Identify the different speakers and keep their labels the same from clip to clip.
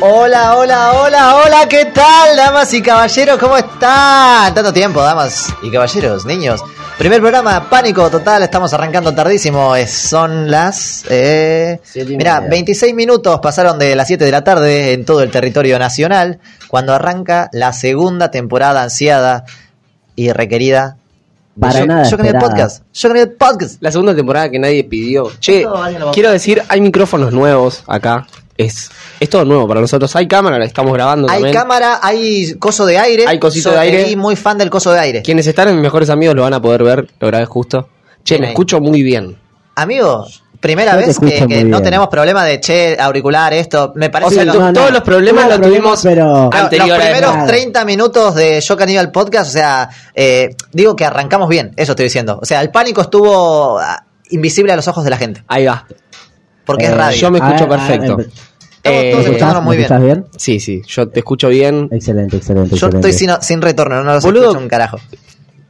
Speaker 1: Hola, hola, hola, hola, ¿qué tal, damas y caballeros? ¿Cómo están? Tanto tiempo, damas y caballeros, niños. Primer programa, pánico total, estamos arrancando tardísimo. Es- son las. Eh,
Speaker 2: Siete y
Speaker 1: mira,
Speaker 2: media.
Speaker 1: 26 minutos pasaron de las 7 de la tarde en todo el territorio nacional, cuando arranca la segunda temporada ansiada y requerida. de
Speaker 2: Para
Speaker 1: yo,
Speaker 2: nada
Speaker 1: Yo con el
Speaker 2: esperada.
Speaker 1: podcast. Yo con el podcast.
Speaker 3: La segunda temporada que nadie pidió. Che,
Speaker 1: Esto vale la
Speaker 3: quiero decir, hay micrófonos nuevos acá. Es, es todo nuevo para nosotros. Hay cámara, la estamos grabando
Speaker 1: Hay
Speaker 3: también.
Speaker 1: cámara, hay coso de aire.
Speaker 3: Hay cosito de aire.
Speaker 1: Y muy fan del coso de aire.
Speaker 3: Quienes están en mejores amigos lo van a poder ver, lo grabé justo. Che,
Speaker 1: Bien
Speaker 3: me
Speaker 1: ahí.
Speaker 3: escucho muy bien.
Speaker 1: Amigo, primera
Speaker 2: Yo te
Speaker 1: vez que,
Speaker 2: escucho
Speaker 1: que
Speaker 2: muy
Speaker 1: no
Speaker 2: bien.
Speaker 1: tenemos problema de che, auricular, esto. Me parece
Speaker 3: O sea,
Speaker 1: que
Speaker 3: tú-
Speaker 1: los,
Speaker 2: no,
Speaker 3: todos los problemas
Speaker 2: Tuvo
Speaker 3: los tuvimos
Speaker 2: Pero
Speaker 1: no, los
Speaker 3: anterior a
Speaker 1: primeros
Speaker 2: nada.
Speaker 1: 30 minutos de Yo Caníbal Podcast, o sea, eh, digo que arrancamos bien, eso estoy diciendo. O sea, el pánico estuvo ah, invisible a los ojos de la gente,
Speaker 3: Ahí va.
Speaker 1: porque es
Speaker 2: Eh,
Speaker 1: radio.
Speaker 3: Yo me
Speaker 2: A
Speaker 3: escucho
Speaker 2: ver, a ver,
Speaker 3: perfecto.
Speaker 2: empe-
Speaker 1: Estamos todos
Speaker 3: Eh,
Speaker 1: escuchando.
Speaker 2: ¿Estás
Speaker 1: muy
Speaker 2: ¿me
Speaker 1: bien.
Speaker 2: escuchás bien?
Speaker 3: sí, sí, yo te escucho bien.
Speaker 2: Excelente, excelente.
Speaker 1: Yo
Speaker 2: excelente.
Speaker 1: estoy sin, sin retorno, no los
Speaker 3: Boludo.
Speaker 1: escucho un carajo.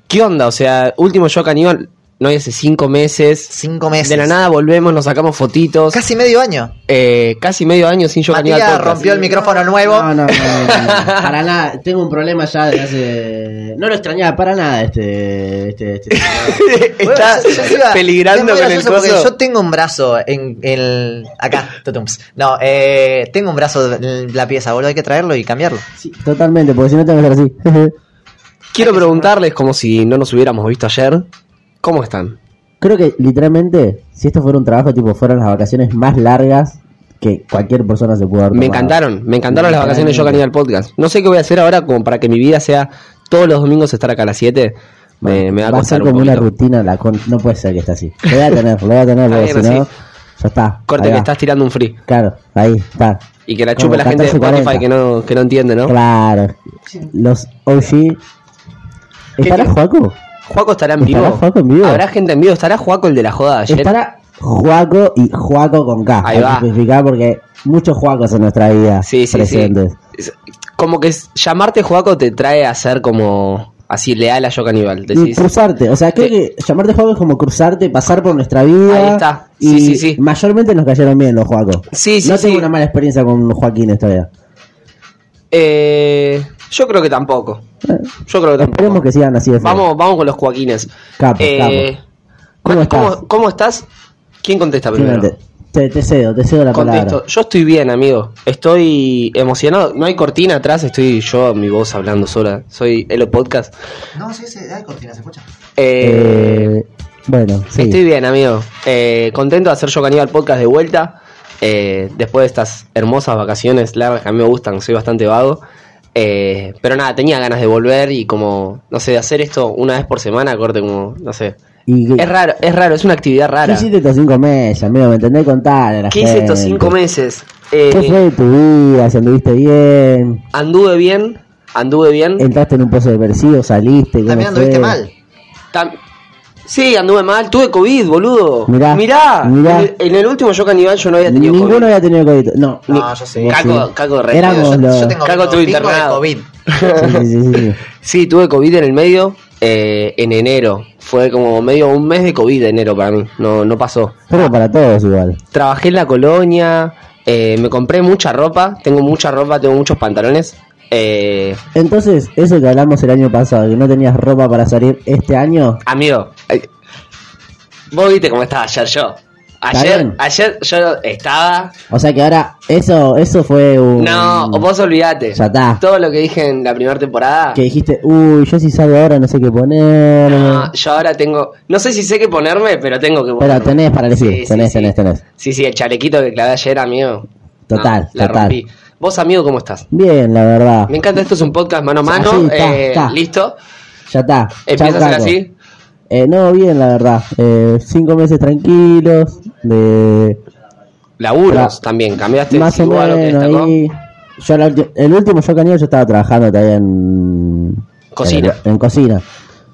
Speaker 3: ¿Qué onda? O sea, último yo caníbal, no hay hace cinco meses.
Speaker 1: Cinco meses.
Speaker 3: De la nada volvemos, nos sacamos fotitos. Casi,
Speaker 1: Casi medio año.
Speaker 3: eh, casi medio año sin yo
Speaker 1: Matías
Speaker 3: caníbal. podcast.
Speaker 1: rompió el micrófono nuevo.
Speaker 2: No, no, no, no, no. Para nada, tengo un problema ya desde hace. No lo extrañaba para nada este. este, este.
Speaker 3: Está
Speaker 1: Bueno, yo- yo iba- es muy
Speaker 3: peligrando con el
Speaker 1: gracioso porque
Speaker 3: coso.
Speaker 1: Yo tengo un brazo en, en el. Acá, tutums. No, eh, tengo un brazo en la pieza, boludo. Hay que traerlo y cambiarlo.
Speaker 2: Sí, totalmente, porque si no tengo que estar así.
Speaker 3: Quiero preguntarles, como si no nos hubiéramos visto ayer, ¿cómo están?
Speaker 2: Creo que literalmente, si esto fuera un trabajo, tipo, fueran las vacaciones más largas que cualquier persona se pudo haber
Speaker 3: Me
Speaker 2: tomado.
Speaker 3: encantaron, me encantaron las vacaciones de Yo Caníbal Podcast. No sé qué voy a hacer ahora como para que mi vida sea todos los domingos estar acá a las 7. Me, me va a
Speaker 2: va a ser
Speaker 3: costar un
Speaker 2: como una
Speaker 3: poquito.
Speaker 2: rutina, la con- no puede ser que esté así. Lo voy a tener, lo voy a tener, porque
Speaker 3: Está
Speaker 2: si
Speaker 3: bien,
Speaker 2: no,
Speaker 3: así.
Speaker 2: ya está.
Speaker 3: Corte
Speaker 2: ahí
Speaker 3: que
Speaker 2: va.
Speaker 3: estás tirando un free.
Speaker 2: Claro, ahí está.
Speaker 3: Y que la
Speaker 2: Como
Speaker 3: chupe la gente de
Speaker 2: 14:40.
Speaker 3: Spotify que no, que no entiende, ¿no?
Speaker 2: Claro. Los OG. ¿Estará
Speaker 3: ¿Qué-
Speaker 2: Juaco?
Speaker 3: ¿Juaco estará en vivo?
Speaker 2: ¿Estará Juaco en vivo?
Speaker 3: ¿Habrá gente en vivo? ¿Estará Juaco el de la joda de ayer?
Speaker 2: Estará Juaco y Juaco con K.
Speaker 3: Ahí
Speaker 2: Hay
Speaker 3: va.
Speaker 2: que especificar porque muchos Juacos en nuestra vida
Speaker 3: Sí, sí,
Speaker 2: presentes.
Speaker 3: sí. Es- Como que es- llamarte Juaco te trae a ser como así leal a Yo Caníbal.
Speaker 2: Y
Speaker 3: Decís,
Speaker 2: cruzarte, o sea, creo
Speaker 3: Te-
Speaker 2: que llamarte Juaco es como cruzarte, pasar por nuestra vida.
Speaker 3: Ahí está. Sí,
Speaker 2: Y
Speaker 3: sí, sí.
Speaker 2: mayormente nos cayeron bien los Juacos.
Speaker 3: Sí, sí,
Speaker 2: no
Speaker 3: sí.
Speaker 2: tengo una mala experiencia con Joaquín esta vida.
Speaker 3: Eh, yo creo que tampoco. Yo creo que tampoco.
Speaker 2: Esperemos que sigan así de feo.
Speaker 3: Vamos, vamos con los Joaquines.
Speaker 2: Capo, capo. ¿Cómo
Speaker 3: Mati,
Speaker 2: estás?
Speaker 3: ¿cómo, cómo estás? ¿Quién contesta primero?
Speaker 2: Finalmente, Te, te cedo, te cedo la
Speaker 3: Contesto.
Speaker 2: palabra.
Speaker 3: Yo estoy bien, amigo. Estoy emocionado. No hay cortina atrás, estoy yo, mi voz hablando sola. Soy el podcast.
Speaker 1: No, sí, sí, hay cortina, se escucha.
Speaker 3: Eh,
Speaker 2: Eh, bueno, sí.
Speaker 3: Estoy bien, amigo. Eh, contento de hacer yo Caníbal Podcast de vuelta. eh, después de estas hermosas vacaciones largas que a mí me gustan, soy bastante vago. Eh, pero nada, tenía ganas de volver y como, no sé, de hacer esto una vez por semana, corte como, no sé.
Speaker 2: Y-
Speaker 3: Es raro, es raro, es una actividad
Speaker 2: ¿Qué
Speaker 3: rara.
Speaker 2: hiciste estos cinco meses, amigo? ¿Me entendés? Contar a la
Speaker 3: ¿Qué hice
Speaker 2: gente.
Speaker 3: estos cinco meses?
Speaker 2: ¿Qué
Speaker 3: Eh,
Speaker 2: fue de tu vida? ¿Si anduviste bien?
Speaker 3: anduve bien, anduve bien.
Speaker 2: ¿Entraste en un pozo depresivo? ¿Saliste? ¿Cómo
Speaker 1: También anduviste
Speaker 2: fue?
Speaker 1: mal.
Speaker 3: Tam- sí, anduve mal, tuve COVID, boludo.
Speaker 2: Mirá,
Speaker 3: mirá,
Speaker 2: mirá.
Speaker 3: En, el, en el último yo caníbal yo no había tenido
Speaker 2: Ninguno
Speaker 3: COVID.
Speaker 2: había tenido COVID. No,
Speaker 1: No, yo sí.
Speaker 2: Vos
Speaker 3: Caco- caco de re-
Speaker 2: Éramos
Speaker 1: Yo,
Speaker 2: los-
Speaker 1: yo tengo
Speaker 3: Cago
Speaker 1: pico
Speaker 3: tu
Speaker 1: de
Speaker 3: internado. Eh,
Speaker 1: COVID.
Speaker 2: Sí, sí, sí, sí.
Speaker 3: Sí, tuve COVID en el medio, eh, en enero. Fue como medio un mes de COVID de enero para mí, no, no pasó.
Speaker 2: Pero para todos igual.
Speaker 3: Trabajé en la colonia, eh, me compré mucha ropa, tengo mucha ropa, tengo muchos pantalones. Eh,
Speaker 2: Entonces, eso que hablamos el año pasado, que no tenías ropa para salir este año,
Speaker 3: Amigo, ay, vos viste cómo estaba ayer yo. Ayer,
Speaker 2: bien.
Speaker 3: ayer yo estaba.
Speaker 2: o sea que ahora eso eso fue un...
Speaker 3: No, vos olvidate.
Speaker 2: Mm. Ya está.
Speaker 3: Todo lo que dije en la primera temporada.
Speaker 2: Que dijiste, uy, yo si salgo ahora no sé qué poner.
Speaker 3: No, yo ahora tengo. No sé si sé qué ponerme, pero tengo que
Speaker 2: Pero
Speaker 3: ponerme.
Speaker 2: tenés para elegir,
Speaker 3: Sí, sí,
Speaker 2: tenés,
Speaker 3: sí.
Speaker 2: tenés, tenés.
Speaker 3: Sí, sí, el chalequito que clavé ayer, amigo. Ah,
Speaker 2: Total,
Speaker 3: la
Speaker 2: total.
Speaker 3: rompí. Vos, amigo, ¿cómo estás?
Speaker 2: Bien, la verdad.
Speaker 3: Me encanta, esto es un podcast mano a mano.
Speaker 2: Así, ta,
Speaker 3: eh,
Speaker 2: ta.
Speaker 3: Listo.
Speaker 2: Ya está.
Speaker 3: Empieza
Speaker 2: Chau,
Speaker 3: a ser
Speaker 2: Caco.
Speaker 3: así.
Speaker 2: Eh, no, bien, la verdad. Eh, cinco meses tranquilos. De...
Speaker 3: Laburos
Speaker 2: Tra-
Speaker 3: también. Cambiaste
Speaker 2: más o
Speaker 3: sin duda lo que
Speaker 2: menos
Speaker 3: destacó.
Speaker 2: ahí. Yo la ulti- el último yo caníbal yo estaba trabajando todavía en
Speaker 3: Cocina.
Speaker 2: En, en cocina.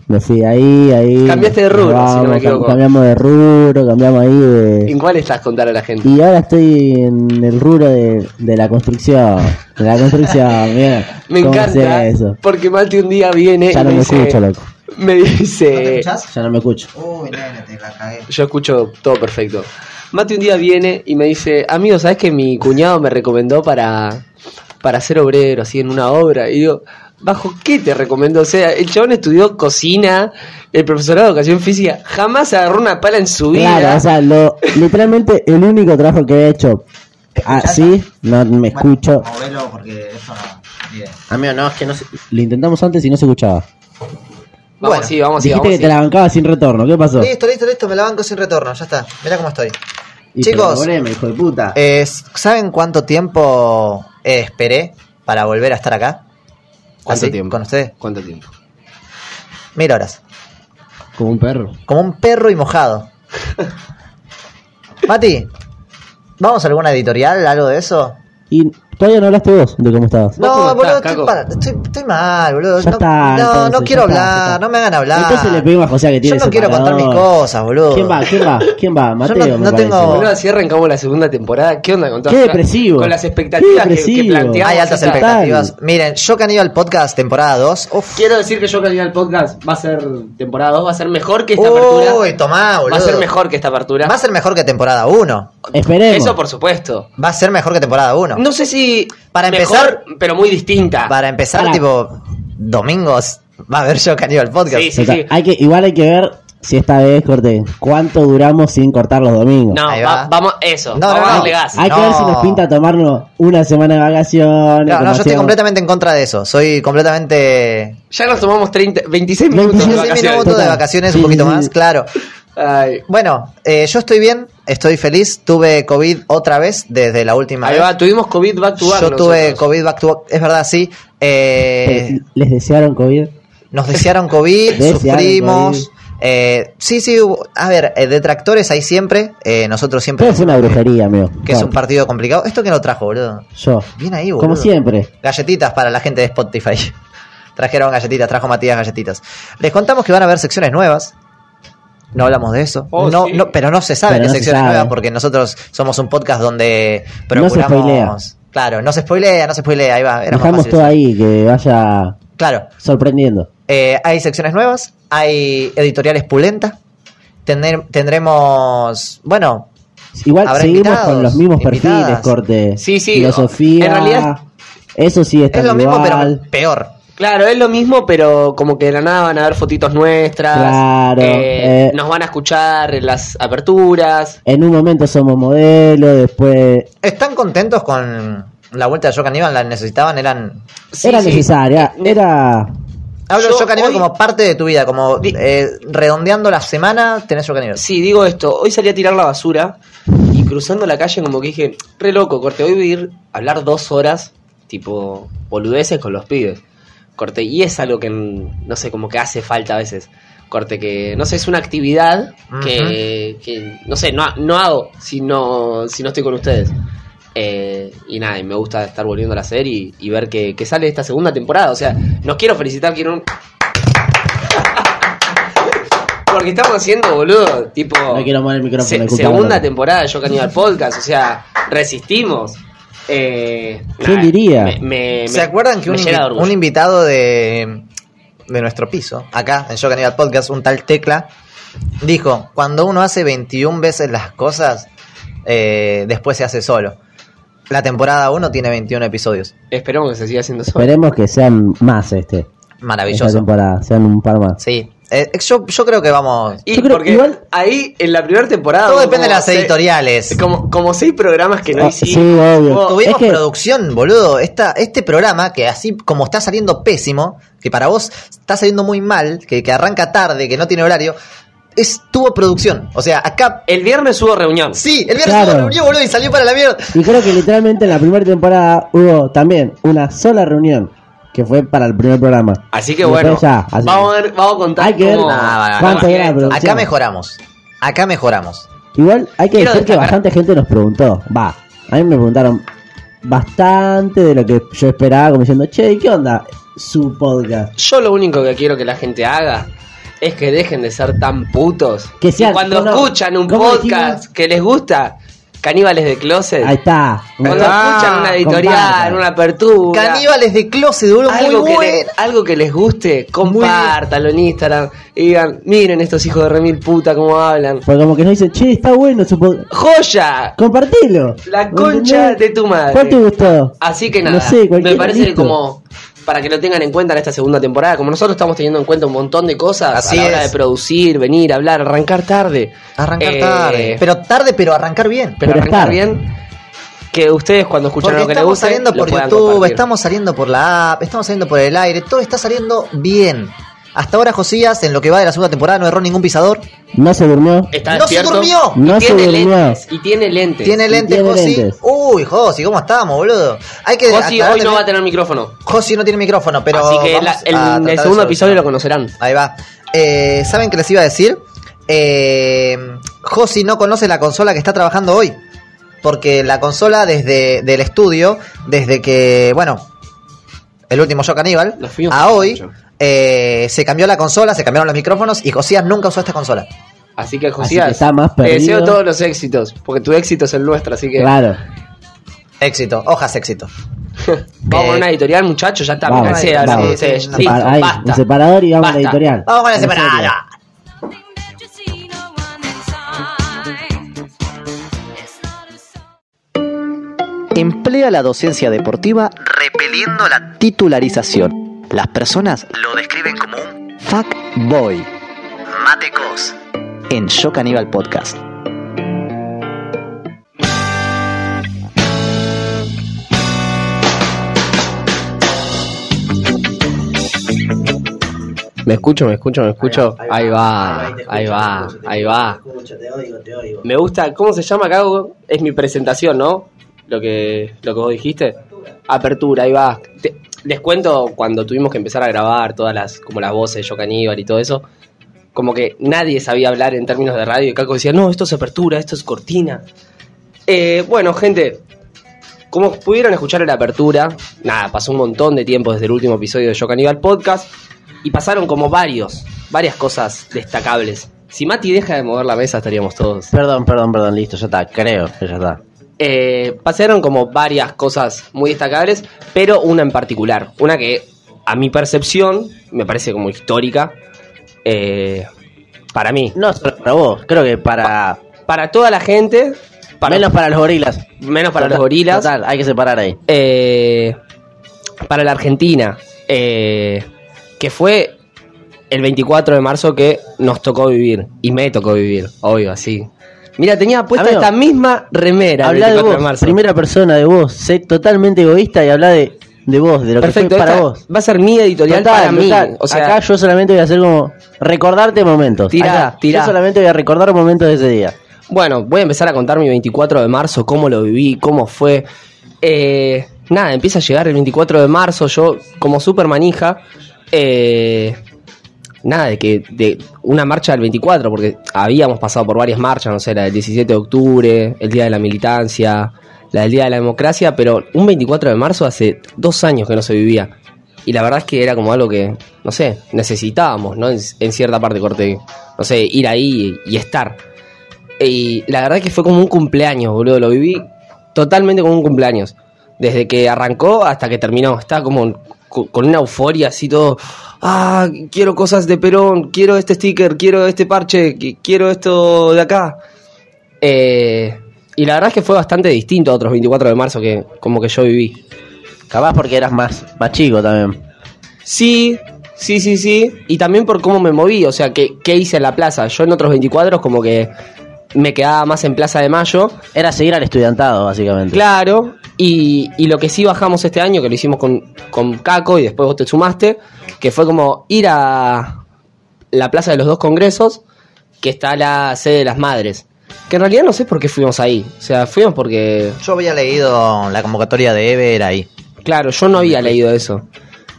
Speaker 2: Me fui ahí, ahí.
Speaker 3: Cambiaste de rubro, si no me
Speaker 2: cam-
Speaker 3: equivoco.
Speaker 2: Cambiamos de rubro, cambiamos ahí
Speaker 3: ¿En
Speaker 2: de.
Speaker 3: cuál estás contar a la gente?
Speaker 2: Y ahora estoy en el rubro de, de la construcción. De la construcción, mira.
Speaker 3: Me
Speaker 2: cómo
Speaker 3: encanta.
Speaker 2: sé eso.
Speaker 3: Porque Mati un día viene
Speaker 2: Ya
Speaker 3: y
Speaker 2: no
Speaker 3: me
Speaker 2: me
Speaker 3: dice.
Speaker 2: escucho, loco.
Speaker 3: Me dice.
Speaker 1: ¿Escuchás?
Speaker 2: Ya no me escucho.
Speaker 1: Uy, nene, te la cagué.
Speaker 3: Yo escucho todo perfecto. Mati un día viene y me dice, amigo, ¿sabes que mi cuñado me recomendó para, para ser obrero, así en una obra. Y digo, ¿bajo qué te recomiendo? O sea, el chabón estudió cocina, el profesorado de educación física, jamás agarró una pala en su vida.
Speaker 2: Claro, o sea, lo, literalmente el único trabajo que he hecho así, no me escucho.
Speaker 1: Movelo porque eso no. Bien.
Speaker 2: Amigo, no, es que no se... Lo intentamos antes y no se escuchaba.
Speaker 3: Vamos,
Speaker 1: Bueno,
Speaker 3: sí, vamos, sí,
Speaker 2: Dijiste
Speaker 3: vamos.
Speaker 2: que
Speaker 3: sí.
Speaker 2: te la bancabas sin retorno, ¿qué pasó?
Speaker 1: Listo, listo, listo, me la banco sin retorno, ya está. Mirá cómo estoy.
Speaker 2: Y
Speaker 1: Chicos.
Speaker 2: proponeme, hijo de puta.
Speaker 1: Eh, ¿Saben cuánto tiempo eh, esperé para volver a estar acá?
Speaker 3: ¿Cuánto
Speaker 1: Así,
Speaker 3: tiempo?
Speaker 1: Con ustedes.
Speaker 3: ¿Cuánto tiempo?
Speaker 1: Mil horas.
Speaker 2: Como un perro.
Speaker 1: Como un perro y mojado. Mati, ¿vamos a alguna editorial, algo de eso?
Speaker 2: Y todavía no hablaste vos de cómo estabas.
Speaker 1: No,
Speaker 3: cómo estás,
Speaker 1: boludo,
Speaker 3: Caco?
Speaker 1: estoy, para- estoy- estoy mal, boludo.
Speaker 2: Ya
Speaker 1: no,
Speaker 2: está,
Speaker 1: no,
Speaker 2: entonces,
Speaker 1: no
Speaker 2: ya
Speaker 1: quiero
Speaker 2: está, ya
Speaker 1: hablar,
Speaker 2: está.
Speaker 1: no me hagan hablar.
Speaker 2: Entonces le pedimos a José que
Speaker 1: Yo
Speaker 2: tiene
Speaker 1: no quiero contar mis cosas, boludo.
Speaker 2: ¿Quién va? ¿Quién va? ¿Quién va? Mateo,
Speaker 1: no-
Speaker 2: me
Speaker 1: no
Speaker 2: parece.
Speaker 1: tengo-
Speaker 3: Boludo, así arrancamos la segunda temporada. ¿Qué onda con todas
Speaker 2: Oh. Qué
Speaker 3: las-
Speaker 2: depresivo.
Speaker 3: Con las expectativas
Speaker 2: Qué
Speaker 3: que- que,
Speaker 2: depresivo.
Speaker 3: planteamos.
Speaker 1: Hay altas
Speaker 3: acá.
Speaker 2: expectativas.
Speaker 1: expectativas. Miren, yo que han ido al podcast temporada 2. Uf.
Speaker 3: Quiero decir que yo que al podcast va a ser temporada 2, va a ser mejor que esta
Speaker 1: Uy,
Speaker 3: apertura.
Speaker 1: tomá, Oh, boludo.
Speaker 3: Va a ser mejor que esta apertura.
Speaker 1: Va a ser mejor que temporada 1.
Speaker 2: Esperemos.
Speaker 3: Eso por supuesto.
Speaker 1: Va a ser mejor que temporada 1.
Speaker 3: No sé si
Speaker 1: Para
Speaker 3: mejor,
Speaker 1: empezar-
Speaker 3: pero muy distinta.
Speaker 1: Para empezar,
Speaker 2: Pará.
Speaker 1: tipo, domingos va a haber yo que al podcast.
Speaker 3: Sí, sí.
Speaker 2: O sea, Hay que, igual hay que ver si esta vez, corte, cuánto duramos sin cortar los domingos.
Speaker 3: No,
Speaker 1: Ahí
Speaker 3: va-
Speaker 1: va.
Speaker 3: vamos, eso.
Speaker 1: No,
Speaker 3: vamos
Speaker 1: no,
Speaker 3: a
Speaker 1: no.
Speaker 3: darle gas.
Speaker 2: Hay que ver si
Speaker 1: No.
Speaker 2: nos pinta tomarnos una semana de vacaciones.
Speaker 1: Claro,
Speaker 2: como
Speaker 1: no, yo estoy
Speaker 2: hacíamos.
Speaker 1: completamente en contra de eso. Soy completamente.
Speaker 3: Ya nos tomamos 30, 26 minutos.
Speaker 2: 26
Speaker 3: de
Speaker 1: 15
Speaker 3: vacaciones.
Speaker 1: minutos de
Speaker 2: Total.
Speaker 1: vacaciones, un
Speaker 2: Sí,
Speaker 1: poquito
Speaker 2: sí,
Speaker 1: más,
Speaker 2: sí.
Speaker 1: claro.
Speaker 3: Ay.
Speaker 1: Bueno, eh, yo estoy bien, estoy feliz. Tuve COVID otra vez desde la última
Speaker 3: Ahí
Speaker 1: vez.
Speaker 3: va, tuvimos COVID back to back.
Speaker 1: yo tuve
Speaker 3: nosotros.
Speaker 1: COVID back to back, es verdad, sí. Eh,
Speaker 2: Eh, ¿Les desearon COVID?
Speaker 1: Nos desearon COVID,
Speaker 2: Desearon
Speaker 1: sufrimos. eh, sí, sí, hubo- a ver, eh, detractores hay siempre. eh, nosotros siempre.
Speaker 2: Pero fue una brujería, amigo.
Speaker 1: Que es un partido complicado. ¿Esto que lo trajo, boludo?
Speaker 2: Yo.
Speaker 1: Bien ahí, boludo.
Speaker 2: Como siempre.
Speaker 1: Galletitas para la gente de Spotify. Trajeron galletitas, trajo Matías galletitas. Les contamos que van a haber secciones nuevas. No hablamos de eso.
Speaker 3: Oh,
Speaker 1: no,
Speaker 3: sí.
Speaker 1: no, pero no se sabe
Speaker 2: Pero
Speaker 1: qué
Speaker 2: no se
Speaker 1: secciones
Speaker 2: sabe.
Speaker 1: nuevas porque nosotros somos un podcast donde
Speaker 2: No se
Speaker 1: procuramos.
Speaker 2: spoilea.
Speaker 1: Claro, no se spoilea, no se spoilea. Ahí va, era más
Speaker 2: Dejamos
Speaker 1: fácil
Speaker 2: todo
Speaker 1: eso.
Speaker 2: ahí, que vaya
Speaker 1: Claro,
Speaker 2: sorprendiendo.
Speaker 1: eh, hay secciones nuevas, hay editoriales pulentas. Tener- tendremos, bueno,
Speaker 2: Igual
Speaker 1: Habrá
Speaker 2: seguimos
Speaker 1: invitados,
Speaker 2: con los mismos perfiles,
Speaker 1: invitadas.
Speaker 2: corte.
Speaker 3: Sí, sí,
Speaker 2: Filosofía.
Speaker 3: en realidad-
Speaker 2: Eso sí
Speaker 3: Este
Speaker 2: está
Speaker 1: es lo mismo
Speaker 2: igual.
Speaker 1: pero peor.
Speaker 3: Claro, es lo mismo, pero como que de la nada van a haber fotitos nuestras.
Speaker 2: Claro,
Speaker 3: eh,
Speaker 2: eh.
Speaker 3: Nos van a escuchar en las aperturas.
Speaker 2: En un momento somos modelo, después.
Speaker 1: ¿Están contentos con la vuelta de Yo Caníbal? ¿La necesitaban? Eran...
Speaker 3: Sí,
Speaker 2: era
Speaker 3: sí.
Speaker 2: necesaria,
Speaker 3: Ne-
Speaker 2: era.
Speaker 1: Hablo
Speaker 3: Yo
Speaker 1: de Yo Caníbal
Speaker 3: hoy-
Speaker 1: como parte de tu vida, como
Speaker 3: Di-
Speaker 1: eh, redondeando la semana tenés Yo Caníbal.
Speaker 3: Sí, digo esto. Hoy salí a tirar la basura y cruzando la calle como que dije, re loco, corte, hoy voy a ir a hablar dos horas, tipo, boludeces con los pibes. Corte, y es algo que, mm, no sé, como que hace falta a veces. Corte, que, no sé, es una actividad que, que, no sé, no, ha- no hago si no, si no estoy con ustedes. Eh, y nada, y me gusta estar volviendo a hacer y, y ver que, que sale esta segunda temporada. O sea, nos quiero felicitar, quiero un... Porque estamos haciendo, boludo, tipo...
Speaker 2: No quiero mover el micrófono.
Speaker 3: Se-
Speaker 2: disculpa,
Speaker 3: segunda
Speaker 2: boludo.
Speaker 3: temporada de Yo Caníbal Podcast, o sea, resistimos. Eh,
Speaker 2: ¿Quién diría?
Speaker 3: me- me-
Speaker 1: ¿Se
Speaker 3: me-
Speaker 1: acuerdan que
Speaker 3: me
Speaker 1: un,
Speaker 3: llena de
Speaker 1: invi-
Speaker 3: orgullo.
Speaker 1: un invitado de, de nuestro piso, acá en Yo Caníbal Podcast, un tal Tecla, dijo, cuando uno hace 21 veces las cosas, eh, después se hace solo. La temporada 1 tiene 21 episodios.
Speaker 3: Esperemos que se siga haciendo eso.
Speaker 2: Esperemos que sean más este. Esta
Speaker 1: Maravilloso.
Speaker 2: temporada, sean un par más.
Speaker 1: Sí. Eh, yo, yo creo que vamos...
Speaker 3: Y
Speaker 2: Yo creo-
Speaker 3: porque
Speaker 2: igual-
Speaker 3: ahí, en la primera temporada...
Speaker 1: Todo
Speaker 3: hubo
Speaker 1: depende de
Speaker 3: como
Speaker 1: las
Speaker 3: seis-
Speaker 1: editoriales.
Speaker 3: eh, Como, como seis programas que no
Speaker 2: Ah,
Speaker 3: hicimos.
Speaker 2: sí, obvio.
Speaker 3: Hubo-
Speaker 1: Tuvimos
Speaker 2: Es que-
Speaker 1: producción, boludo. Esta, este programa, que así como está saliendo pésimo, que para vos está saliendo muy mal, que, que arranca tarde, que no tiene horario, es, tuvo producción. O sea, acá.
Speaker 3: El viernes hubo reunión.
Speaker 1: Sí, el viernes
Speaker 2: Claro.
Speaker 1: hubo reunión, boludo, y salió para la mierda.
Speaker 2: Y creo que literalmente en la primera temporada hubo también una sola reunión que fue para el primer programa.
Speaker 3: Así que
Speaker 2: Y después
Speaker 3: bueno,
Speaker 2: ya, así
Speaker 3: vamos, a ver, vamos a contar
Speaker 2: Hay que ver
Speaker 3: cómo-
Speaker 1: Nah,
Speaker 2: cuánto
Speaker 3: nah,
Speaker 2: era la
Speaker 3: nah.
Speaker 2: producción.
Speaker 1: Acá mejoramos. Acá mejoramos.
Speaker 2: Igual hay que
Speaker 3: Quiero
Speaker 2: decir que
Speaker 3: destacar-
Speaker 2: bastante gente nos preguntó. Va, a mí me preguntaron bastante de lo que yo esperaba, como diciendo, che, ¿y qué onda su podcast?
Speaker 3: Yo lo único que quiero que la gente haga es que dejen de ser tan putos.
Speaker 2: Que sean-
Speaker 3: Y cuando
Speaker 2: no, no.
Speaker 3: escuchan un
Speaker 2: ¿Cómo
Speaker 3: podcast que les gusta, Caníbales de Closet.
Speaker 4: Ahí está.
Speaker 3: Cuando
Speaker 1: Ah,
Speaker 3: escuchan una editorial,
Speaker 4: compartan.
Speaker 3: una apertura.
Speaker 1: Caníbales de Closet, boludo,
Speaker 3: Algo
Speaker 1: muy
Speaker 3: que, le-
Speaker 1: buena.
Speaker 3: algo que les guste, compártalo en Instagram. Y digan, miren estos hijos de remil puta cómo hablan.
Speaker 4: Porque como que nos dicen, che, está bueno su pod-
Speaker 3: ¡Joya!
Speaker 4: Compartilo.
Speaker 3: La concha de tu madre.
Speaker 4: ¿Cuál te gustó?
Speaker 3: Así que nada,
Speaker 4: No sé, cualquiera,
Speaker 3: me parece que
Speaker 4: listo.
Speaker 3: como para que lo tengan en cuenta en esta segunda temporada, como nosotros estamos teniendo en cuenta un montón de cosas
Speaker 1: Así
Speaker 3: a la hora
Speaker 1: es.
Speaker 3: de producir, venir, hablar, arrancar tarde.
Speaker 1: Arrancar
Speaker 3: Eh,
Speaker 1: tarde. Pero tarde, pero arrancar bien.
Speaker 3: pero
Speaker 4: Pero
Speaker 3: arrancar
Speaker 4: estar.
Speaker 3: bien. Que ustedes cuando escuchan
Speaker 1: Porque
Speaker 3: algo que les
Speaker 1: estamos
Speaker 3: guste,
Speaker 1: saliendo
Speaker 3: lo
Speaker 1: por
Speaker 3: puedan
Speaker 1: YouTube,
Speaker 3: compartir.
Speaker 1: estamos saliendo por la app, estamos saliendo por el aire, todo está saliendo bien. Hasta ahora Josías, en lo que va de la segunda temporada, no erró ningún pisador.
Speaker 4: No se durmió.
Speaker 3: Está
Speaker 1: ¡No se
Speaker 3: despierto
Speaker 1: durmió!
Speaker 3: y
Speaker 4: No se
Speaker 3: tiene
Speaker 4: durmió.
Speaker 3: lentes, y tiene lentes.
Speaker 1: Tiene lentes,
Speaker 4: tiene
Speaker 1: Josi.
Speaker 4: lentes.
Speaker 1: Uy, Josi, ¿cómo estamos, boludo? Hay que
Speaker 3: José
Speaker 1: aclarar
Speaker 3: hoy no
Speaker 1: también-
Speaker 3: va a tener micrófono.
Speaker 1: Josi no tiene micrófono, pero
Speaker 3: Así que
Speaker 1: vamos
Speaker 3: la-
Speaker 1: a
Speaker 3: el,
Speaker 1: tratar de
Speaker 3: el segundo
Speaker 1: solucionar.
Speaker 3: episodio lo conocerán.
Speaker 1: Ahí va. Eh, ¿Saben qué les iba a decir? Eh, Josi no conoce la consola que está trabajando hoy. Porque la consola desde del estudio, desde que, bueno, el último show caníbal,
Speaker 3: Los fuimos
Speaker 1: a hoy,
Speaker 3: mucho.
Speaker 1: eh, se cambió la consola, se cambiaron los micrófonos y Josías nunca usó esta consola.
Speaker 3: Así que
Speaker 4: Así que
Speaker 3: Josías,
Speaker 4: está más
Speaker 3: te deseo
Speaker 4: perdido.
Speaker 3: todos los éxitos, porque tu éxito es el nuestro, así que
Speaker 4: Claro.
Speaker 1: Éxito, hojas éxito.
Speaker 3: vamos
Speaker 1: Eh,
Speaker 3: a una editorial, muchachos, ya está,
Speaker 4: Vamos,
Speaker 3: me cansé,
Speaker 1: vamos.
Speaker 3: ahora, se-
Speaker 1: Sí,
Speaker 2: Ah,
Speaker 4: Separa-
Speaker 3: listo,
Speaker 4: ahí,
Speaker 3: basta.
Speaker 4: un separador y vamos a la
Speaker 3: Basta.
Speaker 4: editorial.
Speaker 1: Vamos con la
Speaker 4: En serio.
Speaker 1: separada.
Speaker 5: But you see no one inside. It's not a song.
Speaker 6: Emplea la docencia deportiva repeliendo la titularización. Las personas lo describen como un fuckboy. Matecos. En Yo Caníbal Podcast.
Speaker 3: Me escucho, me escucho, me escucho. Ahí va, ahí va, ahí va. Me gusta, ¿cómo se llama acá? Hugo? Es mi presentación, ¿no? Lo que, lo que vos dijiste. Apertura, ahí va. Te- les cuento cuando tuvimos que empezar a grabar todas las, como las voces de Yo Caníbal y todo eso. Como que nadie sabía hablar en términos de radio. Y Caco decía, no, esto es apertura, esto es cortina. Eh, bueno, gente, como pudieron escuchar en la apertura, nada, pasó un montón de tiempo desde el último episodio de Yo Caníbal Podcast y pasaron como varios, varias cosas destacables. Si Mati deja de mover la mesa estaríamos todos.
Speaker 2: Perdón, perdón, perdón, listo, ya está, creo que ya está.
Speaker 3: Eh, pasaron como varias cosas muy destacables, pero una en particular, una que a mi percepción me parece como histórica, eh, para mí,
Speaker 2: No solo para vos, creo que para.
Speaker 3: para toda la gente, para,
Speaker 2: menos para los gorilas.
Speaker 3: menos para los
Speaker 2: Total,
Speaker 3: gorilas.
Speaker 2: Total, hay que separar ahí.
Speaker 3: eh, para la Argentina, eh, que fue el 24 de marzo que nos tocó vivir, y me tocó vivir, obvio, así. Mira, tenía puesta
Speaker 2: Amigo,
Speaker 3: esta misma remera el
Speaker 2: Habla de
Speaker 3: 24
Speaker 2: vos,
Speaker 3: de marzo.
Speaker 2: primera persona de vos, sé totalmente egoísta y habla de, de vos, de lo
Speaker 3: Perfecto,
Speaker 2: que fue para
Speaker 3: esta
Speaker 2: vos.
Speaker 3: va a ser mi editorial
Speaker 2: Total,
Speaker 3: para mí.
Speaker 2: total.
Speaker 3: O sea,
Speaker 2: acá yo solamente voy a hacer como recordarte momentos.
Speaker 3: Tirá,
Speaker 2: Acá,
Speaker 3: tirá.
Speaker 2: Yo solamente voy a recordar momentos de ese día.
Speaker 3: Bueno, voy a empezar a contar mi 24 de marzo, cómo lo viví, cómo fue. Eh, nada, empieza a llegar el 24 de marzo, yo como super manija. eh, nada, de que de una marcha del 24, porque habíamos pasado por varias marchas, no sé, la del 17 de octubre, el Día de la Militancia, la del Día de la Democracia, pero un 24 de marzo hace dos años que no se vivía. Y la verdad es que era como algo que, no sé, necesitábamos, ¿no? En, en cierta parte, corte, no sé, ir ahí y estar. Y la verdad que fue como un cumpleaños, boludo. Lo viví totalmente como un cumpleaños. Desde que arrancó hasta que terminó. Estaba como co- con una euforia así todo. Ah, quiero cosas de Perón, quiero este sticker, quiero este parche, qui- quiero esto de acá. Eh, y la verdad es que fue bastante distinto a otros 24 de marzo que como que yo viví.
Speaker 2: Capaz porque eras más, más chico también.
Speaker 3: Sí, sí, sí, sí. Y también por cómo me moví, o sea, que, qué hice en la plaza. Yo en otros 24 como que me quedaba más en Plaza de Mayo.
Speaker 2: Era seguir al estudiantado, básicamente.
Speaker 3: Claro, y, y lo que sí bajamos este año, que lo hicimos con, con Caco y después vos te sumaste, que fue como ir a la Plaza de los Dos Congresos, que está la sede de las madres. Que en realidad no sé por qué fuimos ahí. O sea, fuimos porque,
Speaker 1: Yo había leído la convocatoria de Ever ahí.
Speaker 3: claro, yo no había leído eso.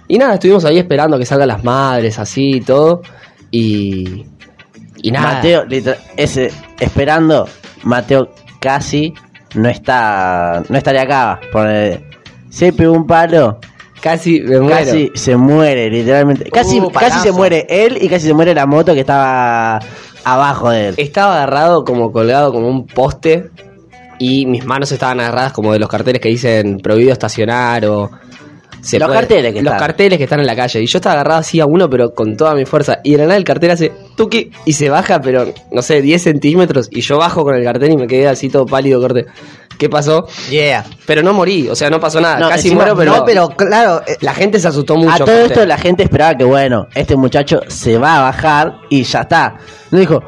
Speaker 3: Y nada, estuvimos ahí esperando que salgan las madres, así y todo. Y, y nada.
Speaker 2: Mateo, literal- ese, esperando, Mateo casi no está, no estaría acá. Porque se pegó un palo,
Speaker 3: casi me muero.
Speaker 2: casi se muere, literalmente. Casi,
Speaker 1: Uh,
Speaker 2: casi se
Speaker 1: palazo.
Speaker 2: muere él y casi se muere la moto que estaba abajo de él.
Speaker 3: Estaba agarrado como colgado como un poste y mis manos estaban agarradas como de los carteles que dicen prohibido estacionar o... se
Speaker 2: Los carteles que
Speaker 3: los
Speaker 2: están.
Speaker 3: carteles que están en la calle. Y yo estaba agarrado así a uno, pero con toda mi fuerza. Y de la nada el cartel hace tuqui y se baja, pero no sé, 10 centímetros. Y yo bajo con el cartel y me quedé así todo pálido, corte. ¿Qué pasó?
Speaker 1: Yeah.
Speaker 3: Pero no morí, o sea, no pasó nada.
Speaker 2: No,
Speaker 3: Casi
Speaker 2: encima-
Speaker 3: muero, pero,
Speaker 1: no, pero claro, eh,
Speaker 3: la gente se asustó mucho.
Speaker 2: A todo
Speaker 3: corte.
Speaker 2: esto la gente esperaba que, bueno, este muchacho se va a bajar y ya está. No dijo,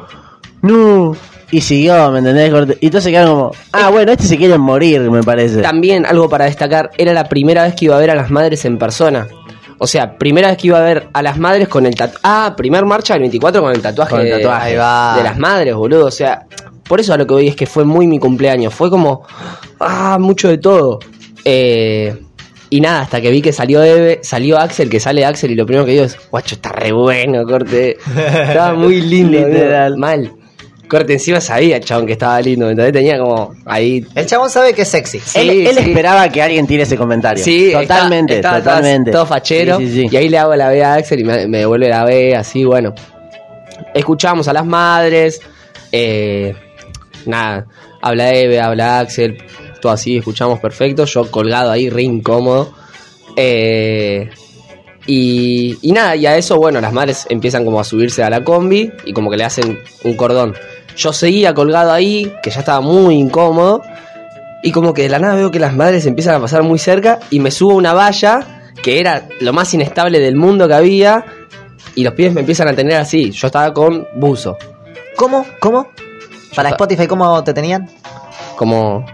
Speaker 2: no. Y siguió, ¿me entendés? Corte? Y entonces quedaron como, ah, bueno, este se quiere morir, me parece.
Speaker 3: También algo para destacar, era la primera vez que iba a ver a las madres en persona. O sea, primera vez que iba a ver a las madres con el tatuaje. Ah, primer marcha del 24 con el tatuaje,
Speaker 2: Con el
Speaker 3: de-
Speaker 2: tatuaje.
Speaker 3: ahí va. De, las madres, boludo. O sea, por eso a lo que voy es que fue muy mi cumpleaños. Fue como, ah, mucho de todo. Eh, y nada, hasta que vi que salió Eve, salió Axel, que sale Axel y lo primero que digo es, guacho, está re bueno, corte. Estaba muy lindo,
Speaker 2: Literal.
Speaker 3: literal. Mal. Corte, encima sabía, chabón, que estaba lindo. Entonces tenía como ahí
Speaker 1: el chabón sabe que es sexy.
Speaker 3: Sí,
Speaker 2: él él
Speaker 3: sí.
Speaker 2: esperaba que alguien tire ese comentario.
Speaker 3: Sí,
Speaker 2: totalmente,
Speaker 3: está- está todo-
Speaker 2: totalmente.
Speaker 3: Todo fachero.
Speaker 2: Sí, sí, sí.
Speaker 3: Y ahí le hago la B a Axel y me, me devuelve la B, así, bueno. Escuchamos a las madres. eh, nada, habla Eve, habla Axel. Todo así, escuchamos perfecto. Yo colgado ahí, re incómodo. Eh, y, y nada, y a eso, bueno, las madres empiezan como a subirse a la combi y como que le hacen un cordón. Yo seguía colgado ahí, que ya estaba muy incómodo. Y como que de la nada veo que las madres empiezan a pasar muy cerca y me subo a una valla que era lo más inestable del mundo que había y los pies me empiezan a tener así. Yo estaba con buzo,
Speaker 1: ¿Cómo? ¿Cómo? Para
Speaker 3: Yo-
Speaker 1: Spotify, ¿cómo te tenían?
Speaker 3: como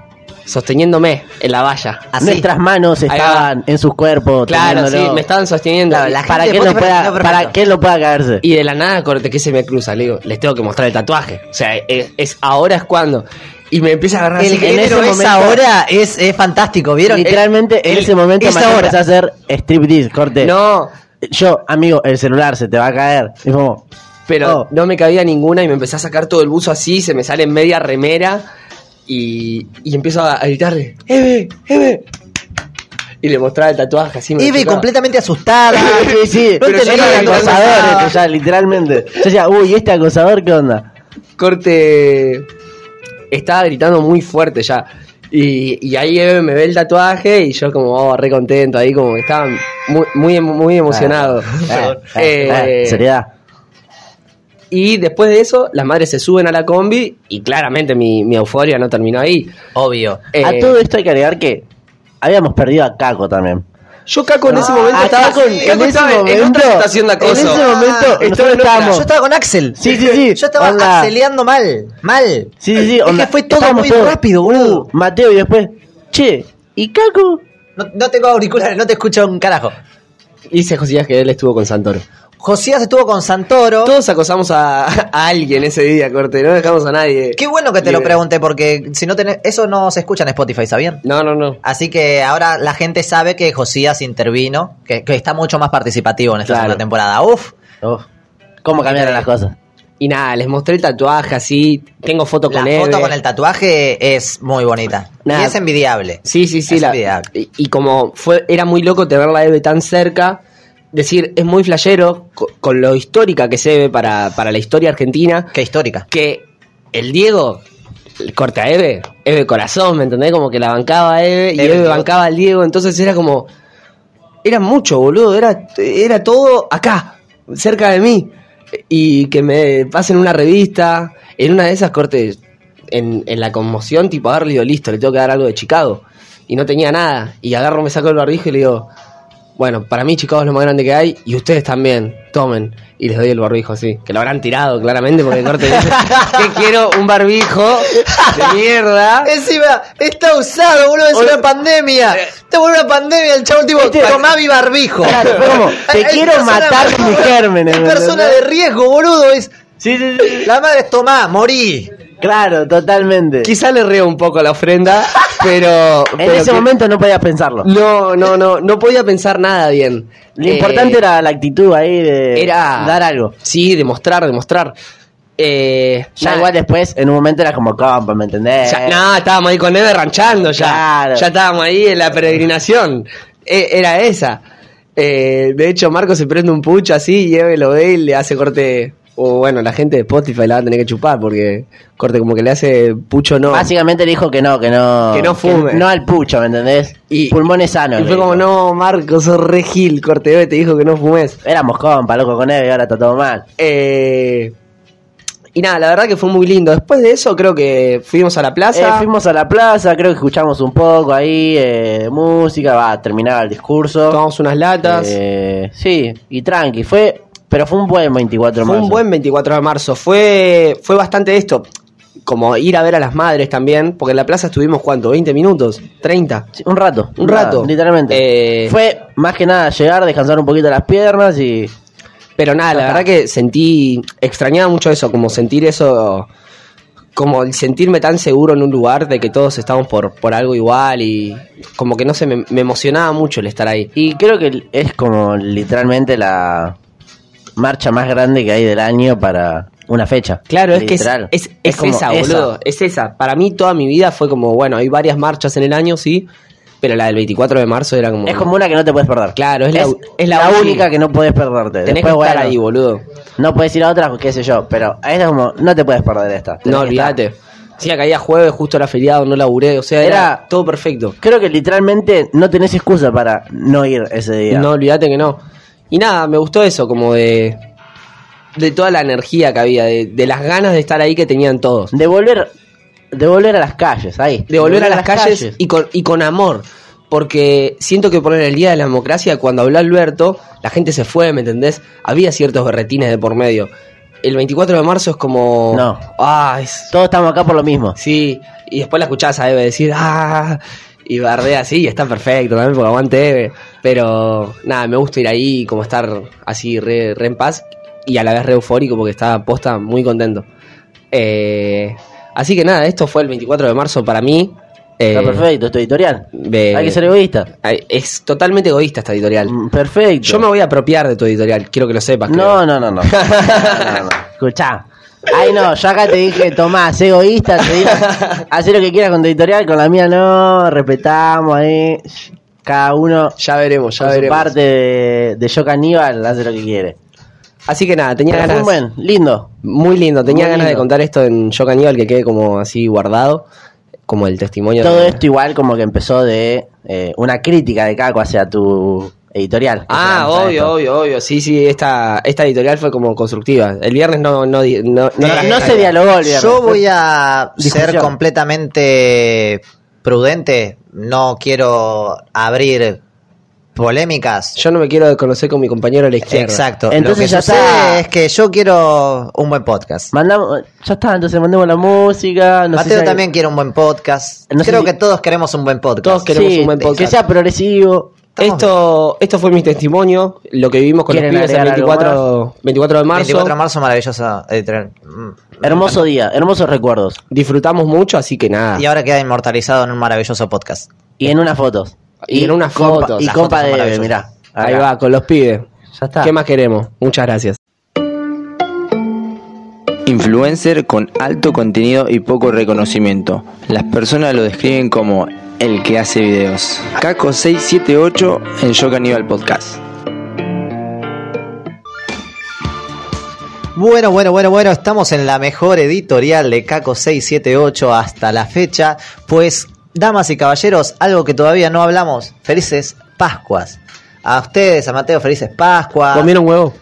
Speaker 3: sosteniéndome en la valla.
Speaker 1: Así.
Speaker 2: Nuestras manos
Speaker 3: va.
Speaker 2: estaban en sus cuerpos.
Speaker 3: Claro, sí,
Speaker 2: teniéndolo.
Speaker 3: me estaban sosteniendo.
Speaker 1: Claro, la
Speaker 2: para
Speaker 1: gente
Speaker 2: que él
Speaker 1: de
Speaker 2: no
Speaker 1: Spotify
Speaker 2: pueda,
Speaker 1: entendió perfecto.
Speaker 2: para que él no pueda caerse.
Speaker 3: Y de la nada, corte, que se me cruza. Le digo, les tengo que mostrar el tatuaje. O sea, es, es- ahora es cuando. Y me empieza a agarrar
Speaker 1: El
Speaker 3: así.
Speaker 1: género
Speaker 2: ese
Speaker 1: es
Speaker 2: momento-
Speaker 1: ahora es, es fantástico, ¿vieron?
Speaker 2: Literalmente en
Speaker 1: el-
Speaker 2: ese momento
Speaker 1: es
Speaker 2: Mateo
Speaker 1: ahora.
Speaker 2: empezó a hacer striptease, corte.
Speaker 3: No,
Speaker 2: Yo, amigo, el celular se te va a caer. Y como,
Speaker 3: pero
Speaker 2: Oh.
Speaker 3: no me cabía ninguna y me empecé a sacar todo el buzo así, se me sale en media remera y, y empiezo a, a gritarle, ¡Eve! ¡Eve! Y le mostraba el tatuaje así. me
Speaker 1: Eve
Speaker 3: tocaba.
Speaker 1: completamente asustada.
Speaker 2: sí, sí,
Speaker 3: Pero
Speaker 2: este
Speaker 3: yo
Speaker 2: es
Speaker 3: no
Speaker 2: un
Speaker 3: le
Speaker 2: acosador,
Speaker 1: contestaba.
Speaker 2: este ya, literalmente. Yo decía, uy, este acosador, ¿qué onda?
Speaker 3: Corte... Estaba gritando muy fuerte ya. Y, y ahí Eve me ve el tatuaje y yo como, oh, re contento, ahí como que estaba muy, muy, em- muy emocionado.
Speaker 2: Eh, eh,
Speaker 3: Eh,
Speaker 2: eh, seriedad.
Speaker 3: Y después de eso, las madres se suben a la combi y claramente mi, mi euforia no terminó ahí.
Speaker 1: Obvio.
Speaker 3: Eh,
Speaker 2: a todo esto hay que agregar que habíamos perdido a Caco también.
Speaker 3: Yo Caco en ese momento
Speaker 2: Ah,
Speaker 3: estaba,
Speaker 2: Caco,
Speaker 3: con, Caco estaba en- en otra situación de acoso.
Speaker 2: En ese momento,
Speaker 1: Ah,
Speaker 2: nosotros
Speaker 1: Yo
Speaker 2: estábamos.
Speaker 1: estaba con Axel.
Speaker 2: Sí, sí, sí.
Speaker 1: Yo estaba
Speaker 2: Onda.
Speaker 1: axeleando mal. Mal.
Speaker 2: Sí, sí, sí.
Speaker 1: Es
Speaker 2: onda,
Speaker 1: que fue todo
Speaker 2: estábamos
Speaker 1: muy
Speaker 2: todos,
Speaker 1: rápido, boludo.
Speaker 2: "Uh, Mateo, y después, che, ¿y Caco?
Speaker 1: No, no tengo auriculares, no te escucho un carajo.
Speaker 3: Hice Josías que él estuvo con Santoro.
Speaker 1: Josías estuvo con Santoro.
Speaker 3: Todos acosamos a, a alguien ese día, corte. No dejamos a nadie.
Speaker 1: Qué bueno que te lo
Speaker 3: libre.
Speaker 1: pregunté, porque si no tenés. Eso no se escucha en Spotify, ¿sabían?
Speaker 3: No, no, no.
Speaker 1: Así que ahora la gente sabe que Josías intervino, que, que está mucho más participativo en esta
Speaker 3: Claro.
Speaker 1: segunda temporada. Uf.
Speaker 2: Uf, ¿Cómo cambiaron las cosas?
Speaker 3: Y nada, les mostré el tatuaje así. Tengo foto
Speaker 1: La
Speaker 3: con él.
Speaker 1: foto con el tatuaje es muy bonita.
Speaker 3: Nah.
Speaker 1: Y es envidiable.
Speaker 3: Sí, sí, sí.
Speaker 1: Es
Speaker 3: la-
Speaker 1: envidiable.
Speaker 3: y, y como fue, era muy loco tener la Eve tan cerca, decir, es muy flayero co- con, lo histórica que se ve para, para la historia argentina,
Speaker 1: Qué histórica.
Speaker 3: que el Diego el corte a Eve, Eve corazón, ¿me entendés? Como que la bancaba a Eve y
Speaker 1: Eve,
Speaker 3: Eve,
Speaker 1: Diego.
Speaker 3: bancaba al Diego, entonces era como, era mucho, boludo, era, era todo acá, cerca de mí, y que me pasen una revista, en una de esas cortes, en, en la conmoción, tipo, agarro y digo, listo, le tengo que dar algo de Chicago, y no tenía nada, y agarro, me saco el barbijo y le digo, bueno, para mí Chicago es lo más grande que hay y ustedes también, tomen. Y les doy el barbijo así, que lo habrán tirado claramente porque el corte dice que quiero un barbijo de mierda.
Speaker 1: Encima, está usado, boludo, es
Speaker 3: Hola. Eh.
Speaker 1: una pandemia. Está por una pandemia, el chabón tipo,
Speaker 2: Este-
Speaker 1: tomá mi barbijo.
Speaker 2: Claro, fue como, te
Speaker 1: Es
Speaker 2: quiero
Speaker 1: persona-
Speaker 2: matar con mis gérmenes,
Speaker 1: Es
Speaker 2: ¿me
Speaker 1: persona de
Speaker 2: entendés?
Speaker 1: riesgo, boludo. Es,
Speaker 2: Sí, sí, sí.
Speaker 1: la madre es tomá, morí.
Speaker 2: Claro, totalmente.
Speaker 3: Quizá le río un poco a la ofrenda, pero...
Speaker 2: En
Speaker 3: pero
Speaker 2: ese
Speaker 3: que-
Speaker 2: momento no podías pensarlo.
Speaker 3: No, no, no, no podía pensar nada bien.
Speaker 2: Lo importante
Speaker 3: Eh,
Speaker 2: era la actitud ahí de
Speaker 3: era
Speaker 2: dar algo.
Speaker 3: Sí, demostrar, demostrar. Eh,
Speaker 2: Ya
Speaker 3: nada,
Speaker 2: igual después, en un momento era como compa, ¿me entendés?
Speaker 3: Ya, no, estábamos ahí con Eve ranchando ya.
Speaker 2: Claro.
Speaker 3: Ya estábamos ahí en la peregrinación. E- era esa. Eh, de hecho, Marco se prende un pucho así y Eve lo ve y le hace corte. o bueno, la gente de Spotify la va a tener que chupar porque corte como que le hace pucho no.
Speaker 2: Básicamente le dijo que no, que no.
Speaker 3: Que no fume.
Speaker 2: no al pucho, ¿me entendés?
Speaker 3: Y-
Speaker 2: Pulmones sanos.
Speaker 3: y
Speaker 2: le
Speaker 3: fue como,
Speaker 2: dijo.
Speaker 3: no, Marco, sos re gil, corte, hoy te dijo que no fumes.
Speaker 2: Éramos compa, loco, con él y ahora está todo mal.
Speaker 3: Eh, y nada, la verdad que fue muy lindo. Después de eso creo que fuimos a la plaza.
Speaker 2: Eh, fuimos a la plaza, creo que escuchamos un poco ahí, eh, música, va, terminaba el discurso.
Speaker 3: Tomamos unas latas.
Speaker 2: Eh, sí, y tranqui, fue, pero fue un buen 24 de
Speaker 3: Fue un
Speaker 2: marzo.
Speaker 3: buen 24 de marzo. Fue, fue bastante esto. Como ir a ver a las madres también. Porque en la plaza estuvimos cuánto, 20 minutos, 30.
Speaker 2: Sí, un rato.
Speaker 3: Un
Speaker 2: nada,
Speaker 3: rato.
Speaker 2: literalmente.
Speaker 3: Eh,
Speaker 2: Fue más que nada llegar, descansar un poquito las piernas y...
Speaker 3: Pero nada, la verdad que sentí, extrañaba mucho eso, como sentir eso, como el sentirme tan seguro en un lugar de que todos estamos por, por algo igual y como que no sé, me, me emocionaba mucho el estar ahí.
Speaker 2: Y creo que es como literalmente la marcha más grande que hay del año para una fecha.
Speaker 3: Claro, es que es,
Speaker 2: Literal.
Speaker 3: es, es
Speaker 2: como
Speaker 3: esa, boludo, es esa. Para mí toda mi vida fue como, bueno, hay varias marchas en el año, sí, pero la del 24 de marzo era como...
Speaker 2: Es como una que no te puedes perder.
Speaker 3: Claro, es la- es la
Speaker 2: la,
Speaker 3: única.
Speaker 2: única que no puedes perderte.
Speaker 3: tenés que
Speaker 2: Después,
Speaker 3: estar
Speaker 2: bueno,
Speaker 3: ahí, boludo.
Speaker 2: No puedes ir a otras, qué sé yo, pero a esta es como, no te puedes perder esta. Tenés
Speaker 3: No,
Speaker 2: que estar.
Speaker 3: olvídate. Sí, caía jueves, justo era feriado, no laburé, o sea, era
Speaker 2: Era-
Speaker 3: todo perfecto.
Speaker 2: Creo que literalmente no tenés excusa para no ir ese día.
Speaker 3: No, olvídate que no. Y nada, me gustó eso, como de. de toda la energía que había, de, de las ganas de estar ahí que tenían todos.
Speaker 2: De volver, de volver a las calles, ahí.
Speaker 3: De volver a las calles, Y, con, y con amor. Porque siento que por el Día de la Democracia, cuando habló Alberto, la gente se fue, ¿me entendés? Había ciertos berretines de por medio. El 24 de marzo es como.
Speaker 2: No.
Speaker 3: Ah, es-
Speaker 2: Todos estamos acá por lo mismo.
Speaker 3: Sí, y después la escuchás a Eve decir, ah, y bardea así, y está perfecto también porque aguante Eve. Pero nada, me gusta ir ahí y como estar así re, re en paz y a la vez re eufórico porque estaba posta muy contento. Eh, así que nada, esto fue el 24 de marzo para mí. Eh,
Speaker 2: Está perfecto, esto editorial.
Speaker 3: de-
Speaker 2: Hay que ser egoísta.
Speaker 3: ay, Es totalmente egoísta esta editorial.
Speaker 2: Mm, Perfecto.
Speaker 3: Yo me voy a apropiar de tu editorial, quiero que lo sepas.
Speaker 2: No,
Speaker 3: creo.
Speaker 2: no, no, no. no, no. Escuchá. Ay, no, yo acá te dije, Tomás, sé egoísta, te digo, hacé lo que quieras con tu editorial, con la mía no, respetamos ahí. Cada uno
Speaker 3: Ya veremos, ya
Speaker 2: con su
Speaker 3: veremos.
Speaker 2: parte de, de Yo Caníbal hace lo que quiere.
Speaker 3: Así que nada, tenía
Speaker 2: Pero fue
Speaker 3: ganas.
Speaker 2: un buen, lindo.
Speaker 3: Muy lindo, tenía
Speaker 2: Muy
Speaker 3: ganas de
Speaker 2: lindo.
Speaker 3: contar esto en Yo Caníbal que quede como así guardado, como el testimonio.
Speaker 2: Todo
Speaker 3: de-
Speaker 2: esto igual como que empezó de eh, una crítica de Caco hacia tu editorial.
Speaker 3: Ah,
Speaker 2: O sea,
Speaker 3: obvio,
Speaker 2: esto.
Speaker 3: obvio, obvio. Sí, sí, esta, esta editorial fue como constructiva. El viernes no, no, di- no, no
Speaker 2: No,
Speaker 3: la-
Speaker 2: no se dialogó el viernes.
Speaker 1: Yo voy a
Speaker 2: Discusión.
Speaker 1: ser completamente prudente. No quiero abrir polémicas.
Speaker 3: Yo no me quiero conocer con mi compañero a la izquierda.
Speaker 1: Exacto.
Speaker 2: Entonces
Speaker 1: Lo que
Speaker 2: ya
Speaker 1: sucede
Speaker 2: está.
Speaker 1: es que yo quiero un buen podcast.
Speaker 2: Mandamos, ya está, entonces mandemos la música. No sé
Speaker 1: Mateo
Speaker 2: si hay-
Speaker 1: también quiere un buen podcast.
Speaker 2: No sé
Speaker 1: Creo
Speaker 2: si-
Speaker 1: que todos queremos un buen podcast.
Speaker 3: Todos queremos
Speaker 2: Sí,
Speaker 3: un buen podcast.
Speaker 2: Que sea progresivo.
Speaker 3: Esto, esto fue mi testimonio, lo que vivimos con los
Speaker 2: ¿Quieren
Speaker 3: pibes el
Speaker 2: agregar algo
Speaker 3: 24, 24 de marzo.
Speaker 1: 24 de marzo, maravillosa editorial. Mm.
Speaker 2: Hermoso día, hermosos recuerdos.
Speaker 3: Disfrutamos mucho, así que
Speaker 2: Ah.
Speaker 3: nada.
Speaker 1: Y ahora queda inmortalizado en un maravilloso podcast.
Speaker 2: Y en unas fotos.
Speaker 3: Y en unas
Speaker 2: compa-
Speaker 3: fotos.
Speaker 2: Y
Speaker 1: Las
Speaker 2: compa
Speaker 1: fotos son
Speaker 2: de bebé,
Speaker 1: maravillosas.
Speaker 2: mirá.
Speaker 3: Ahí
Speaker 2: Acá.
Speaker 3: va, con los pibes.
Speaker 2: Ya está.
Speaker 3: ¿Qué más queremos? Muchas gracias.
Speaker 7: Influencer con alto contenido y poco reconocimiento. Las personas lo describen como el que hace videos. Caco 678 en Yo Caníbal Podcast.
Speaker 1: Bueno, bueno, bueno, bueno, estamos en la mejor editorial de Caco 678 hasta la fecha. Pues, damas y caballeros, algo que todavía no hablamos, felices Pascuas. A ustedes, a Mateo, felices Pascuas.
Speaker 3: ¿Comieron huevo?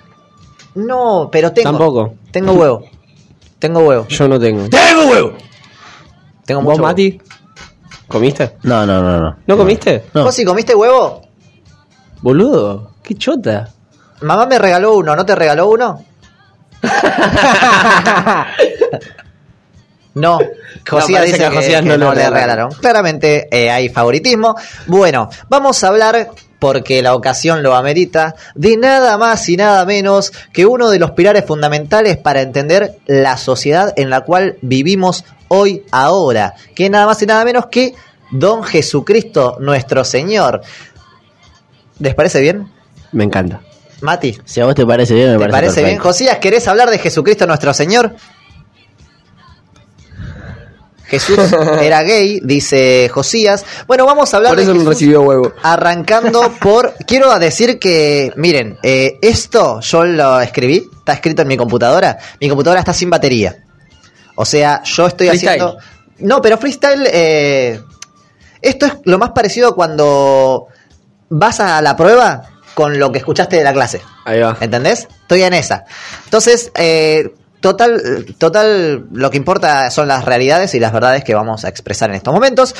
Speaker 1: No, pero tengo.
Speaker 3: Tampoco.
Speaker 1: Tengo huevo. Tengo huevo.
Speaker 3: Yo no tengo.
Speaker 1: Tengo
Speaker 3: ¿Vos,
Speaker 1: mucho huevo.
Speaker 3: Mati? ¿Comiste?
Speaker 2: No, no, no, no.
Speaker 3: ¿No comiste?
Speaker 2: No.
Speaker 1: Josi, ¿comiste huevo?
Speaker 3: Boludo, qué chota.
Speaker 1: Mamá me regaló uno, ¿no te regaló uno? No, Josías
Speaker 3: parece
Speaker 1: dice
Speaker 3: que a
Speaker 1: que,
Speaker 3: Josías
Speaker 1: que
Speaker 3: no
Speaker 1: no,
Speaker 3: le
Speaker 1: le
Speaker 3: regalaron.
Speaker 1: regalaron. Claramente eh, hay favoritismo. Bueno, vamos a hablar, porque la ocasión lo amerita, de nada más y nada menos que uno de los pilares fundamentales para entender la sociedad en la cual vivimos hoy, ahora, que nada más y nada menos que Don Jesucristo, nuestro Señor. ¿Les parece bien?
Speaker 3: Me encanta.
Speaker 1: Mati,
Speaker 2: Si a vos te parece bien, me
Speaker 1: ¿te parece,
Speaker 2: parece,
Speaker 1: bien?
Speaker 2: perfecto.
Speaker 1: Josías, ¿querés hablar de Jesucristo, nuestro Señor? Jesús era gay, dice Josías. Bueno, vamos a hablar
Speaker 3: Por eso
Speaker 1: de
Speaker 3: no
Speaker 1: Jesús
Speaker 3: recibió huevo.
Speaker 1: Arrancando por. Quiero decir que, miren, eh, esto yo lo escribí, está escrito en mi computadora. Mi computadora está sin batería. O sea, yo estoy
Speaker 3: Freestyle.
Speaker 1: haciendo. No, pero freestyle. eh, esto es lo más parecido cuando vas a la prueba con lo que escuchaste de la clase.
Speaker 3: Ahí va.
Speaker 1: ¿Entendés? Estoy en esa. Entonces, eh, total, total, lo que importa son las realidades y las verdades que vamos a expresar en estos momentos.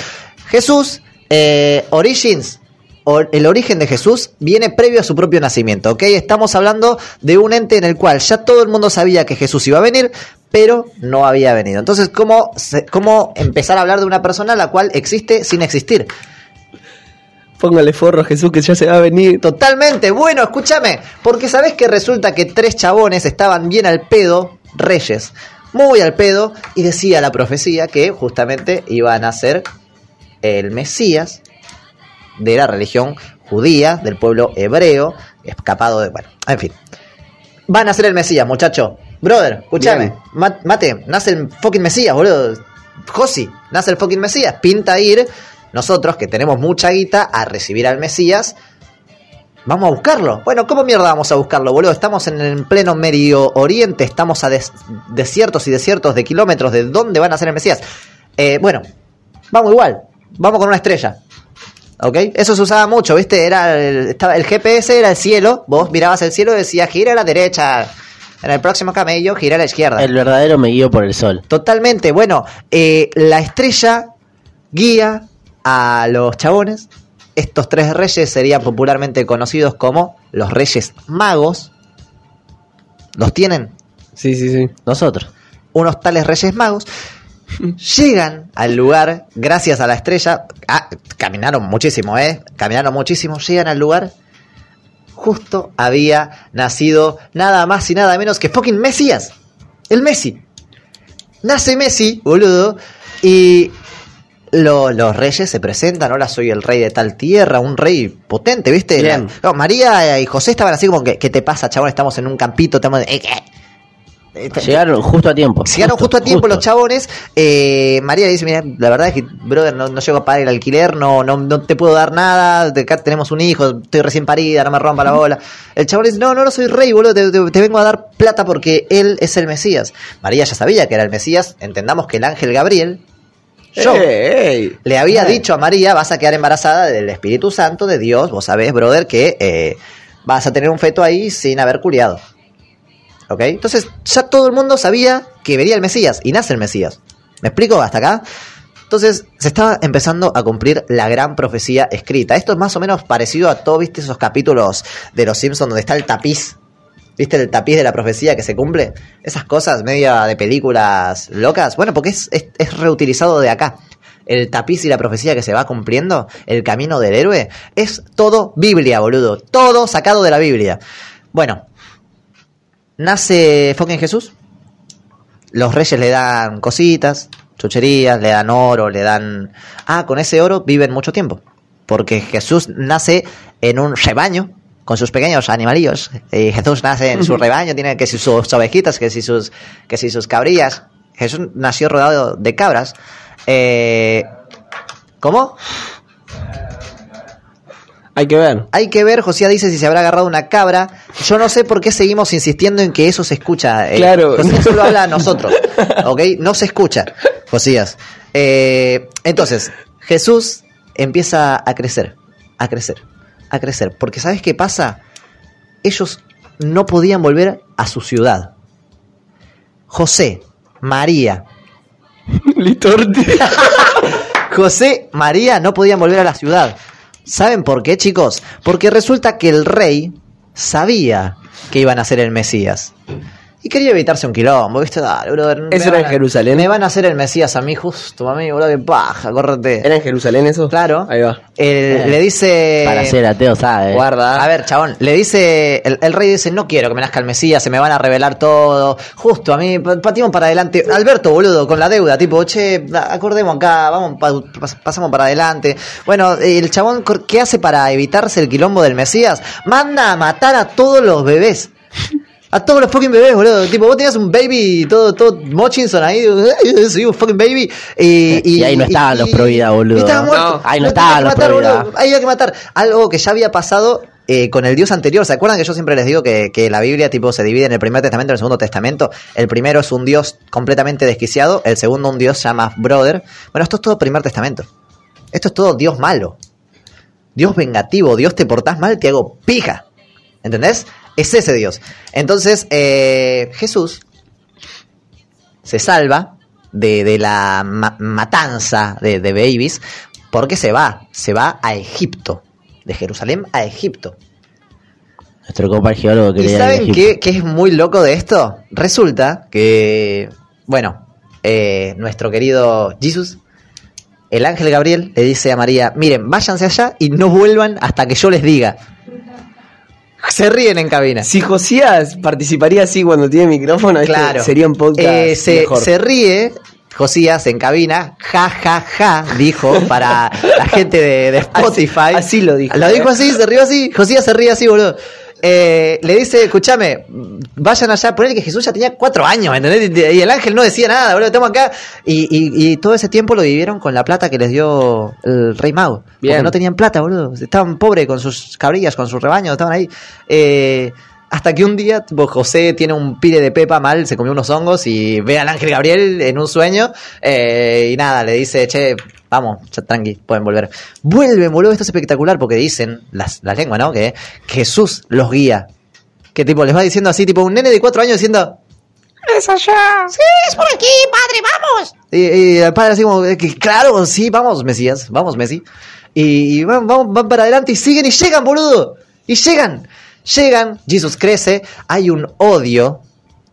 Speaker 1: Jesús, eh, Origins. o- El origen de Jesús viene previo a su propio nacimiento, ¿ok? Estamos hablando de un ente en el cual ya todo el mundo sabía que Jesús iba a venir, pero no había venido. Entonces, ¿cómo, se- cómo empezar a hablar de una persona la cual existe sin existir?
Speaker 3: Póngale forro a Jesús que ya se va a venir.
Speaker 1: Totalmente, bueno, escúchame, porque sabés que resulta que tres chabones estaban bien al pedo, reyes, muy al pedo, y decía la profecía que justamente iban a ser el Mesías de la religión judía, del pueblo hebreo, escapado de... Bueno, en fin. Van a ser el Mesías, muchacho. Brother, escúchame.
Speaker 3: Bien.
Speaker 1: Ma- Mate, nace el fucking Mesías, boludo. Josi, nace el fucking Mesías. Pinta ir nosotros, que tenemos mucha guita, a recibir al Mesías. Vamos a buscarlo. Bueno, ¿cómo mierda vamos a buscarlo, boludo? Estamos en el pleno medio oriente, estamos a des- desiertos y desiertos de kilómetros de dónde van a ser el Mesías. Eh, bueno, vamos igual. Vamos con una estrella. ¿Ok? Eso se usaba mucho, ¿viste? Era el, estaba, el GPS era el cielo. Vos mirabas el cielo y decías, gira a la derecha. En el próximo camello, gira a la izquierda.
Speaker 2: El verdadero me guío por el sol.
Speaker 1: Totalmente. Bueno, eh, la estrella guía a los chabones. Estos tres reyes serían popularmente conocidos como los reyes magos. Los tienen
Speaker 3: Sí, sí, sí.
Speaker 2: Nosotros.
Speaker 1: unos tales reyes magos. Llegan al lugar, gracias a la estrella. Ah, caminaron muchísimo, ¿eh? Caminaron muchísimo. Llegan al lugar. Justo había nacido nada más y nada menos que fucking Mesías. El Messi. Nace Messi, boludo. Y lo- los reyes se presentan. Hola, soy el rey de tal tierra. Un rey potente, ¿viste? La-
Speaker 3: Bien.
Speaker 1: no, María y José estaban así como que, ¿qué te pasa, chabón? Estamos en un campito. Estamos... eh, eh.
Speaker 2: Llegaron justo a tiempo.
Speaker 1: Llegaron justo, a tiempo los chabones. Eh, María le dice, mira, la verdad es que, brother, no, no llego a pagar el alquiler, no, no, no te puedo dar nada, te- acá tenemos un hijo, estoy recién parida, no me rompa la bola. El chabón le dice, no, no, no soy rey, boludo, te, te- te vengo a dar plata porque él es el Mesías. María ya sabía que era el Mesías, entendamos que el ángel Gabriel, yo,
Speaker 3: Eh,
Speaker 1: le había dicho a María, vas a quedar embarazada del Espíritu Santo de Dios, vos sabés, brother, que eh, vas a tener un feto ahí sin haber culiado. ¿Ok? Entonces, ya todo el mundo sabía que venía el Mesías y nace el Mesías. ¿Me explico hasta acá? Entonces, se estaba empezando a cumplir la gran profecía escrita. Esto es más o menos parecido a todos, ¿viste? Esos capítulos de Los Simpsons donde está el tapiz. ¿Viste el tapiz de la profecía que se cumple? Esas cosas media de películas locas. Bueno, porque es, es- es reutilizado de acá. El tapiz y la profecía que se va cumpliendo, el camino del héroe, es todo Biblia, boludo. Todo sacado de la Biblia. Bueno, nace fucking Jesús. Los reyes le dan cositas, chucherías, le dan oro, le dan... Ah, con ese oro viven mucho tiempo. Porque Jesús nace en un rebaño con sus pequeños animalillos. Y Jesús nace en su rebaño, tiene que si sus ovejitas, que si sus, que si sus cabrillas. Jesús nació rodeado de cabras. Eh, ¿Cómo?
Speaker 3: Hay que ver.
Speaker 1: Hay que ver, Josía dice si se habrá agarrado una cabra. Yo no sé por qué seguimos insistiendo en que eso se escucha. eh.
Speaker 3: Claro.
Speaker 1: Josías solo habla a nosotros. ¿Ok? No se escucha, Josías. Eh, entonces, Jesús empieza a crecer, a crecer, a crecer. Porque ¿sabes qué pasa? Ellos no podían volver a su ciudad. José, María,
Speaker 3: Litorti.
Speaker 1: José, María no podían volver a la ciudad. ¿Saben por qué, chicos? Porque resulta que el rey sabía que iban a ser el Mesías. Y quería evitarse un quilombo, ¿viste? Dale, brother, me
Speaker 3: Eso era
Speaker 1: van
Speaker 3: en
Speaker 1: a-
Speaker 3: Jerusalén.
Speaker 1: Me van a hacer el Mesías a mí justo, mami, boludo, que paja, córrete.
Speaker 3: ¿Era en Jerusalén eso?
Speaker 1: Claro.
Speaker 3: Ahí va.
Speaker 1: El- le dice...
Speaker 2: Para ser ateo, ¿sabes?
Speaker 1: Guarda. eh. A ver, chabón, le dice. El, el rey dice: No quiero que me nazca el Mesías, se me van a revelar todo. Justo a mí, pa- patimos para adelante. Alberto, boludo, con la deuda, tipo, che, da- acordemos acá, vamos, pa- pas- pasamos para adelante. Bueno, el chabón, cor- ¿qué hace para evitarse el quilombo del Mesías? Manda a matar a todos los bebés. A todos los fucking bebés, boludo. Tipo, vos tenías un baby, todo, todo Mochinson ahí. eh, Soy un fucking baby. Y,
Speaker 2: Y ahí no estaban los pro vida, boludo.
Speaker 1: y estaban
Speaker 2: No.
Speaker 1: muertos.
Speaker 2: Ahí no
Speaker 1: Lo tenía
Speaker 2: estaban
Speaker 1: que
Speaker 2: los
Speaker 1: matar,
Speaker 2: pro vida.
Speaker 1: boludo. Ahí había que matar. Algo que ya había pasado. eh, con el Dios anterior, ¿se acuerdan que yo siempre les digo que, que la Biblia tipo se divide en el primer testamento y en el segundo testamento? El primero es un Dios completamente desquiciado, el segundo un Dios ya más brother. Bueno, esto es todo primer testamento. Esto es todo Dios malo. Dios vengativo, Dios te portás mal, te hago pija. ¿Entendés? Es ese Dios. Entonces, eh, Jesús se salva de, de la ma- matanza de, de babies porque se va, se va a Egipto. De Jerusalén a Egipto.
Speaker 2: Nuestro compa el geólogo que
Speaker 1: ¿Y
Speaker 2: leía el
Speaker 1: saben
Speaker 2: Egipto.
Speaker 1: qué, qué es muy loco de esto? Resulta que, bueno, eh, nuestro querido Jesús, el ángel Gabriel, le dice a María, miren, váyanse allá y no vuelvan hasta que yo les diga. Se ríen en cabina.
Speaker 3: Si Josías participaría así cuando tiene micrófono, este
Speaker 1: Claro.
Speaker 3: sería un podcast
Speaker 1: Eh, se,
Speaker 3: mejor.
Speaker 1: se ríe Josías en cabina, ja, ja, ja, dijo para la gente de, de Spotify.
Speaker 3: Así- así lo dijo. ¿eh?
Speaker 1: Lo dijo así, se rió así. Josías se ríe así, boludo. Eh, le dice, escúchame, vayan allá, ponele que Jesús ya tenía cuatro años, ¿entendés? Y- Y el ángel no decía nada, boludo, estamos acá. Y, y- y todo ese tiempo lo vivieron con la plata que les dio el rey mago. Porque
Speaker 3: Bien.
Speaker 1: no tenían plata, boludo. Estaban pobres con sus cabrillas, con sus rebaños, estaban ahí. Eh, hasta que un día, tipo, José tiene un pire de pepa mal, se comió unos hongos y ve al ángel Gabriel en un sueño. eh, y nada, le dice, che, vamos, ya, tranqui, pueden volver. Vuelven, boludo, esto es espectacular porque dicen, las, las lenguas, ¿no? Que Jesús los guía. Que tipo, les va diciendo así, tipo, un nene de cuatro años diciendo, Y, y el padre así como, eh, que, claro, sí, vamos, Mesías, vamos, Messi. Y, y van, van- van para adelante y siguen y llegan, boludo. Y llegan, llegan, Jesús crece, hay un odio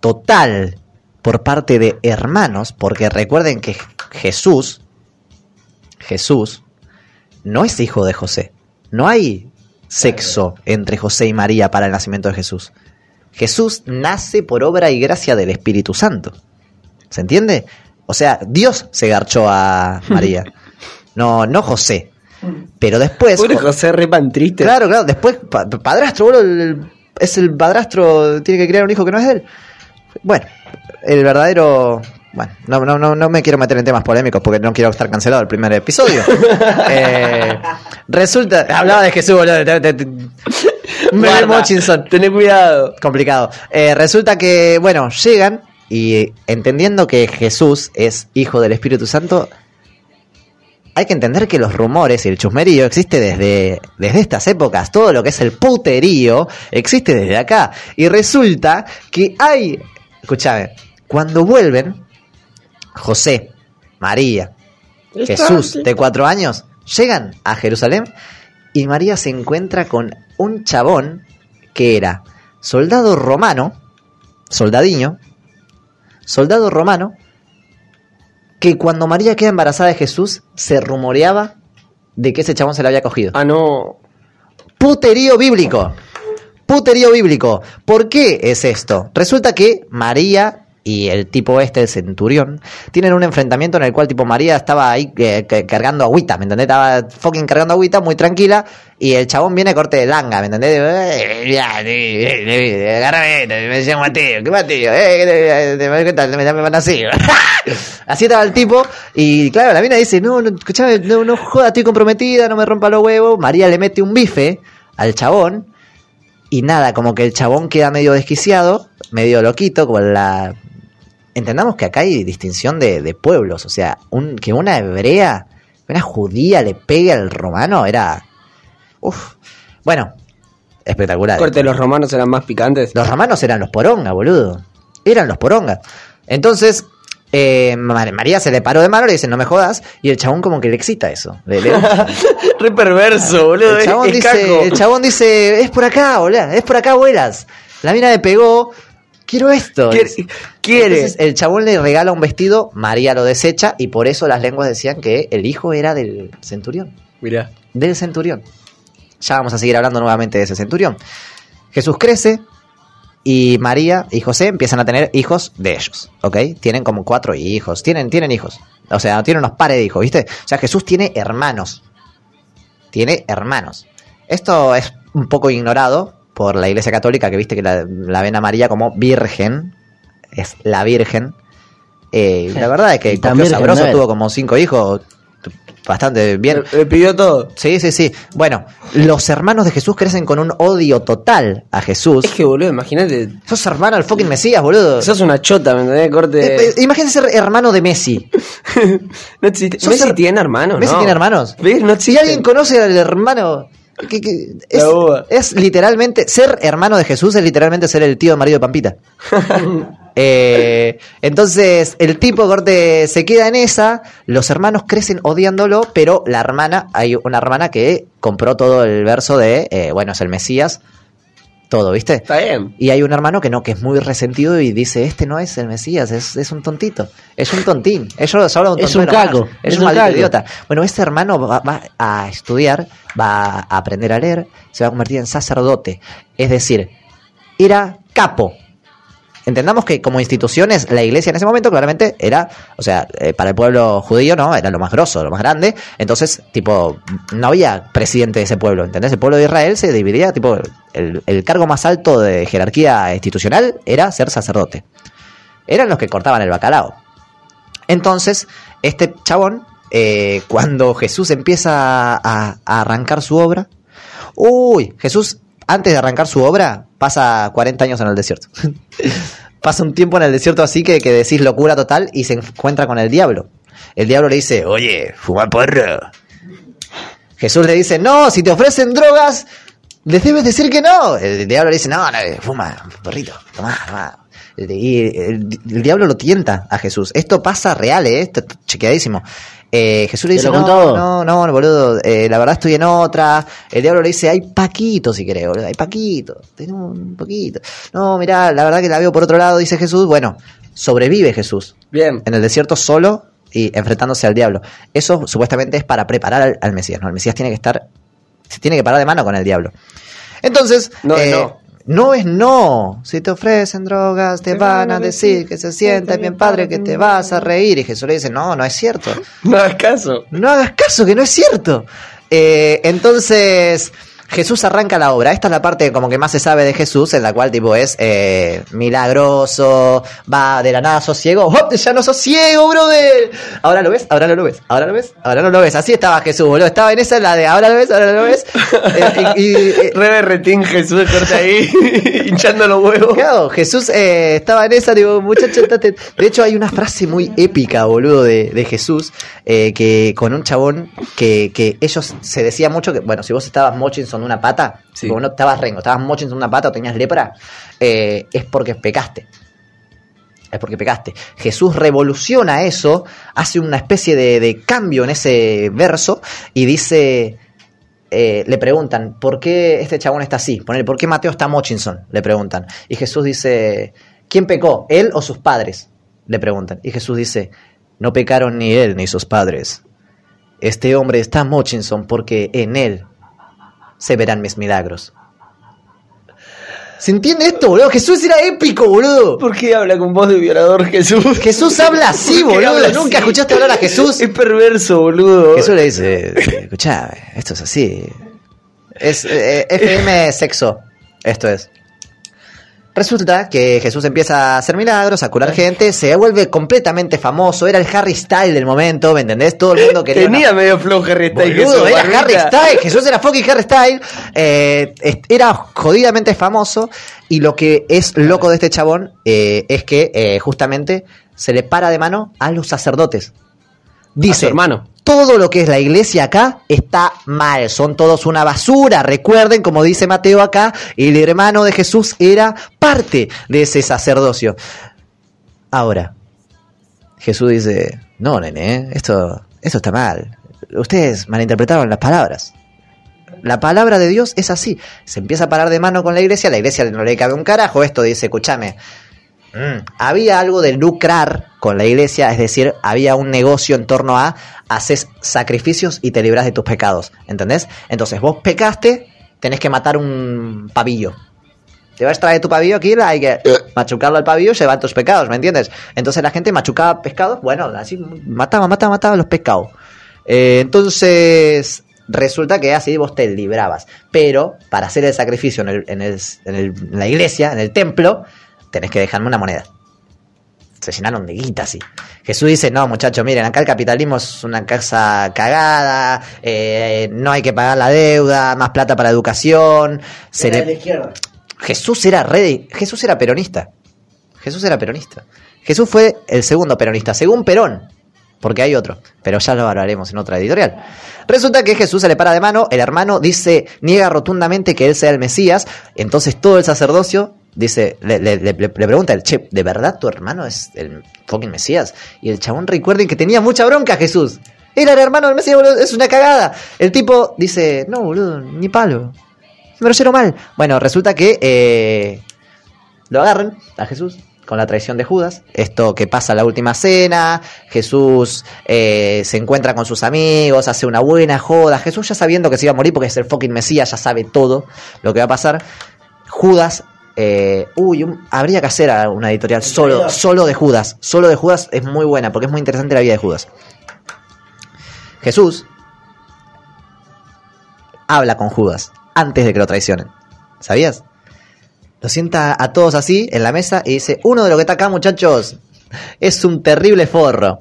Speaker 1: total por parte de hermanos, porque recuerden que Jesús, Jesús, no es hijo de José. No hay sexo entre José y María para el nacimiento de Jesús. Jesús nace por obra y gracia del Espíritu Santo. ¿Se entiende? O sea, Dios se garchó a María. No, no José. Pero después.
Speaker 3: Pobre José, re pan triste.
Speaker 1: Claro, claro. Después, pa- padrastro, boludo. el- el- es el padrastro, tiene que criar un hijo que no es de él. Bueno, el verdadero. Bueno, no, no, no, no me quiero meter en temas polémicos porque no quiero estar cancelado el primer episodio. Eh, resulta. Hablaba de Jesús, boludo. te- te- te- Mel
Speaker 3: Guarda,
Speaker 1: Mochinson.
Speaker 3: Tené cuidado.
Speaker 1: Complicado. Eh, resulta que, bueno, llegan y eh, entendiendo que Jesús es hijo del Espíritu Santo, hay que entender que los rumores y el chusmerío existe desde, desde estas épocas. Todo lo que es el puterío existe desde acá. Y resulta que hay. Escúchame, cuando vuelven, José, María, Jesús de cuatro años, llegan a Jerusalén y María se encuentra con un chabón que era soldado romano, soldadiño, soldado romano, que cuando María queda embarazada de Jesús se rumoreaba de que ese chabón se la había cogido.
Speaker 3: Ah, no.
Speaker 1: Puterío bíblico. Puterío bíblico. ¿Por qué es esto? Resulta que María y el tipo este, el centurión, tienen un enfrentamiento en el cual tipo María estaba ahí eh, que- cargando agüita, ¿me entendés? Estaba fucking cargando agüita, muy tranquila, y el chabón viene corte de langa, ¿me entendés? Eh, ya, eh, eh, eh, Agárrame, esto, me llamo a tío, ¿qué más tío? Eh, eh, eh, eh, ¿Qué tal? Me me van así. Así estaba el tipo. Y claro, la mina dice: No, no, escuchame, no, no joda, estoy comprometida, no me rompa los huevos. María le mete un bife al chabón. Y nada, como que el chabón queda medio desquiciado, medio loquito, con la. Entendamos que acá hay distinción de, de pueblos. O sea, un- que una hebrea, una judía le pegue al romano era. Uf. Bueno, espectacular.
Speaker 3: Corte, los romanos eran más picantes.
Speaker 1: Los romanos eran los poronga, boludo. Eran los poronga. Entonces, eh, Ma- María se le paró de mano, le dice, no me jodas. Y el chabón como que le excita eso. Le- le-
Speaker 3: Re perverso, boludo. eh.
Speaker 1: el, chabón
Speaker 3: es- es caco.
Speaker 1: dice, el chabón dice, es por acá, boludo. Es por acá, vuelas. La mina le pegó. Quiero esto.
Speaker 3: Quiere- quiere.
Speaker 1: Entonces, el chabón le regala un vestido, María lo desecha y por eso las lenguas decían que el hijo era del centurión
Speaker 3: Mirá.
Speaker 1: del centurión. Ya vamos a seguir hablando nuevamente de ese centurión. Jesús crece y María y José empiezan a tener hijos de ellos, ¿ok? Tienen como cuatro hijos, tienen, tienen hijos. O sea, tienen unos pares de hijos, ¿viste? O sea, Jesús tiene hermanos. Tiene hermanos. Esto es un poco ignorado por la Iglesia Católica, que viste que la, la ven a María como virgen, es la virgen. Eh, la verdad es que
Speaker 2: Y tan
Speaker 1: cogió
Speaker 2: virgen
Speaker 1: sabroso,
Speaker 2: no era.
Speaker 1: tuvo como cinco hijos, t- bastante bien.
Speaker 7: Le pidió todo.
Speaker 1: Sí, sí, sí. Bueno, los hermanos de Jesús crecen con un odio total a Jesús.
Speaker 7: Es que, boludo, imagínate.
Speaker 1: Sos hermano del fucking Mesías, boludo.
Speaker 7: Sos una chota, ¿me entendés? Corte.
Speaker 1: Eh, eh, Imagínense ser hermano de Messi.
Speaker 7: No existe.
Speaker 1: Sos
Speaker 7: Messi
Speaker 1: her-
Speaker 7: tiene hermanos.
Speaker 1: Messi
Speaker 7: no.
Speaker 1: tiene hermanos.
Speaker 7: ¿Ves? No
Speaker 1: Si
Speaker 7: existe.
Speaker 1: alguien conoce al hermano. que- que- es,
Speaker 7: La uva.
Speaker 1: es literalmente. Ser hermano de Jesús es literalmente ser el tío de marido de Pampita. Eh, entonces, el tipo corte se queda en esa. Los hermanos crecen odiándolo, pero la hermana, hay una hermana que compró todo el verso de. eh, bueno, es el Mesías. Todo, ¿viste?
Speaker 7: Está bien.
Speaker 1: Y hay un hermano que no, que es muy resentido y dice, este no es el Mesías, es, es un tontito, es un tontín, ellos hablan de
Speaker 2: Es un
Speaker 1: tontón nomás,
Speaker 2: caco,
Speaker 1: es,
Speaker 2: es
Speaker 1: un
Speaker 2: un
Speaker 1: maldito
Speaker 2: caco.
Speaker 1: idiota. Bueno, este hermano va, va a estudiar, va a aprender a leer, se va a convertir en sacerdote, es decir, era capo. Entendamos que como instituciones, la iglesia en ese momento claramente era, o sea, eh, para el pueblo judío, ¿no? Era lo más grosso, lo más grande. Entonces, tipo, no había presidente de ese pueblo, ¿entendés? El pueblo de Israel se dividía, tipo, el, el cargo más alto de jerarquía institucional era ser sacerdote. Eran los que cortaban el bacalao. Entonces, este chabón, eh, cuando Jesús empieza a- a arrancar su obra, Uy, Jesús, antes de arrancar su obra, pasa 40 años en el desierto. pasa un tiempo en el desierto así que, que decís locura total y se encuentra con el diablo. El diablo le dice, oye, fuma porro. Jesús le dice, no, si te ofrecen drogas, les debes decir que no. El diablo le dice, no, no, fuma, porrito, tomá, tomá. Y el, el diablo lo tienta a Jesús. Esto pasa real, ¿eh? Esto está chequeadísimo. Eh, Jesús le
Speaker 2: ¿Te
Speaker 1: dice,
Speaker 2: lo
Speaker 1: no,
Speaker 2: contó?
Speaker 1: no, no, no, boludo, eh, la verdad estoy en otra. El diablo le dice, hay Paquito, si querés, boludo, hay Paquito, tenemos un poquito. No, mirá, la verdad que la veo por otro lado, dice Jesús. Bueno, sobrevive Jesús
Speaker 7: Bien.
Speaker 1: en el desierto solo y enfrentándose al diablo. Eso supuestamente es para preparar al, al Mesías, ¿no? El Mesías tiene que estar, se tiene que parar de mano con el diablo. Entonces, eh,
Speaker 7: No es no.
Speaker 1: no es no. Si te ofrecen drogas, te van a decir que se sienta bien padre, que te vas a reír. Y Jesús le dice, no, no es cierto.
Speaker 7: No hagas caso.
Speaker 1: No hagas caso, que no es cierto. Eh, entonces, Jesús arranca la obra. Esta es la parte como que más se sabe de Jesús, en la cual tipo es eh, milagroso, va de la nada, sos ciego. ¡Oh, ya no sos ciego, brother! Ahora lo ves, ahora no lo ves, ahora lo ves, ahora no lo ves. Así estaba Jesús, boludo. Estaba en esa, la de ahora lo ves, ahora no lo ves. Eh, y- y- eh,
Speaker 7: Rebe Retín Jesús corta ahí, hinchando los huevos.
Speaker 1: Claro, Jesús eh, estaba en esa, digo, muchacho, estate- De hecho, hay una frase muy épica, boludo, de, de Jesús, eh, que con un chabón que, que ellos se decía mucho que, bueno, si vos estabas mochinson una pata,
Speaker 7: Sí.
Speaker 1: si vos no estabas rengo, estabas mochinson una pata o tenías lepra, eh, es porque pecaste. Es porque pecaste. Jesús revoluciona eso, hace una especie de, de cambio en ese verso y dice, eh, le preguntan, ¿por qué este chabón está así? Ponele, ¿por qué Mateo está Mochinson? Le preguntan. Y Jesús dice, ¿quién pecó? ¿Él o sus padres? Le preguntan. Y Jesús dice, no pecaron ni él ni sus padres. Este hombre está Mochinson porque en él se verán mis milagros. ¿Se entiende esto, boludo? Jesús era épico, boludo.
Speaker 7: ¿Por qué habla con voz de violador Jesús?
Speaker 1: Jesús habla así,
Speaker 7: ¿Por qué
Speaker 1: boludo.
Speaker 7: habla así?
Speaker 1: Nunca escuchaste hablar a Jesús.
Speaker 7: Es perverso, boludo.
Speaker 1: Jesús le dice, escuchá, esto es así. Es eh, FM sexo, esto es. Resulta que Jesús empieza a hacer milagros, a curar gente, se vuelve completamente famoso, era el Harry Style del momento, ¿me entendés? Todo el mundo quería... una-
Speaker 7: Tenía medio flow Harry Styles.
Speaker 1: Boludo,
Speaker 7: Jesús,
Speaker 1: era
Speaker 7: barbita.
Speaker 1: Harry Styles, Jesús era fucking Harry Styles, eh, es- era jodidamente famoso y lo que es loco de este chabón eh, es que eh, justamente se le para de mano a los sacerdotes.
Speaker 3: A su
Speaker 1: Dice,
Speaker 3: hermano.
Speaker 1: todo lo que es la iglesia acá está mal, son todos una basura. Recuerden, como dice Mateo acá, el hermano de Jesús era parte de ese sacerdocio. Ahora, Jesús dice, no, nene, ¿eh? esto, esto está mal. Ustedes malinterpretaron las palabras. La palabra de Dios es así. Se empieza a parar de mano con la iglesia, la iglesia no le cabe un carajo. Esto dice, escúchame, Mm. Había algo de lucrar con la iglesia, es decir, había un negocio en torno a haces sacrificios y te libras de tus pecados, ¿entendés? Entonces vos pecaste, tenés que matar un pavillo. Te vas a traer tu pavillo aquí, hay que machucarlo al pavillo y llevar tus pecados, ¿me entiendes? Entonces la gente machucaba pescados, bueno, así mataba, mataba, mataba los pescados. Eh, entonces, Resulta que así vos te librabas. Pero para hacer el sacrificio en, el- en el- en el- en la iglesia, en el templo, tenés que dejarme una moneda. Se llenaron de guita así. Jesús dice, no muchachos, miren, acá el capitalismo es una casa cagada, eh, no hay que pagar la deuda, más plata para educación. Se le-
Speaker 2: izquierda.
Speaker 1: Jesús era re de- Jesús era peronista. Jesús era peronista. Jesús fue el segundo peronista, según Perón, porque hay otro, pero ya lo hablaremos en otra editorial. Resulta que Jesús se le para de mano, el hermano dice, niega rotundamente que él sea el Mesías, entonces todo el sacerdocio dice, le, le- le- le pregunta el che, ¿de verdad tu hermano es el fucking Mesías? Y el chabón recuerden que tenía mucha bronca Jesús. Era el hermano del Mesías, boludo, es una cagada. El tipo dice, no, boludo, ni palo. Me lo lleno mal. Bueno, resulta que eh, lo agarran a Jesús con la traición de Judas. Esto que pasa en la última cena. Jesús eh, se encuentra con sus amigos, hace una buena joda. Jesús ya sabiendo que se iba a morir porque es el fucking Mesías, ya sabe todo lo que va a pasar. Judas. eh, uy, un- habría que hacer a una editorial solo, solo de Judas. Solo de Judas es muy buena porque es muy interesante la vida de Judas. Jesús habla con Judas antes de que lo traicionen. ¿Sabías? Lo sienta a todos así en la mesa y dice, uno de los que está acá muchachos es un terrible forro.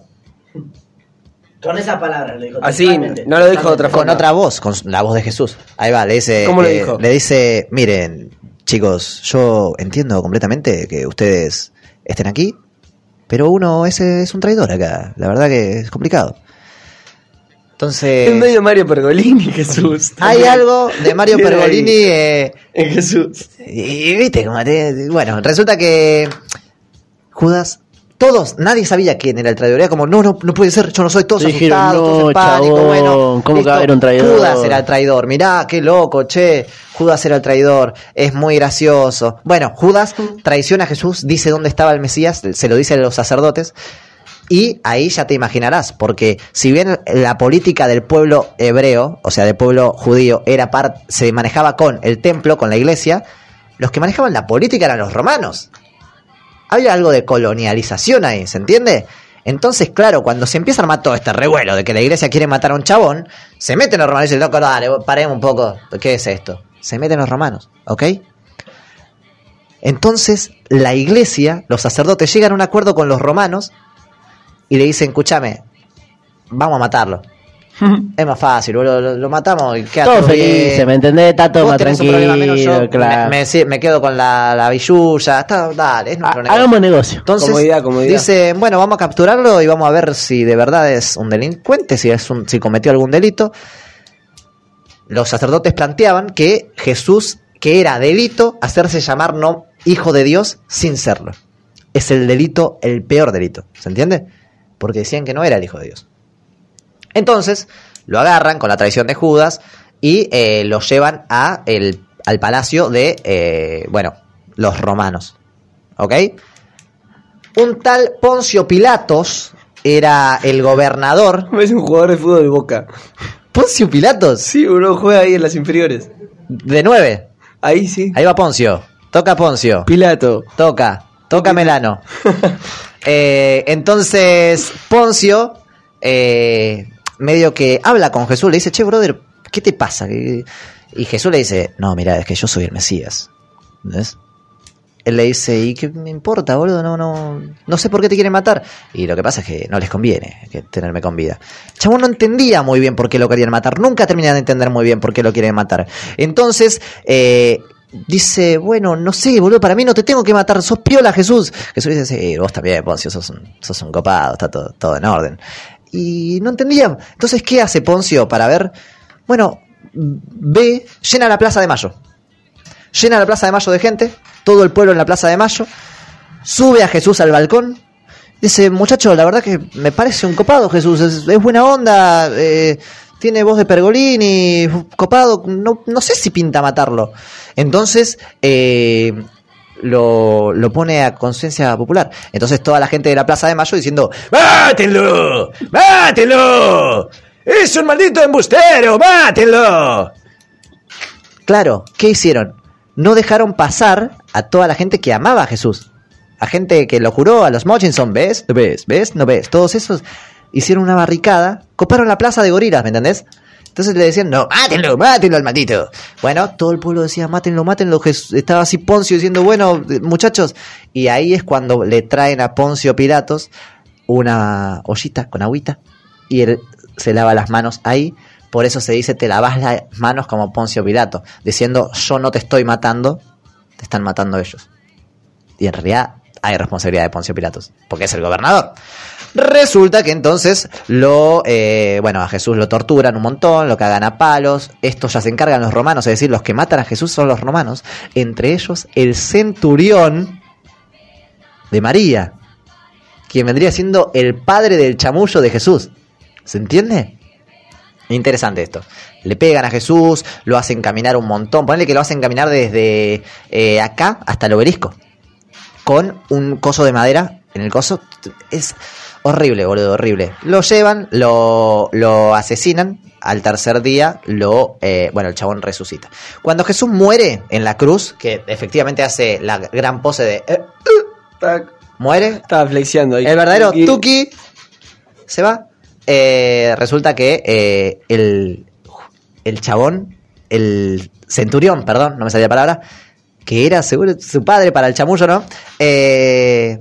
Speaker 2: Con esas palabras lo dijo.
Speaker 3: Así,
Speaker 2: totalmente.
Speaker 3: no lo dijo de otra
Speaker 1: Con
Speaker 3: forma.
Speaker 1: otra voz, con la voz de Jesús. Ahí va, le dice.
Speaker 3: ¿Cómo lo
Speaker 1: eh,
Speaker 3: dijo?
Speaker 1: Le dice, miren, chicos, yo entiendo completamente que ustedes estén aquí, pero uno ese es un traidor acá. La verdad que es complicado. Entonces.
Speaker 3: Es medio Mario Pergolini, Jesús.
Speaker 1: Hay algo de Mario
Speaker 3: Bien ahí.
Speaker 1: Pergolini. eh,
Speaker 3: En Jesús.
Speaker 1: y, y viste como te- Bueno, resulta que Judas. Todos, nadie sabía quién era el traidor. Era como, no, no, no puede ser, yo no soy todos
Speaker 2: Dijeron,
Speaker 1: asustados, todos en
Speaker 2: "No,
Speaker 1: pánico.
Speaker 2: chabón,
Speaker 1: bueno,
Speaker 2: ¿cómo que va a haber un traidor?
Speaker 1: Judas era el traidor, mirá, qué loco, che. Judas era el traidor, es muy gracioso. Bueno, Judas traiciona a Jesús, dice dónde estaba el Mesías, se lo dice a los sacerdotes. Y ahí ya te imaginarás, porque si bien la política del pueblo hebreo, o sea, del pueblo judío, era par- se manejaba con el templo, con la iglesia, los que manejaban la política eran los romanos. Había algo de colonialización ahí, ¿se entiende? Entonces, claro, cuando se empieza a armar todo este revuelo de que la iglesia quiere matar a un chabón, se meten los romanos y dicen, loco, dale, vos, paremos un poco, ¿qué es esto? Se meten los romanos, ¿ok? Entonces, la iglesia, los sacerdotes, llegan a un acuerdo con los romanos y le dicen, escúchame, vamos a matarlo. es más fácil, boludo, lo, lo matamos y queda
Speaker 2: Todo
Speaker 1: todo bien.
Speaker 2: feliz, ¿me entendés? Está todo
Speaker 1: Vos
Speaker 2: más
Speaker 1: tenés un
Speaker 2: tranquilo.
Speaker 1: problema menos yo,
Speaker 2: claro.
Speaker 1: me, me si- me quedo con la, la billulla, está, dale, es
Speaker 2: Ha-
Speaker 1: nuestro negocio.
Speaker 2: Ah, hagamos negocio.
Speaker 1: Entonces,
Speaker 3: Comodidad, comodidad.
Speaker 1: dice, bueno, vamos a capturarlo y vamos a ver si de verdad es un delincuente, si, es un, si cometió algún delito. Los sacerdotes planteaban que Jesús, que era delito hacerse llamar no hijo de Dios sin serlo. Es el delito, el peor delito, ¿se entiende? Porque decían que no era el hijo de Dios. Entonces, lo agarran con la traición de Judas y eh, lo llevan a el- al palacio de, eh, bueno, los romanos. ¿Ok? Un tal Poncio Pilatos era el gobernador.
Speaker 3: Me Es un jugador de fútbol de boca.
Speaker 1: ¿Poncio Pilatos?
Speaker 3: Sí, bro, juega ahí en las inferiores.
Speaker 1: De 9.
Speaker 3: Ahí sí.
Speaker 1: Ahí va Poncio. Toca Poncio.
Speaker 3: Pilato.
Speaker 1: Toca, toca Melano. Eh, entonces, Poncio, eh, medio que habla con Jesús, le dice, che, brother, ¿qué te pasa? ¿Qué- qué-?" Y Jesús le dice, no, mira, es que yo soy el Mesías. ¿Entendés? Él le dice, ¿y qué me importa, boludo? No, no, no sé por qué te quieren matar. Y lo que pasa es que no les conviene que tenerme con vida. El Chabón no entendía muy bien por qué lo querían matar. Nunca terminan de entender muy bien por qué lo quieren matar. Entonces, eh, dice, bueno, no sé, boludo, para mí no te tengo que matar. Sos piola, Jesús. Jesús dice, sí, vos también, Poncio, sos un, sos un copado, está todo, todo en orden. Y no entendía. Entonces, ¿qué hace Poncio para ver? Bueno, ve, llena la Plaza de Mayo llena la Plaza de Mayo de gente, todo el pueblo en la Plaza de Mayo, sube a Jesús al balcón, dice, muchacho, la verdad que me parece un copado Jesús, es, es buena onda, eh, tiene voz de pergolini, copado, no, no sé si pinta matarlo. Entonces, eh, lo, lo pone a conciencia popular. Entonces toda la gente de la Plaza de Mayo diciendo, ¡Mátenlo! ¡Mátenlo! ¡Es un maldito embustero! ¡Mátenlo! Claro, ¿qué hicieron? No dejaron pasar a toda la gente que amaba a Jesús. A gente que lo juró, a los Mochinson, ¿ves? ¿No ves? ¿Ves? ¿No ves? Todos esos hicieron una barricada, coparon la plaza de gorilas, ¿me entendés? Entonces le decían, no, mátenlo, mátenlo al maldito. Bueno, todo el pueblo decía, mátenlo, mátenlo. Jes- Estaba así Poncio diciendo, bueno, eh, muchachos. Y ahí es cuando le traen a Poncio Pilatos una ollita con agüita y él se lava las manos ahí. Por eso se dice, te lavas las manos como Poncio Pilato, diciendo, yo no te estoy matando, te están matando ellos. Y en realidad hay responsabilidad de Poncio Pilatos, porque es el gobernador. Resulta que entonces lo, eh, bueno, a Jesús lo torturan un montón, lo cagan a palos. Esto ya se encargan los romanos, es decir, los que matan a Jesús son los romanos. Entre ellos el centurión de María, quien vendría siendo el padre del chamullo de Jesús. ¿Se entiende? Interesante esto. Le pegan a Jesús, lo hacen caminar un montón. Ponle que lo hacen caminar desde eh, acá hasta el obelisco. Con un coso de madera en el coso. Es horrible, boludo, horrible. Lo llevan, lo, lo asesinan. Al tercer día, lo eh, bueno, el chabón resucita. Cuando Jesús muere en la cruz, que efectivamente hace la gran pose de. eh, muere,
Speaker 3: Estaba flexiando ahí.
Speaker 1: el verdadero
Speaker 3: Tuki.
Speaker 1: Tuki se va. Eh, resulta que eh, el, el chabón, el centurión, perdón, no me salía la palabra, que era seguro su padre para el chamullo, ¿no? Eh,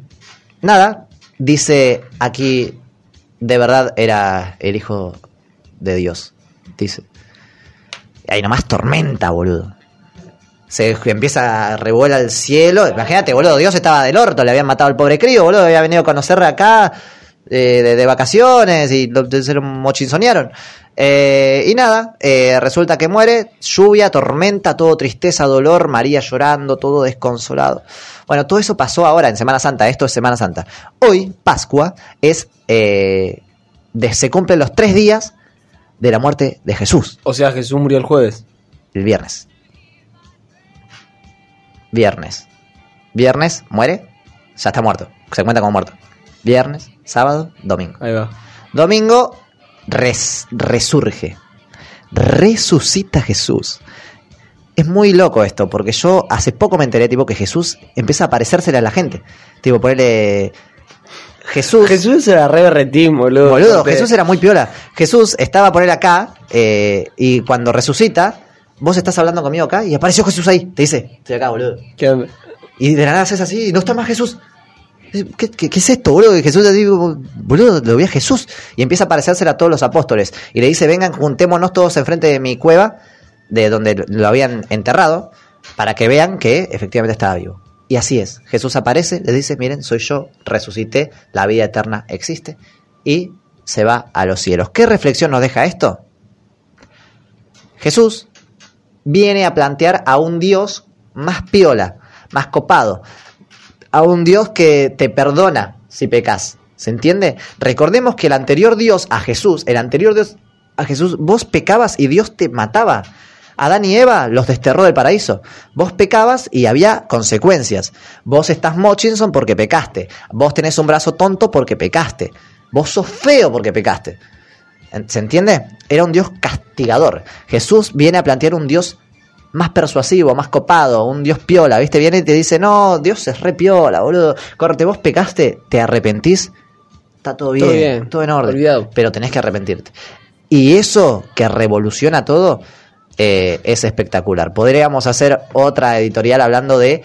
Speaker 1: nada, dice aquí, de verdad era el hijo de Dios, dice. Ahí nomás tormenta, boludo. Se empieza a revuela al cielo. Imagínate, boludo, Dios estaba del orto, le habían matado al pobre crío, boludo, había venido a conocer acá eh, de, de vacaciones y lo, se lo mochinzonearon. Eh, y nada, eh, resulta que muere, lluvia, tormenta, todo tristeza, dolor, María llorando, todo desconsolado. Bueno, todo eso pasó ahora en Semana Santa, esto es Semana Santa. Hoy, Pascua, es eh, de- se cumplen los tres días de la muerte de Jesús
Speaker 3: O sea, Jesús murió el jueves.
Speaker 1: el viernes. Viernes. Viernes, muere, ya está muerto. Se cuenta como muerto. Viernes, sábado, domingo.
Speaker 3: Ahí va.
Speaker 1: Domingo res- resurge. Resucita Jesús. Es muy loco esto, porque yo hace poco me enteré, tipo, que Jesús empieza a parecérsele a la gente. Tipo, ponerle. Jesús.
Speaker 3: Jesús era re berretín, boludo.
Speaker 1: Boludo,
Speaker 3: Porque-
Speaker 1: Jesús era muy piola. Jesús estaba por él acá eh, y cuando resucita, vos estás hablando conmigo acá y apareció Jesús ahí. Te dice, estoy acá, boludo.
Speaker 3: ¿Qué onda?
Speaker 1: Y de la nada haces así y no está más Jesús. ¿Qué, qué- qué es esto, boludo? Y Jesús le digo, boludo, lo vi a Jesús. Y empieza a parecerse a todos los apóstoles. Y le dice, vengan, juntémonos todos enfrente de mi cueva, de donde lo habían enterrado, para que vean que efectivamente estaba vivo. Y así es. Jesús aparece, le dice, miren, soy yo, resucité, la vida eterna existe. Y se va a los cielos. ¿Qué reflexión nos deja esto? Jesús viene a plantear a un Dios más piola, más copado, a un Dios que te perdona si pecas. ¿Se entiende? Recordemos que el anterior Dios a Jesús, el anterior Dios a Jesús, vos pecabas y Dios te mataba. Adán y Eva los desterró del paraíso. Vos pecabas y había consecuencias. Vos estás Mochinson porque pecaste. Vos tenés un brazo tonto porque pecaste. Vos sos feo porque pecaste. ¿Se entiende? Era un Dios castigador. Jesús viene a plantear un Dios más persuasivo, más copado, un Dios piola, ¿viste? Viene y te dice, no, Dios es re piola, boludo. Corte, vos pecaste, te arrepentís, está todo bien, todo,
Speaker 3: bien,
Speaker 1: en orden.
Speaker 3: olvidado.
Speaker 1: Pero tenés que arrepentirte. Y eso que revoluciona todo eh, es espectacular. Podríamos hacer otra editorial hablando de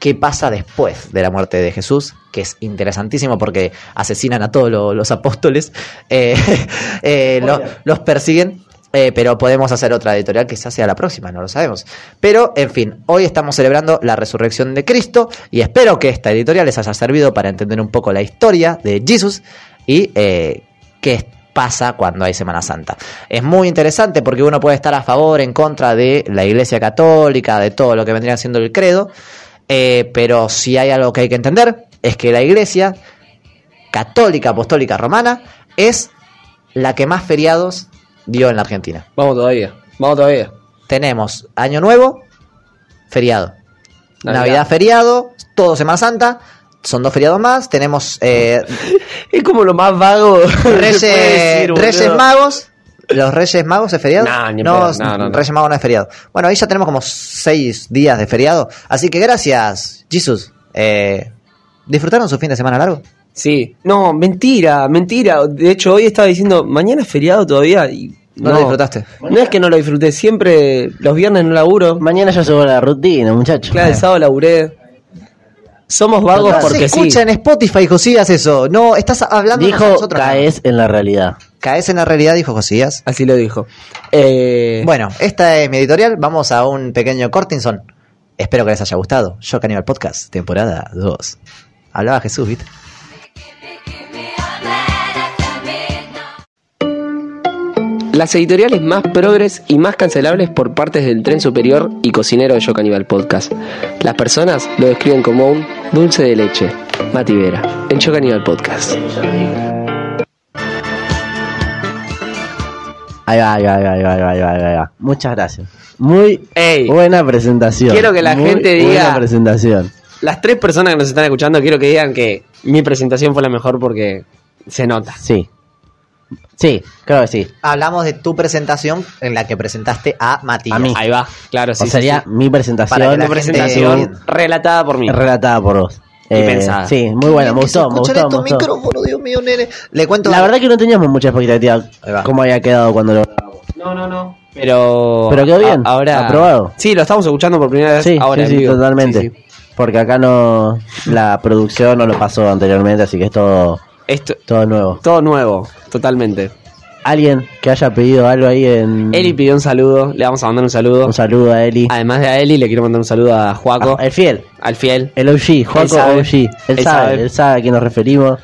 Speaker 1: qué pasa después de la muerte de Jesús, que es interesantísimo porque asesinan a todos lo- los apóstoles, eh, eh, lo- los persiguen. eh, pero podemos hacer otra editorial quizás sea la próxima, no lo sabemos. Pero, en fin, hoy estamos celebrando la resurrección de Cristo y espero que esta editorial les haya servido para entender un poco la historia de Jesús y eh, qué pasa cuando hay Semana Santa. Es muy interesante porque uno puede estar a favor, en contra de la Iglesia Católica, de todo lo que vendría siendo el credo, eh, pero si hay algo que hay que entender es que la Iglesia Católica Apostólica Romana es la que más feriados dio en la Argentina.
Speaker 3: Vamos todavía. Vamos todavía.
Speaker 1: Tenemos Año Nuevo, feriado. Navidad,
Speaker 3: Navidad.
Speaker 1: feriado, todo Semana Santa, son dos feriados más. Tenemos eh,
Speaker 3: Es como lo más vago.
Speaker 1: Reyes, Reyes Magos. Los Reyes Magos es feriado.
Speaker 3: Nah, ni en
Speaker 1: no,
Speaker 3: pedo. No, no, no.
Speaker 1: Reyes Magos no es feriado. Bueno, ahí ya tenemos como seis días de feriado. Así que gracias, Jesus. Eh, ¿Disfrutaron su fin de semana largo?
Speaker 3: Sí. No, mentira, mentira. De hecho, hoy estaba diciendo, mañana es feriado todavía. Y
Speaker 1: No, lo disfrutaste.
Speaker 3: No es que no lo disfruté, siempre los viernes no laburo.
Speaker 2: Mañana ya subo la rutina, muchachos.
Speaker 3: Claro, el sábado laburé. Somos vagos
Speaker 2: Total.
Speaker 1: Ah. se
Speaker 3: porque sí.
Speaker 1: escucha en Spotify, Josías, eso. No, estás hablando con
Speaker 2: Dijo,
Speaker 1: nosotros.
Speaker 2: caes en la realidad.
Speaker 1: Caes en la realidad, dijo Josías.
Speaker 3: Así lo dijo. Eh,
Speaker 1: Bueno, esta es mi editorial. Vamos a un pequeño Cortinson. Espero que les haya gustado. Yo, Caníbal Podcast, temporada 2. Hablaba Jesús, ¿viste?
Speaker 3: Las editoriales más progres y más cancelables por partes del tren superior y cocinero de Yo Caníbal Podcast. Las personas lo describen como un dulce de leche. Mati Vera, en Yo Caníbal Podcast.
Speaker 2: Ahí va, ahí va, ahí va, ahí va, ahí va, ahí va, ahí va, ahí va. Muchas gracias. Muy
Speaker 3: Ey.
Speaker 2: buena presentación.
Speaker 3: Quiero que la
Speaker 2: Muy
Speaker 3: gente diga-
Speaker 2: Buena presentación.
Speaker 3: Las tres personas que nos están escuchando quiero que digan que mi presentación fue la mejor porque se nota.
Speaker 2: Sí. Sí, creo que sí.
Speaker 1: Hablamos de tu presentación en la que presentaste a Matías.
Speaker 2: A mí.
Speaker 3: Ahí va, claro, sí.
Speaker 2: o sería eh,
Speaker 3: sí, sí.
Speaker 2: mi presentación.
Speaker 1: Para que
Speaker 3: Una
Speaker 1: la gente-
Speaker 3: presentación relatada por mí.
Speaker 2: relatada por vos. Eh,
Speaker 3: Y pensada.
Speaker 2: Sí, muy buena, me gustó, me
Speaker 1: Escuchar
Speaker 2: gustó, me
Speaker 1: estos
Speaker 2: gustó.
Speaker 1: micrófonos, Dios mío, nene. Le cuento.
Speaker 2: La verdad que no teníamos mucha expectativa
Speaker 1: Ahí va.
Speaker 2: cómo había quedado cuando lo...
Speaker 3: No, no, no. Pero.
Speaker 2: Pero quedó bien,
Speaker 3: a- ahora.
Speaker 2: aprobado.
Speaker 3: Sí, lo estamos escuchando por primera vez
Speaker 2: Sí,
Speaker 3: ahora.
Speaker 2: sí,
Speaker 3: en
Speaker 2: sí,
Speaker 3: vivo.
Speaker 2: totalmente.
Speaker 3: Sí, sí.
Speaker 2: Porque acá no... La producción no lo pasó anteriormente, así que es todo,
Speaker 3: Esto,
Speaker 2: todo nuevo.
Speaker 3: todo nuevo, totalmente.
Speaker 2: Alguien que haya pedido algo ahí en...
Speaker 3: Eli pidió un saludo, le vamos a mandar un saludo.
Speaker 2: Un saludo a Eli.
Speaker 3: Además de a Eli, le quiero mandar un saludo a Juaco,
Speaker 2: Ah, el fiel.
Speaker 3: al fiel.
Speaker 2: El OG, Juanco
Speaker 3: Él sabe.
Speaker 2: OG. Él,
Speaker 3: Él
Speaker 2: sabe,
Speaker 3: sabe.
Speaker 2: él sabe a quién nos referimos.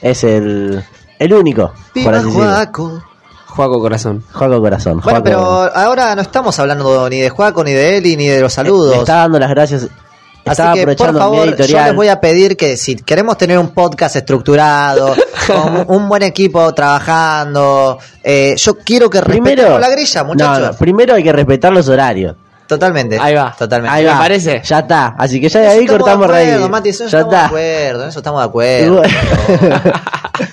Speaker 2: Es el... El único, por
Speaker 1: Viva
Speaker 2: así decirlo.
Speaker 1: Juaco.
Speaker 3: Juaco Corazón.
Speaker 2: Juaco Corazón.
Speaker 1: Bueno,
Speaker 2: Juaco-
Speaker 1: pero ahora no estamos hablando ni de Juaco, ni de Eli, ni de los saludos.
Speaker 2: Le está dando las gracias.
Speaker 1: Así
Speaker 2: Estaba
Speaker 1: que, por
Speaker 2: aprovechando mi
Speaker 1: favor, yo
Speaker 2: editorial.
Speaker 1: les voy a pedir que si queremos tener un podcast estructurado, con un buen equipo trabajando, eh, yo quiero que
Speaker 2: Primero,
Speaker 1: respetemos la grilla, muchachos.
Speaker 2: no, no, primero hay que respetar los horarios.
Speaker 1: Totalmente.
Speaker 3: Ahí va.
Speaker 1: Totalmente.
Speaker 3: Ahí
Speaker 2: va.
Speaker 3: ¿Me parece?
Speaker 2: Ya está. Así que ya
Speaker 1: En
Speaker 2: de
Speaker 1: eso
Speaker 2: ahí
Speaker 1: estamos
Speaker 2: cortamos
Speaker 1: de acuerdo,
Speaker 2: raíz.
Speaker 1: Mati, en eso
Speaker 2: ya
Speaker 1: estamos de
Speaker 2: está.
Speaker 1: acuerdo, en eso estamos de
Speaker 2: Y
Speaker 1: acuerdo.
Speaker 2: bueno-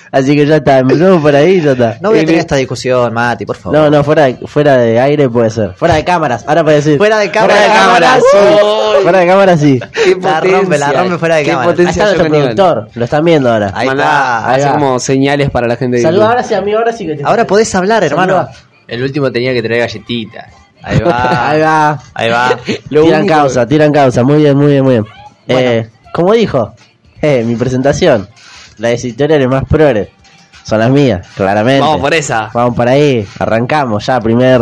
Speaker 2: Así que ya está. Empezamos por ahí ya está.
Speaker 1: No voy a tener esta discusión, Mati, por favor.
Speaker 2: No, no, fuera de, fuera de aire puede ser. Fuera de cámaras, ahora puede decir.
Speaker 1: Fuera de cámaras.
Speaker 2: cámaras,
Speaker 3: Uy.
Speaker 2: sí. Fuera de cámaras, sí.
Speaker 3: Qué
Speaker 1: La rompe, la rompe fuera de
Speaker 3: qué
Speaker 1: cámara.
Speaker 2: Ahí
Speaker 3: potencia
Speaker 2: está nuestro
Speaker 3: yo con
Speaker 2: productor, lo están viendo ahora.
Speaker 1: Ahí
Speaker 3: Mandá,
Speaker 1: está,
Speaker 2: ahí
Speaker 3: hace
Speaker 2: va.
Speaker 3: como señales para la gente. de
Speaker 2: Saluda
Speaker 3: YouTube.
Speaker 2: ahora sí, amigo, ahora sí que te
Speaker 1: Ahora podés hablar, hermano.
Speaker 2: Saluda.
Speaker 8: El último tenía que traer galletitas.
Speaker 1: Ahí va.
Speaker 2: Ahí va.
Speaker 1: Ahí va.
Speaker 3: Lo
Speaker 2: tiran
Speaker 3: único-
Speaker 2: causa, tiran causa. Muy bien, muy bien, muy bien. Eh, como dijo, eh, mi presentación, las editoriales más progres son las mías, claramente.
Speaker 3: Vamos por esa.
Speaker 2: Vamos por ahí, arrancamos ya, primer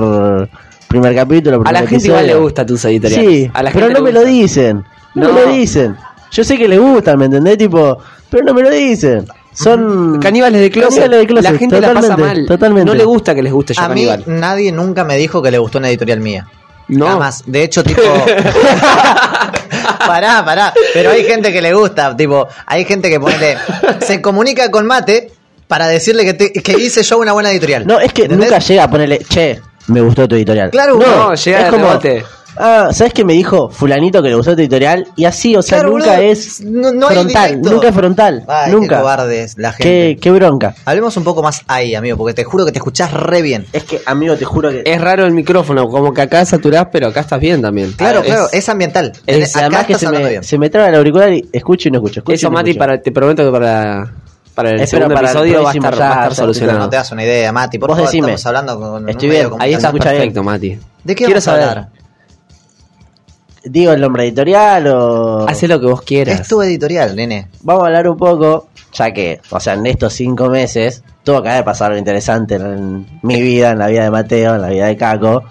Speaker 2: primer capítulo.
Speaker 3: A la
Speaker 2: primer
Speaker 3: gente igual le
Speaker 2: episodio.
Speaker 3: gusta tus editoriales.
Speaker 2: Sí,
Speaker 3: A la
Speaker 2: pero
Speaker 3: gente
Speaker 2: no
Speaker 3: le
Speaker 2: me lo
Speaker 3: gusta.
Speaker 2: dicen. No,
Speaker 3: No.
Speaker 2: me lo dicen. Yo sé que les gustan, ¿me entendés? Tipo, pero no me lo dicen. Son
Speaker 3: Caníbales de closet.
Speaker 2: Caníbales de closet,
Speaker 3: La gente la pasa
Speaker 2: totalmente,
Speaker 3: mal.
Speaker 2: Totalmente.
Speaker 3: No le gusta que les guste yo
Speaker 1: A mí
Speaker 3: caníbal.
Speaker 1: nadie nunca me dijo que le gustó una editorial mía.
Speaker 3: No.
Speaker 1: Nada más. De hecho, tipo. pará, pará. Pero hay gente que le gusta. Tipo, hay gente que ponele. Se comunica con Mate para decirle que, te- que hice yo una buena editorial.
Speaker 2: No, es que
Speaker 1: ¿Entendés?
Speaker 2: nunca llega a ponerle, che, me gustó tu editorial.
Speaker 1: Claro,
Speaker 3: no, llega de rebote.
Speaker 2: Ah, ¿sabes qué me dijo fulanito que le gustó tu editorial? Y así, o sea,
Speaker 1: Claro,
Speaker 2: nunca
Speaker 1: boludo.
Speaker 2: es
Speaker 1: No- no hay
Speaker 2: frontal,
Speaker 1: directo.
Speaker 2: nunca es frontal,
Speaker 1: Ay,
Speaker 2: nunca.
Speaker 1: Qué cobardes la
Speaker 2: Qué-
Speaker 1: gente.
Speaker 2: qué bronca.
Speaker 1: Hablemos un poco más ahí, amigo, porque te juro que te escuchás re bien.
Speaker 2: Es que, amigo, te juro que...
Speaker 3: Es raro el micrófono, como que acá saturás, pero acá estás bien también.
Speaker 1: Claro,
Speaker 3: Ah,
Speaker 1: claro,
Speaker 3: es-
Speaker 1: es ambiental.
Speaker 2: es-
Speaker 1: eh, Acá
Speaker 2: además que
Speaker 1: estás
Speaker 2: se
Speaker 1: hablando
Speaker 2: me,
Speaker 1: bien.
Speaker 2: se me traba el auricular y escucho y no escucho. escucho y
Speaker 3: Eso,
Speaker 2: no
Speaker 3: Mati,
Speaker 2: escucho.
Speaker 3: para, te prometo que para, para el
Speaker 2: Espero
Speaker 3: segundo
Speaker 2: para el
Speaker 3: episodio va a
Speaker 2: próximo
Speaker 3: estar,
Speaker 2: ya,
Speaker 3: va a estar
Speaker 2: ya,
Speaker 3: solucionado.
Speaker 1: No te das una idea, Mati. Por
Speaker 2: Vos
Speaker 1: favor,
Speaker 2: decime.
Speaker 1: estamos hablando con con un medio
Speaker 2: Estoy bien,
Speaker 1: de
Speaker 3: Ahí
Speaker 1: comunicación.
Speaker 3: estás
Speaker 2: escucha bien.
Speaker 3: perfecto, Mati.
Speaker 1: ¿De qué
Speaker 3: Quiero
Speaker 1: vamos a
Speaker 3: saber.
Speaker 1: hablar?
Speaker 2: Digo el nombre editorial o...
Speaker 3: Hacé lo que vos quieras.
Speaker 1: Es tu editorial, nene.
Speaker 2: Vamos a hablar un poco, ya que, o sea, en estos cinco meses tuvo que haber pasado algo interesante en mi vida, en la vida de Mateo, en la vida de Caco.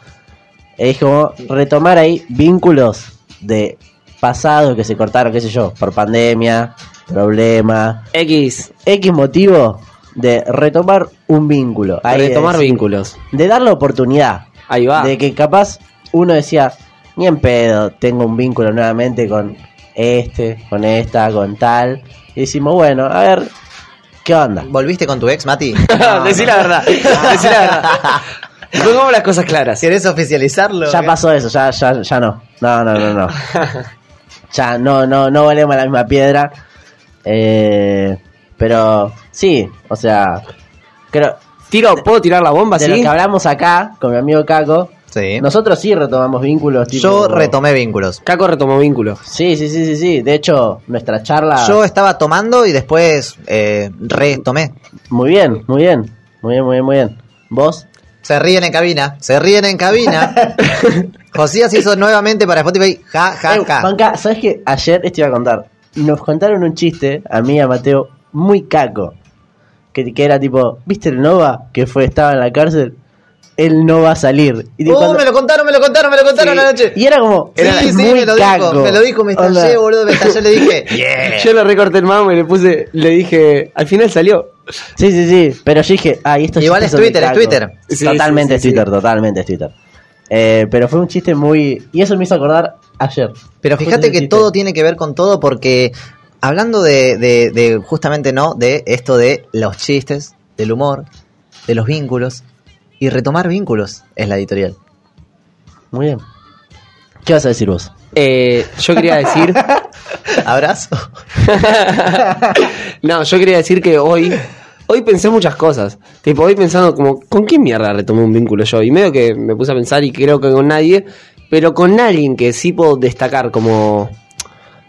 Speaker 2: E Es como retomar ahí vínculos de pasados que se cortaron, qué sé yo, por pandemia, problema,
Speaker 3: X.
Speaker 2: X motivo de retomar un vínculo. Ahí de
Speaker 3: retomar
Speaker 2: decir-
Speaker 3: vínculos.
Speaker 2: De dar la oportunidad.
Speaker 3: Ahí va.
Speaker 2: De que capaz uno decía, ni en pedo, tengo un vínculo nuevamente con este, con esta, con tal. Y decimos, bueno, a ver, ¿qué onda?
Speaker 1: ¿Volviste con tu ex, Mati?
Speaker 3: Decí la verdad. Decí la verdad. Pongamos las cosas claras.
Speaker 1: ¿Querés oficializarlo?
Speaker 2: Ya pasó eso, ya, ya, ya no. No, no, no, no. ya no, no, no valemos la misma piedra. Eh, pero sí, o sea, creo,
Speaker 3: Tiro, ¿Puedo tirar la
Speaker 1: ¿Ah,
Speaker 3: bomba,
Speaker 2: de
Speaker 3: sí?
Speaker 2: lo que hablamos acá con mi amigo Caco,
Speaker 1: Sí.
Speaker 2: nosotros sí retomamos vínculos.
Speaker 1: Yo
Speaker 2: tipo-
Speaker 1: retomé vínculos.
Speaker 3: Caco retomó vínculos.
Speaker 2: Sí, sí, sí, sí, sí. De hecho, nuestra charla.
Speaker 1: Yo estaba tomando y después eh, retomé.
Speaker 2: Muy bien, muy bien. Muy bien, muy bien, muy bien. ¿Vos?
Speaker 1: Se ríen en cabina. Se ríen en cabina. Josías hizo nuevamente para Spotify. Ja, ja,
Speaker 2: Eh,
Speaker 1: ja.
Speaker 2: Juanca, ¿sabes qué? Ayer, esto iba a contar. Nos contaron un chiste, a mí y a Mateo, muy caco. Que, que era tipo, ¿viste el Nova? Que fue, estaba en la cárcel. Él no va a salir. Y,
Speaker 1: Uh,
Speaker 2: cuando-
Speaker 1: me lo contaron, me lo contaron, me lo contaron
Speaker 2: Sí.
Speaker 1: la noche.
Speaker 2: y era como,
Speaker 1: Sí,
Speaker 2: era
Speaker 1: sí,
Speaker 2: muy
Speaker 1: me lo
Speaker 2: caco.
Speaker 1: dijo. Me lo dijo, me
Speaker 2: Onda,
Speaker 1: estallé, boludo, me estallé. Le dije,
Speaker 3: Yo le recorté el mamo y le puse, le dije, al final salió.
Speaker 2: Sí, sí, sí. Pero yo dije, ay, esto
Speaker 1: Igual es
Speaker 2: chistes son de
Speaker 1: Twitter, es
Speaker 2: caco.
Speaker 1: Twitter.
Speaker 3: Sí,
Speaker 2: totalmente
Speaker 3: sí,
Speaker 2: es
Speaker 3: sí, sí.
Speaker 2: Twitter, totalmente es Twitter. Eh, pero fue un chiste muy. Y eso me hizo acordar ayer.
Speaker 1: Pero
Speaker 2: Justo
Speaker 1: fíjate
Speaker 2: ese
Speaker 1: que
Speaker 2: chiste.
Speaker 1: todo tiene que ver con todo porque hablando de, de- de justamente no, de esto de los chistes, del humor, de los vínculos y retomar vínculos es la editorial.
Speaker 2: Muy bien. ¿Qué vas a decir vos?
Speaker 3: Eh, yo quería decir,
Speaker 1: Abrazo.
Speaker 3: no, yo quería decir que hoy, hoy pensé muchas cosas. Tipo, hoy pensando como, ¿con qué mierda retomé un vínculo yo? Y medio que me puse a pensar y creo que con nadie, pero con alguien que sí puedo destacar como,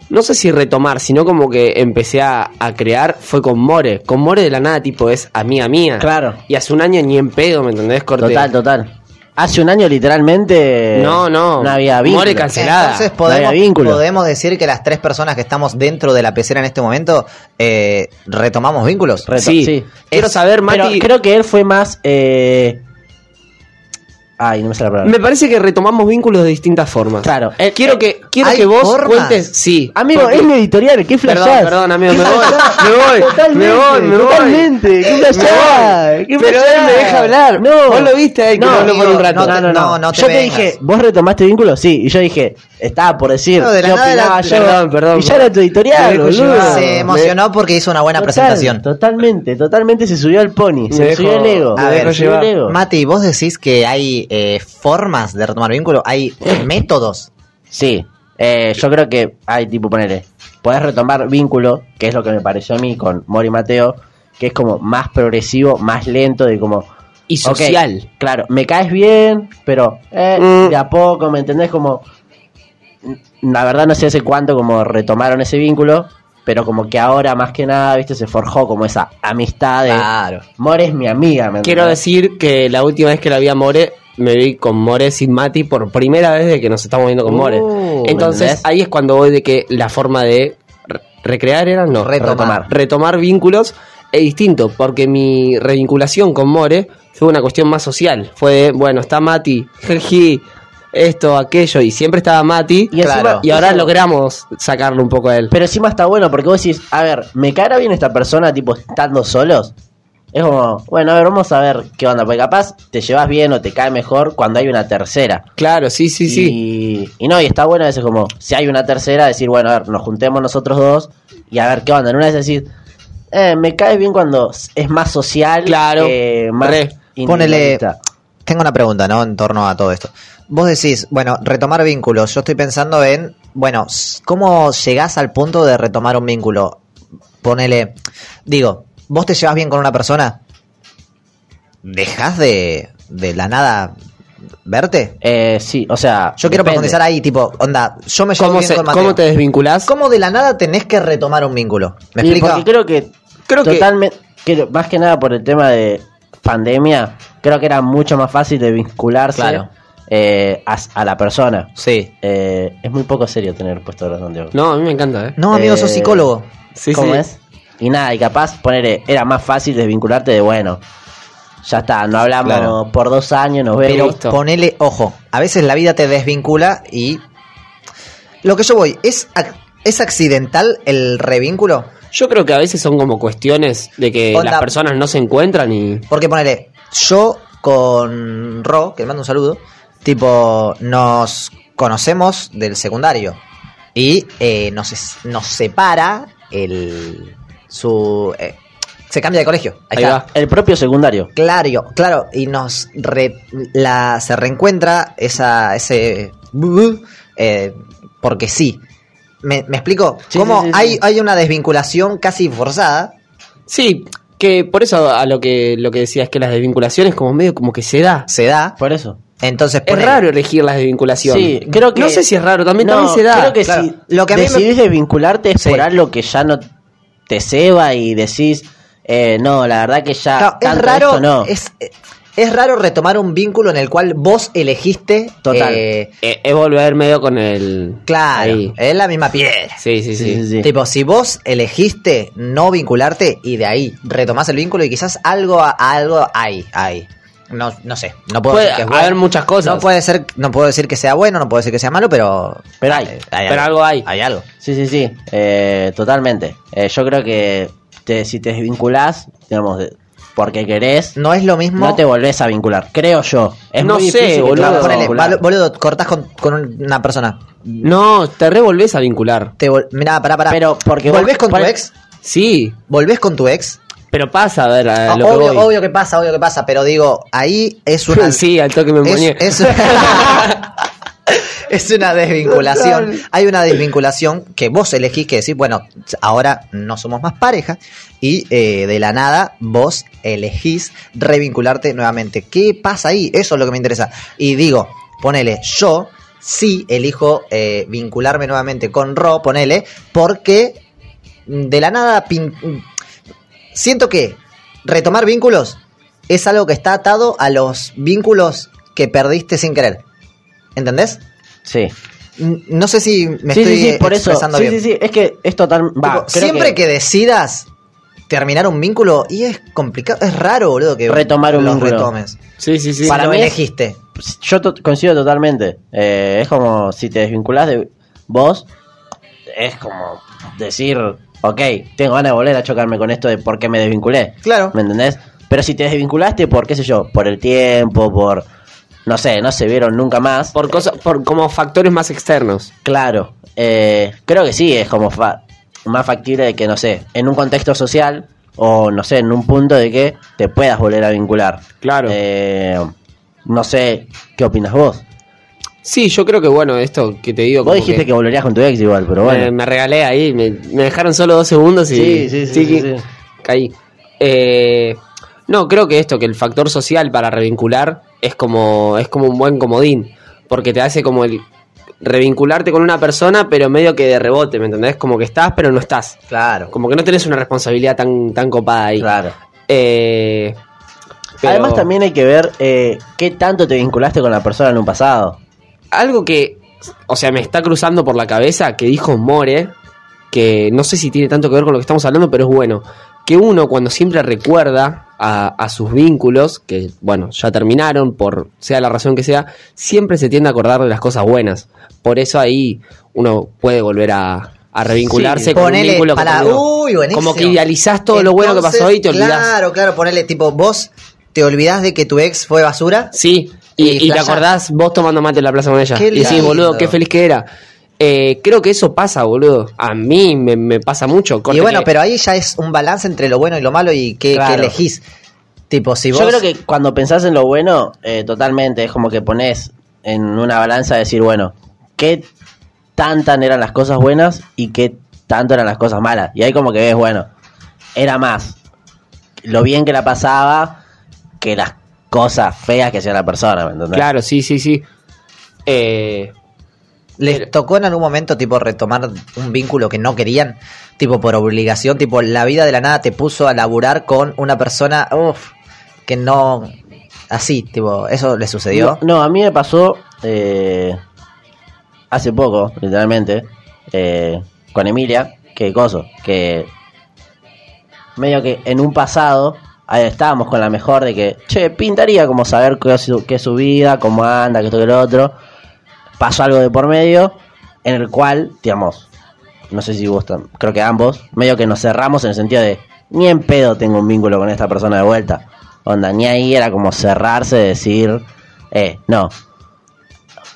Speaker 3: no sé si retomar, sino como que empecé a, a crear, fue con More. Con More de la nada, tipo, es amiga mía.
Speaker 2: Claro.
Speaker 3: Y hace un año ni en pedo, ¿me entendés? Corté.
Speaker 2: Total, total. Hace un año literalmente.
Speaker 3: No, no.
Speaker 2: No había vínculo.
Speaker 3: More cancelada.
Speaker 1: Entonces
Speaker 2: No había
Speaker 1: podemos,
Speaker 2: vínculo.
Speaker 1: podemos decir que las tres personas que estamos dentro de la pecera en este momento eh, retomamos vínculos.
Speaker 2: Reto-
Speaker 3: Sí. Quiero saber,
Speaker 2: Pero
Speaker 3: Mati-
Speaker 2: creo que él fue más. eh, Ay, no me sale la palabra.
Speaker 3: Me parece que retomamos vínculos de distintas formas.
Speaker 2: Claro. Eh,
Speaker 3: quiero que, quiero
Speaker 1: ¿hay
Speaker 3: que vos
Speaker 1: formas?
Speaker 3: cuentes. Sí.
Speaker 2: Amigo,
Speaker 3: porque-
Speaker 2: es mi editorial, ¿qué flashás?
Speaker 3: Perdón, perdón, amigo, me voy, me voy,
Speaker 2: Totalmente,
Speaker 3: me voy, me voy.
Speaker 2: totalmente, ¿qué
Speaker 3: Me
Speaker 2: flashás?
Speaker 3: voy.
Speaker 2: ¿Qué
Speaker 3: Pero
Speaker 2: flashás?
Speaker 3: él me deja hablar.
Speaker 2: No.
Speaker 3: Vos lo viste ahí que
Speaker 2: No,
Speaker 3: no, habló por
Speaker 1: amigo,
Speaker 3: un rato.
Speaker 1: no te- no, no te
Speaker 2: yo te
Speaker 1: vengas.
Speaker 2: dije, ¿vos retomaste vínculo? Sí, y yo dije, estaba por decir,
Speaker 1: No, de la
Speaker 2: ¿qué
Speaker 1: nada de la-
Speaker 2: opinaba yo?
Speaker 3: Perdón, perdón.
Speaker 2: Y ya era tu
Speaker 3: Me
Speaker 2: editorial,
Speaker 3: dejo
Speaker 2: boludo.
Speaker 3: llevar.
Speaker 1: Se emocionó porque hizo una buena
Speaker 2: Total,
Speaker 1: presentación.
Speaker 2: Totalmente, totalmente se subió al pony, se
Speaker 3: Me
Speaker 2: le subió
Speaker 3: dejo-
Speaker 2: el ego.
Speaker 1: me A dejo
Speaker 2: se subió
Speaker 3: llevar.
Speaker 2: el ego.
Speaker 1: Mati, vos decís que hay eh, formas de retomar vínculos, hay métodos.
Speaker 2: Sí, eh, yo creo que hay tipo, ponele, podés retomar vínculo, que es lo que me pareció a mí con Mori Mateo, que es como más progresivo, más lento, de como...
Speaker 3: Y
Speaker 2: ok,
Speaker 3: social.
Speaker 2: claro, me caes bien, pero eh,
Speaker 3: Mm.
Speaker 2: de a poco, ¿me entendés? Como... La verdad no sé hace cuánto como retomaron ese vínculo, pero como que ahora más que nada, viste, se forjó como esa amistad de...
Speaker 1: Claro.
Speaker 2: Mori es mi amiga, ¿me
Speaker 3: Ah. Quiero
Speaker 2: entendés?
Speaker 3: decir que la última vez que la vi a More, me vi con More sin Mati por primera vez de que nos estamos viendo con More.
Speaker 1: Uh,
Speaker 3: Entonces
Speaker 2: ¿entendés?
Speaker 3: ahí es cuando voy de que la forma de re- recrear era no,
Speaker 1: Retomar.
Speaker 3: Retomar vínculos es distinto, porque mi revinculación con More fue una cuestión más social. Fue de, bueno, está Mati, jeji, esto, aquello, y siempre estaba Mati.
Speaker 2: Y encima-
Speaker 3: Y ahora
Speaker 2: eso-
Speaker 3: logramos sacarlo un poco a él.
Speaker 2: Pero encima está bueno porque vos decís, a ver, ¿me caerá bien esta persona tipo estando solos? Es como, bueno, a ver, vamos a ver qué onda, porque capaz te llevas bien o te cae mejor cuando hay una tercera.
Speaker 3: Claro, sí, sí, sí.
Speaker 2: Y, y no, y está bueno a veces como, si hay una tercera, decir, bueno, a ver, nos juntemos nosotros dos y a ver qué onda. En una vez decís, eh, me caes bien cuando es más social,
Speaker 3: Claro,
Speaker 2: que más
Speaker 3: re.
Speaker 1: Ponele-
Speaker 2: individualista.
Speaker 1: Tengo una pregunta, ¿no? En torno a todo esto. Vos decís, bueno, retomar vínculos. Yo estoy pensando en, bueno, s- ¿cómo llegás al punto de retomar un vínculo? Ponele, digo, ¿vos te llevas bien con una persona? ¿Dejás de, de la nada verte?
Speaker 2: Eh, sí, o sea,
Speaker 1: Yo quiero
Speaker 2: depende.
Speaker 1: profundizar ahí, tipo, onda, yo me llevo
Speaker 3: ¿Cómo,
Speaker 1: bien
Speaker 3: se-
Speaker 1: con Mateo.
Speaker 3: ¿Cómo te desvinculás?
Speaker 1: ¿Cómo de la nada tenés que retomar un vínculo? ¿Me
Speaker 2: Y
Speaker 1: explica?
Speaker 2: Porque creo que.
Speaker 3: Creo que-
Speaker 2: totalmente. creo- más que nada por el tema de pandemia, creo que era mucho más fácil de vincularse
Speaker 1: Claro.
Speaker 2: eh, a, a la persona.
Speaker 1: Sí.
Speaker 2: Eh, es muy poco serio tener puesto los anteojos.
Speaker 3: No, a mí me encanta, ¿eh?
Speaker 1: No, amigo, sos
Speaker 2: Eh,
Speaker 1: psicólogo.
Speaker 3: Sí,
Speaker 2: ¿Cómo
Speaker 3: sí.
Speaker 2: es? Y nada, y capaz poner. Era más fácil desvincularte de bueno. Ya está, no hablamos
Speaker 1: Claro.
Speaker 2: por dos años, nos vemos.
Speaker 1: Pero
Speaker 3: Listo.
Speaker 1: ponele ojo. A veces la vida te desvincula y. Lo que yo voy, ¿es, ac- ¿es accidental el revínculo?
Speaker 3: Yo creo que a veces son como cuestiones de que
Speaker 1: Onda.
Speaker 3: las personas no se encuentran y.
Speaker 1: Porque ponele, yo con Ro, que le mando un saludo, tipo, nos conocemos del secundario. Y eh, nos, es- nos separa el. su. eh, se cambia de colegio. Ahí,
Speaker 3: Ahí
Speaker 1: está.
Speaker 3: va.
Speaker 2: El propio secundario.
Speaker 1: Claro, claro, y nos re- la, se reencuentra esa, ese eh, porque sí. ¿Me, me explico?
Speaker 2: Sí,
Speaker 1: ¿Cómo
Speaker 2: sí, sí, sí.
Speaker 1: hay, hay una desvinculación casi forzada?
Speaker 3: Sí, que por eso a lo que lo que decía es que las desvinculaciones como medio como que se da.
Speaker 1: Se da.
Speaker 2: Por eso.
Speaker 1: Entonces,
Speaker 3: Es
Speaker 1: ponele-
Speaker 3: raro elegir las desvinculaciones.
Speaker 2: Sí, creo que-
Speaker 3: No sé si es raro, también,
Speaker 2: No,
Speaker 3: también se da.
Speaker 2: Creo que
Speaker 1: Claro.
Speaker 2: si
Speaker 1: Lo que a mí me-
Speaker 2: decidís desvincularte es
Speaker 1: Sí.
Speaker 2: por algo que ya no te ceba y decís, eh, no, la verdad que ya
Speaker 1: Claro,
Speaker 2: tanto
Speaker 1: es raro.
Speaker 2: esto no.
Speaker 1: Es, es raro retomar un vínculo en el cual vos elegiste.
Speaker 2: Total.
Speaker 1: eh,
Speaker 3: Eh, es volver medio con el.
Speaker 1: claro,
Speaker 3: Ahí.
Speaker 1: es la misma piedra.
Speaker 3: Sí, sí, sí.
Speaker 2: Sí, sí, sí.
Speaker 1: Tipo, si vos elegiste no vincularte y de ahí retomás el vínculo y quizás algo, algo hay, hay. No, no sé, no puedo
Speaker 3: Puede
Speaker 1: decir que es
Speaker 3: haber
Speaker 1: bueno.
Speaker 3: muchas cosas.
Speaker 1: No puede ser, no puedo decir que sea bueno, no puedo decir que sea malo, pero eh,
Speaker 2: Pero hay.
Speaker 3: Pero algo hay.
Speaker 1: Hay algo.
Speaker 2: Sí, sí, sí, eh, totalmente. Eh, yo creo que te- si te desvinculás, digamos, de- porque querés,
Speaker 1: No es lo mismo.
Speaker 2: no te volvés a vincular, creo yo. Es
Speaker 3: No
Speaker 2: muy
Speaker 3: sé,
Speaker 2: difícil que te
Speaker 3: boludo.
Speaker 2: vuelvas a
Speaker 1: Ponele,
Speaker 2: vincular.
Speaker 1: val- boludo, cortás con, con una persona.
Speaker 3: No, te revolvés a vincular.
Speaker 1: Te vol- mirá, pará, pará.
Speaker 2: Pero porque vos-
Speaker 1: ¿Volvés con tu
Speaker 2: pon-
Speaker 1: ex?
Speaker 3: Sí,
Speaker 1: ¿Volvés con tu ex?
Speaker 3: pero pasa, a ver, a
Speaker 1: Ah,
Speaker 3: Eh, lo que
Speaker 1: obvio,
Speaker 3: voy.
Speaker 1: obvio que pasa, obvio que pasa, pero digo, ahí es una.
Speaker 3: Sí, al toque me emboñé.
Speaker 1: Es, es, es una desvinculación. Hay una desvinculación que vos elegís que decís, bueno, ahora no somos más pareja y eh, de la nada vos elegís revincularte nuevamente. ¿Qué pasa ahí? Eso es lo que me interesa. Y digo, ponele, yo sí elijo eh, vincularme nuevamente con Ro, ponele, porque de la nada pin- siento que retomar vínculos es algo que está atado a los vínculos que perdiste sin querer. ¿Entendés?
Speaker 2: Sí.
Speaker 1: N- No sé si me
Speaker 2: sí,
Speaker 1: estoy
Speaker 2: sí, sí, por eso.
Speaker 1: expresando
Speaker 2: sí,
Speaker 1: bien.
Speaker 2: sí, sí, es que es total. va,
Speaker 1: Tipo,
Speaker 2: creo
Speaker 1: siempre que... decidas terminar un vínculo, y es complicado, es raro, boludo, que
Speaker 2: Retomar un
Speaker 1: los
Speaker 2: vínculo.
Speaker 1: retomes.
Speaker 3: Sí, sí, sí.
Speaker 1: Si
Speaker 2: Para
Speaker 1: lo
Speaker 2: mí es-
Speaker 1: elegiste.
Speaker 2: Yo to- coincido totalmente. Eh, es como si te desvinculás de vos, es como decir, ok, tengo ganas de volver a chocarme con esto de por qué me desvinculé.
Speaker 1: Claro.
Speaker 2: ¿Me entendés? Pero si te desvinculaste por, qué sé yo, por el tiempo, por. No sé, no se vieron nunca más.
Speaker 3: Por cosas, por como factores más externos.
Speaker 2: Claro, eh, creo que sí, es como fa- más factible de que, no sé, en un contexto social o, no sé, en un punto de que te puedas volver a vincular.
Speaker 3: Claro.
Speaker 2: Eh, no sé, ¿qué opinas vos?
Speaker 3: Sí, yo creo que bueno, esto que Em, te digo.
Speaker 2: Vos
Speaker 3: como
Speaker 2: dijiste que... volverías con tu ex igual, pero bueno.
Speaker 3: me, me regalé ahí, me, me dejaron solo dos segundos y
Speaker 2: Sí, sí, sí,
Speaker 3: chiqui,
Speaker 2: sí, sí.
Speaker 3: caí. Eh, no, creo que esto, que el factor social para revincular es como, es como un buen comodín, porque te hace como el revincularte con una persona, pero medio que de rebote, ¿me entendés? Como que estás, pero no estás.
Speaker 1: Claro.
Speaker 3: Como que no tenés una responsabilidad tan, tan copada ahí.
Speaker 2: Claro.
Speaker 3: Eh, pero-
Speaker 2: Además también hay que ver eh, qué tanto te vinculaste con la persona en un pasado.
Speaker 3: Algo que, o sea, me está cruzando por la cabeza que dijo More, que no sé si tiene tanto que ver con lo que estamos hablando, pero es bueno, que uno cuando siempre recuerda a, a sus vínculos, que bueno, ya terminaron, por sea la razón que sea, siempre se tiende a acordar de las cosas buenas. Por eso ahí uno puede volver a, a revincularse
Speaker 1: Sí,
Speaker 3: con un
Speaker 1: ponele
Speaker 3: vínculo que
Speaker 1: para-
Speaker 3: terminó.
Speaker 1: uy, buenísimo.
Speaker 3: Como que idealizás todo lo bueno que
Speaker 1: Entonces,
Speaker 3: pasó y te olvidás.
Speaker 1: Claro, claro, ponele, tipo, vos te olvidás de que tu ex fue basura.
Speaker 3: Sí, y,
Speaker 1: Y
Speaker 3: y te
Speaker 1: playa.
Speaker 3: acordás vos tomando mate en la plaza con ella.
Speaker 1: Qué
Speaker 3: y sí,
Speaker 1: lindo.
Speaker 3: boludo, qué feliz que era. Eh, creo que eso pasa, boludo. A mí me, me pasa mucho. corte
Speaker 1: y bueno,
Speaker 3: que-
Speaker 1: pero ahí ya es un balance entre lo bueno y lo malo y qué, qué
Speaker 2: Claro.
Speaker 1: elegís. Tipo, si vos.
Speaker 2: Yo creo que cuando pensás en lo bueno, eh, totalmente, es como que pones en una balanza decir, bueno, qué tantas eran las cosas buenas y qué tanto eran las cosas malas. Y ahí como que ves, bueno, era más lo bien que la pasaba que las cosas feas que hacía la persona, ¿me entendés?
Speaker 3: Claro, sí, sí, sí. Eh,
Speaker 1: ¿Les tocó en algún momento, tipo, retomar un vínculo que no querían? Tipo, por obligación, tipo, la vida de la nada te puso a laburar con una persona, uff, que no. Así, tipo, ¿eso le sucedió?
Speaker 2: No, no, a mí me pasó eh, hace poco, literalmente, eh, con Emilia, que coso, que medio que en un pasado ahí estábamos con la mejor de que, che, pintaría como saber qué es su, qué es su vida, cómo anda, que esto que lo otro. Pasó algo de por medio, en el cual, digamos, no sé si vos, tam- creo que ambos, medio que nos cerramos en el sentido de, ni en pedo tengo un vínculo con esta persona de vuelta. Onda, ni ahí era como cerrarse, decir, eh, no.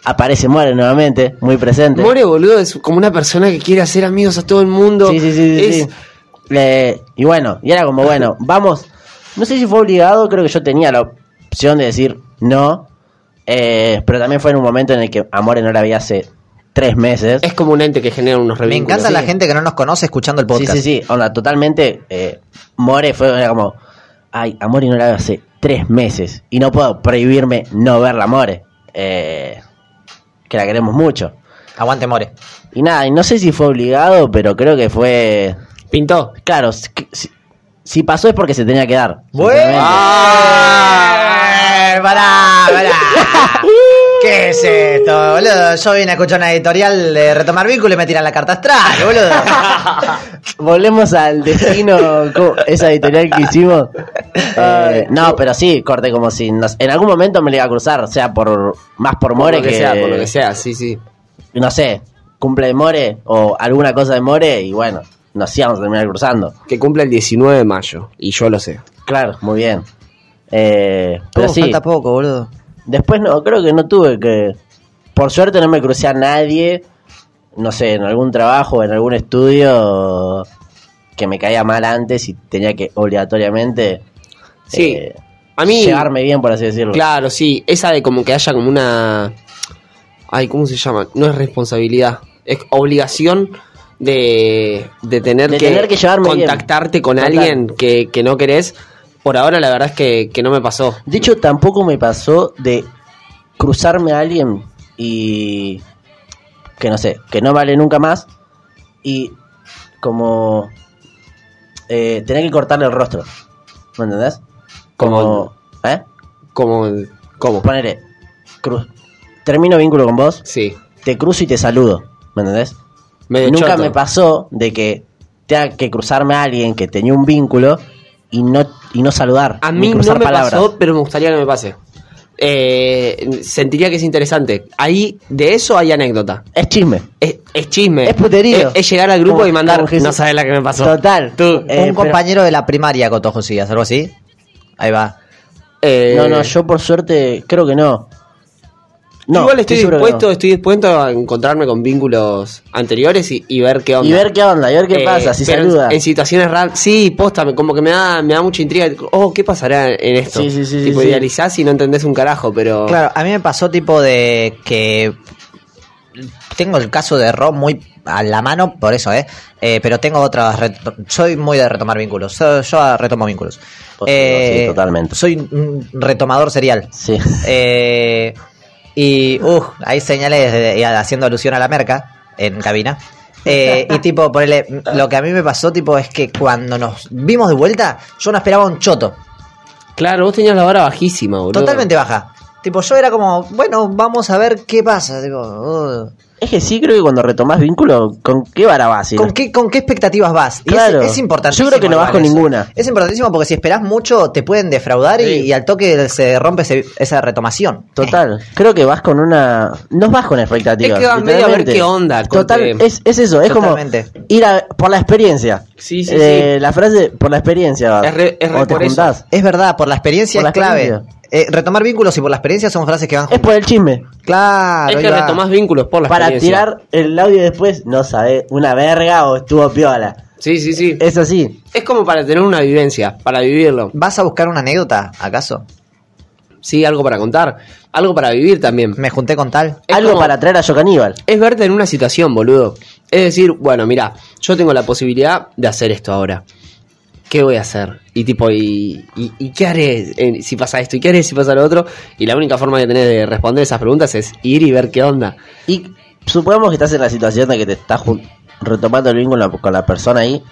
Speaker 2: Aparece More nuevamente, muy presente.
Speaker 3: More, boludo, es como una persona que quiere hacer amigos a todo el mundo.
Speaker 2: Sí, sí, sí, sí,
Speaker 3: Es-
Speaker 2: sí. Eh, y bueno, y era como, bueno, vamos. No sé si fue obligado, creo que yo tenía la opción de decir no. eh, pero también fue en un momento en el que Amore no la había hace tres meses.
Speaker 3: es como un ente que genera unos
Speaker 1: Me
Speaker 3: revínculos.
Speaker 1: encanta la gente que no nos conoce escuchando el
Speaker 2: Sí,
Speaker 1: podcast.
Speaker 2: sí, sí. Onda, totalmente. eh, More fue era como, ay, a More no la veo hace tres meses. Y no puedo prohibirme no verla, a More. Eh, que la queremos mucho.
Speaker 1: Aguante, More.
Speaker 2: Y nada, y no sé si fue obligado, pero creo que fue
Speaker 3: Pintó.
Speaker 2: Claro, si, si- si pasó es porque se tenía que dar.
Speaker 1: Bueno.
Speaker 2: sinceramente.
Speaker 1: ver, Ah, pará, pará.
Speaker 2: Uh.
Speaker 1: ¿Qué es esto, boludo? Yo vine a escuchar una editorial de retomar vínculo y me tiran la carta astral, boludo.
Speaker 2: Volvemos al destino, co- esa editorial que hicimos. Eh, no, pero sí, corte como si nos- en algún momento me lo iba a cruzar, sea por más por
Speaker 3: Por
Speaker 2: More
Speaker 3: lo que
Speaker 2: que,
Speaker 3: sea, por lo que sea, sí, sí.
Speaker 2: no sé, cumple de More o alguna cosa de More y bueno, nos íbamos a terminar cruzando.
Speaker 3: Que cumple el 19 de mayo, y yo lo sé.
Speaker 2: Claro, muy bien. Eh, pero
Speaker 1: Uh,
Speaker 2: sí,
Speaker 1: Falta poco, boludo.
Speaker 2: después no, creo que no tuve que. Por suerte no me crucé a nadie, no sé, en algún trabajo, en algún estudio que me caía mal antes y tenía que obligatoriamente
Speaker 3: Sí.
Speaker 2: eh,
Speaker 3: a mí.
Speaker 2: llevarme bien, por así decirlo.
Speaker 3: Claro, sí. Esa de como que haya como una. Ay, ¿cómo se llama? No es responsabilidad. Es obligación de, de tener
Speaker 2: De
Speaker 3: que,
Speaker 2: tener que llevarme bien.
Speaker 3: contactarte con
Speaker 2: Total.
Speaker 3: alguien que, que no querés. Por ahora, la verdad es que, que no me pasó.
Speaker 2: De hecho, tampoco me pasó de cruzarme a alguien y. que no sé, que no vale nunca más. Y como. eh, tener que cortarle el rostro. ¿Me entendés? Como. ¿Eh?
Speaker 3: Como. ¿Cómo?
Speaker 2: Ponele. cru- termino vínculo con vos,
Speaker 3: Sí.
Speaker 2: te cruzo y te saludo. ¿Me entendés?
Speaker 3: medio
Speaker 2: Nunca
Speaker 3: choto.
Speaker 2: me pasó de que tenga que cruzarme a alguien que tenía un vínculo y no, y no saludar.
Speaker 3: A
Speaker 2: ni
Speaker 3: mí no
Speaker 2: cruzar
Speaker 3: me
Speaker 2: palabras.
Speaker 3: pasó, pero me gustaría que me pase. Eh, sentiría que es interesante. Ahí, de eso hay anécdota.
Speaker 2: Es chisme.
Speaker 3: Es, es chisme.
Speaker 2: Es puterío.
Speaker 3: Es, es llegar al grupo
Speaker 2: Como-
Speaker 3: y mandar.
Speaker 2: como Jesús.
Speaker 3: No sabes la que me pasó.
Speaker 2: Total.
Speaker 3: Tú.
Speaker 2: Eh,
Speaker 1: Un
Speaker 2: pero-
Speaker 1: compañero de la primaria Coto Josías, algo así. Ahí va.
Speaker 3: Eh,
Speaker 2: No, no, yo por suerte creo que no.
Speaker 3: igual estoy,
Speaker 2: seguro que
Speaker 3: dispuesto,
Speaker 2: no.
Speaker 3: estoy dispuesto a encontrarme con vínculos anteriores y, y ver qué onda.
Speaker 2: Y ver qué onda, y ver qué
Speaker 3: Eh,
Speaker 2: pasa, si
Speaker 3: pero en-
Speaker 2: saluda.
Speaker 3: En, situaciones raras. Sí, posta, me- como que me da, me da mucha intriga. Oh, ¿qué pasará en esto?
Speaker 2: Sí, sí, sí,
Speaker 3: Tipo,
Speaker 2: sí, sí.
Speaker 3: idealizás y no entendés un carajo, pero.
Speaker 1: Claro, a mí me pasó tipo de que tengo el caso de Rob muy a la mano, por eso, ¿eh? Eh, pero tengo otras... reto- Soy muy de retomar vínculos. So- Yo retomo vínculos. Eh,
Speaker 2: Pues, sí, totalmente.
Speaker 1: Soy un retomador serial.
Speaker 2: Sí.
Speaker 1: Eh, y uh, hay señales de- y haciendo alusión a la merca en cabina. Eh, y tipo, ponele, lo que a mí me pasó, tipo, es que cuando nos vimos de vuelta, yo no esperaba un choto.
Speaker 3: Claro, vos tenías la vara bajísima, boludo.
Speaker 1: Totalmente baja. Tipo, yo era como, bueno, vamos a ver qué pasa. Tipo, uh,
Speaker 2: Es que sí, creo que cuando retomás vínculo, ¿con qué vara vas? Si
Speaker 1: ¿con,
Speaker 2: no-
Speaker 1: qué, ¿Con qué expectativas vas? Y
Speaker 2: Claro.
Speaker 1: es, es importantísimo.
Speaker 2: Yo creo que no
Speaker 1: igual
Speaker 2: vas con
Speaker 1: eso.
Speaker 2: ninguna.
Speaker 1: Es importantísimo porque si esperás mucho, te pueden defraudar y, y al toque se rompe ese- esa retomación.
Speaker 2: Total, creo que vas con una. No vas con expectativas.
Speaker 3: Es que vas medio a ver
Speaker 2: literalmente.
Speaker 3: qué onda, corte.
Speaker 2: Total, es, es eso, es
Speaker 1: Totalmente.
Speaker 2: como ir a, por la experiencia.
Speaker 3: Sí, sí,
Speaker 2: Eh, La frase por la experiencia vas.
Speaker 3: Es re- es re
Speaker 2: o te
Speaker 3: por eso.
Speaker 2: juntás.
Speaker 1: Es verdad, por la experiencia
Speaker 2: Por la
Speaker 1: es clave.
Speaker 2: experiencia.
Speaker 1: Eh, retomar vínculos y por la experiencia son frases que van
Speaker 2: Es
Speaker 1: juntas.
Speaker 2: por el chisme.
Speaker 1: Claro,
Speaker 3: es
Speaker 1: ahí
Speaker 3: que
Speaker 1: va.
Speaker 3: retomás vínculos por la
Speaker 2: Para
Speaker 3: experiencia.
Speaker 2: tirar el audio después, no sabés, una verga o estuvo piola.
Speaker 3: Sí, sí, sí.
Speaker 2: Es así.
Speaker 3: Es como para tener una vivencia, para vivirlo.
Speaker 1: ¿Vas a buscar una anécdota, acaso?
Speaker 3: Sí, algo para contar, algo para vivir también.
Speaker 1: Me junté con tal.
Speaker 3: Es
Speaker 2: Algo
Speaker 3: como-
Speaker 2: para traer a Yo Caníbal.
Speaker 3: Es verte en una situación, boludo. Es decir, bueno, mira, yo tengo la posibilidad de hacer esto ahora. ¿Qué voy a hacer? Y tipo, ¿y, y, y qué haré eh, si pasa esto? ¿Y qué haré si pasa lo otro? Y la única forma que tenés de responder esas preguntas es ir y ver qué onda.
Speaker 2: Y supongamos que estás en la situación de que te estás jun- retomando el vínculo con la persona ahí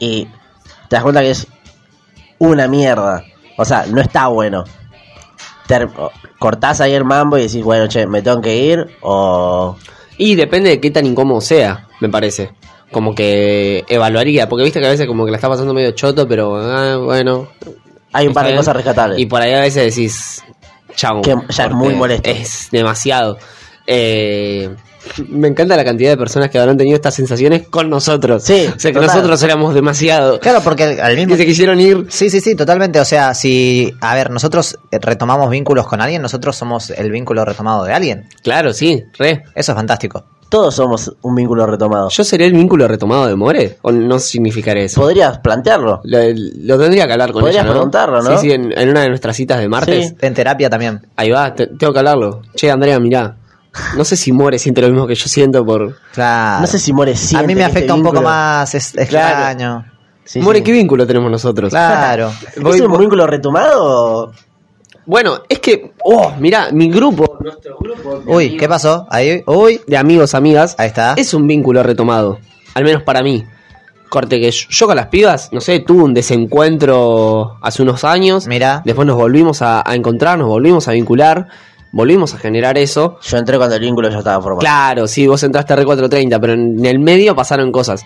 Speaker 2: y te das cuenta que es una mierda. O sea, no está bueno. Ter- o- cortás ahí el mambo y decís, bueno, che, me tengo que ir o...
Speaker 3: Y depende de qué tan incómodo sea, me parece. Como que evaluaría, porque viste que a veces como que la está pasando medio choto, pero ah, bueno.
Speaker 2: Hay un par de
Speaker 3: Está bien.
Speaker 2: cosas rescatables.
Speaker 3: Y por ahí a veces decís, chau.
Speaker 2: Que ya es
Speaker 3: corte.
Speaker 2: muy molesto.
Speaker 3: Es demasiado. Eh, me encanta la cantidad de personas que habrán tenido estas sensaciones con nosotros.
Speaker 2: Sí,
Speaker 3: o sea que
Speaker 2: total.
Speaker 3: nosotros éramos demasiado.
Speaker 1: Claro, porque al- al mismo
Speaker 3: Que se quisieron ir.
Speaker 1: Sí, sí, sí, totalmente. O sea, si, a ver, nosotros eh, retomamos vínculos con alguien, nosotros somos el vínculo retomado de alguien.
Speaker 3: Claro, sí, re.
Speaker 1: Eso es fantástico.
Speaker 2: Todos somos un vínculo retomado.
Speaker 3: ¿Yo seré el vínculo retomado de More? ¿O no significaré eso?
Speaker 2: Podrías plantearlo.
Speaker 3: Lo, lo tendría que hablar con
Speaker 2: Podrías
Speaker 3: ella, ¿no?
Speaker 2: preguntarlo, ¿no?
Speaker 3: Sí, sí, en, en una de nuestras citas de martes.
Speaker 2: Sí.
Speaker 1: En terapia también.
Speaker 3: Ahí va, te- tengo que hablarlo. Che, Andrea, mirá. No sé si More siente lo mismo que yo siento por...
Speaker 1: Claro.
Speaker 2: No sé si More
Speaker 1: A
Speaker 2: siente
Speaker 1: mí
Speaker 2: que
Speaker 1: me
Speaker 2: este
Speaker 1: afecta un poco
Speaker 2: vínculo-
Speaker 1: más, es es
Speaker 2: Claro.
Speaker 1: extraño.
Speaker 2: Sí,
Speaker 3: More,
Speaker 2: sí.
Speaker 3: ¿qué vínculo tenemos nosotros?
Speaker 1: Claro.
Speaker 2: ¿Es un vínculo retomado o...?
Speaker 3: Bueno, es que... Oh, mirá, mi grupo
Speaker 1: Uy, ¿qué pasó? Ahí, uy.
Speaker 3: de amigos, amigas,
Speaker 1: Ahí está.
Speaker 3: es un vínculo retomado. Al menos para mí. Corte que yo, yo con las pibas, no sé, tuve un desencuentro hace unos años.
Speaker 1: Mirá.
Speaker 3: Después nos volvimos a, a encontrar, nos volvimos a vincular, volvimos a generar eso.
Speaker 2: Yo entré cuando el vínculo ya estaba formado.
Speaker 3: Claro, sí, vos entraste a R430, pero en el medio pasaron cosas.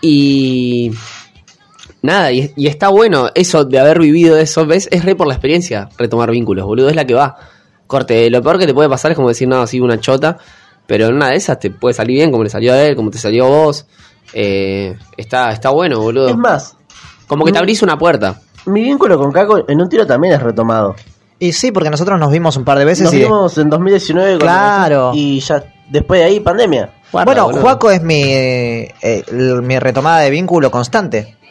Speaker 3: Y. Nada, y, y está bueno eso de haber vivido eso, ¿ves? Es re por la experiencia retomar vínculos, boludo, es la que va. Corte, lo peor que te puede pasar es como decir, no, así una chota, pero en una de esas te puede salir bien, como le salió a él, como te salió a vos. Eh, está, está bueno, boludo.
Speaker 2: Es más,
Speaker 3: como que te abrís una puerta.
Speaker 2: mi vínculo con Caco en un tiro también es retomado.
Speaker 1: Y sí, porque nosotros nos vimos un par de veces
Speaker 2: Nos
Speaker 1: y...
Speaker 2: vimos en 2019 con-
Speaker 1: Claro.
Speaker 2: y ya después de ahí pandemia.
Speaker 1: bueno,
Speaker 3: boludo.
Speaker 1: Juaco es mi, eh, el- mi retomada de vínculo constante.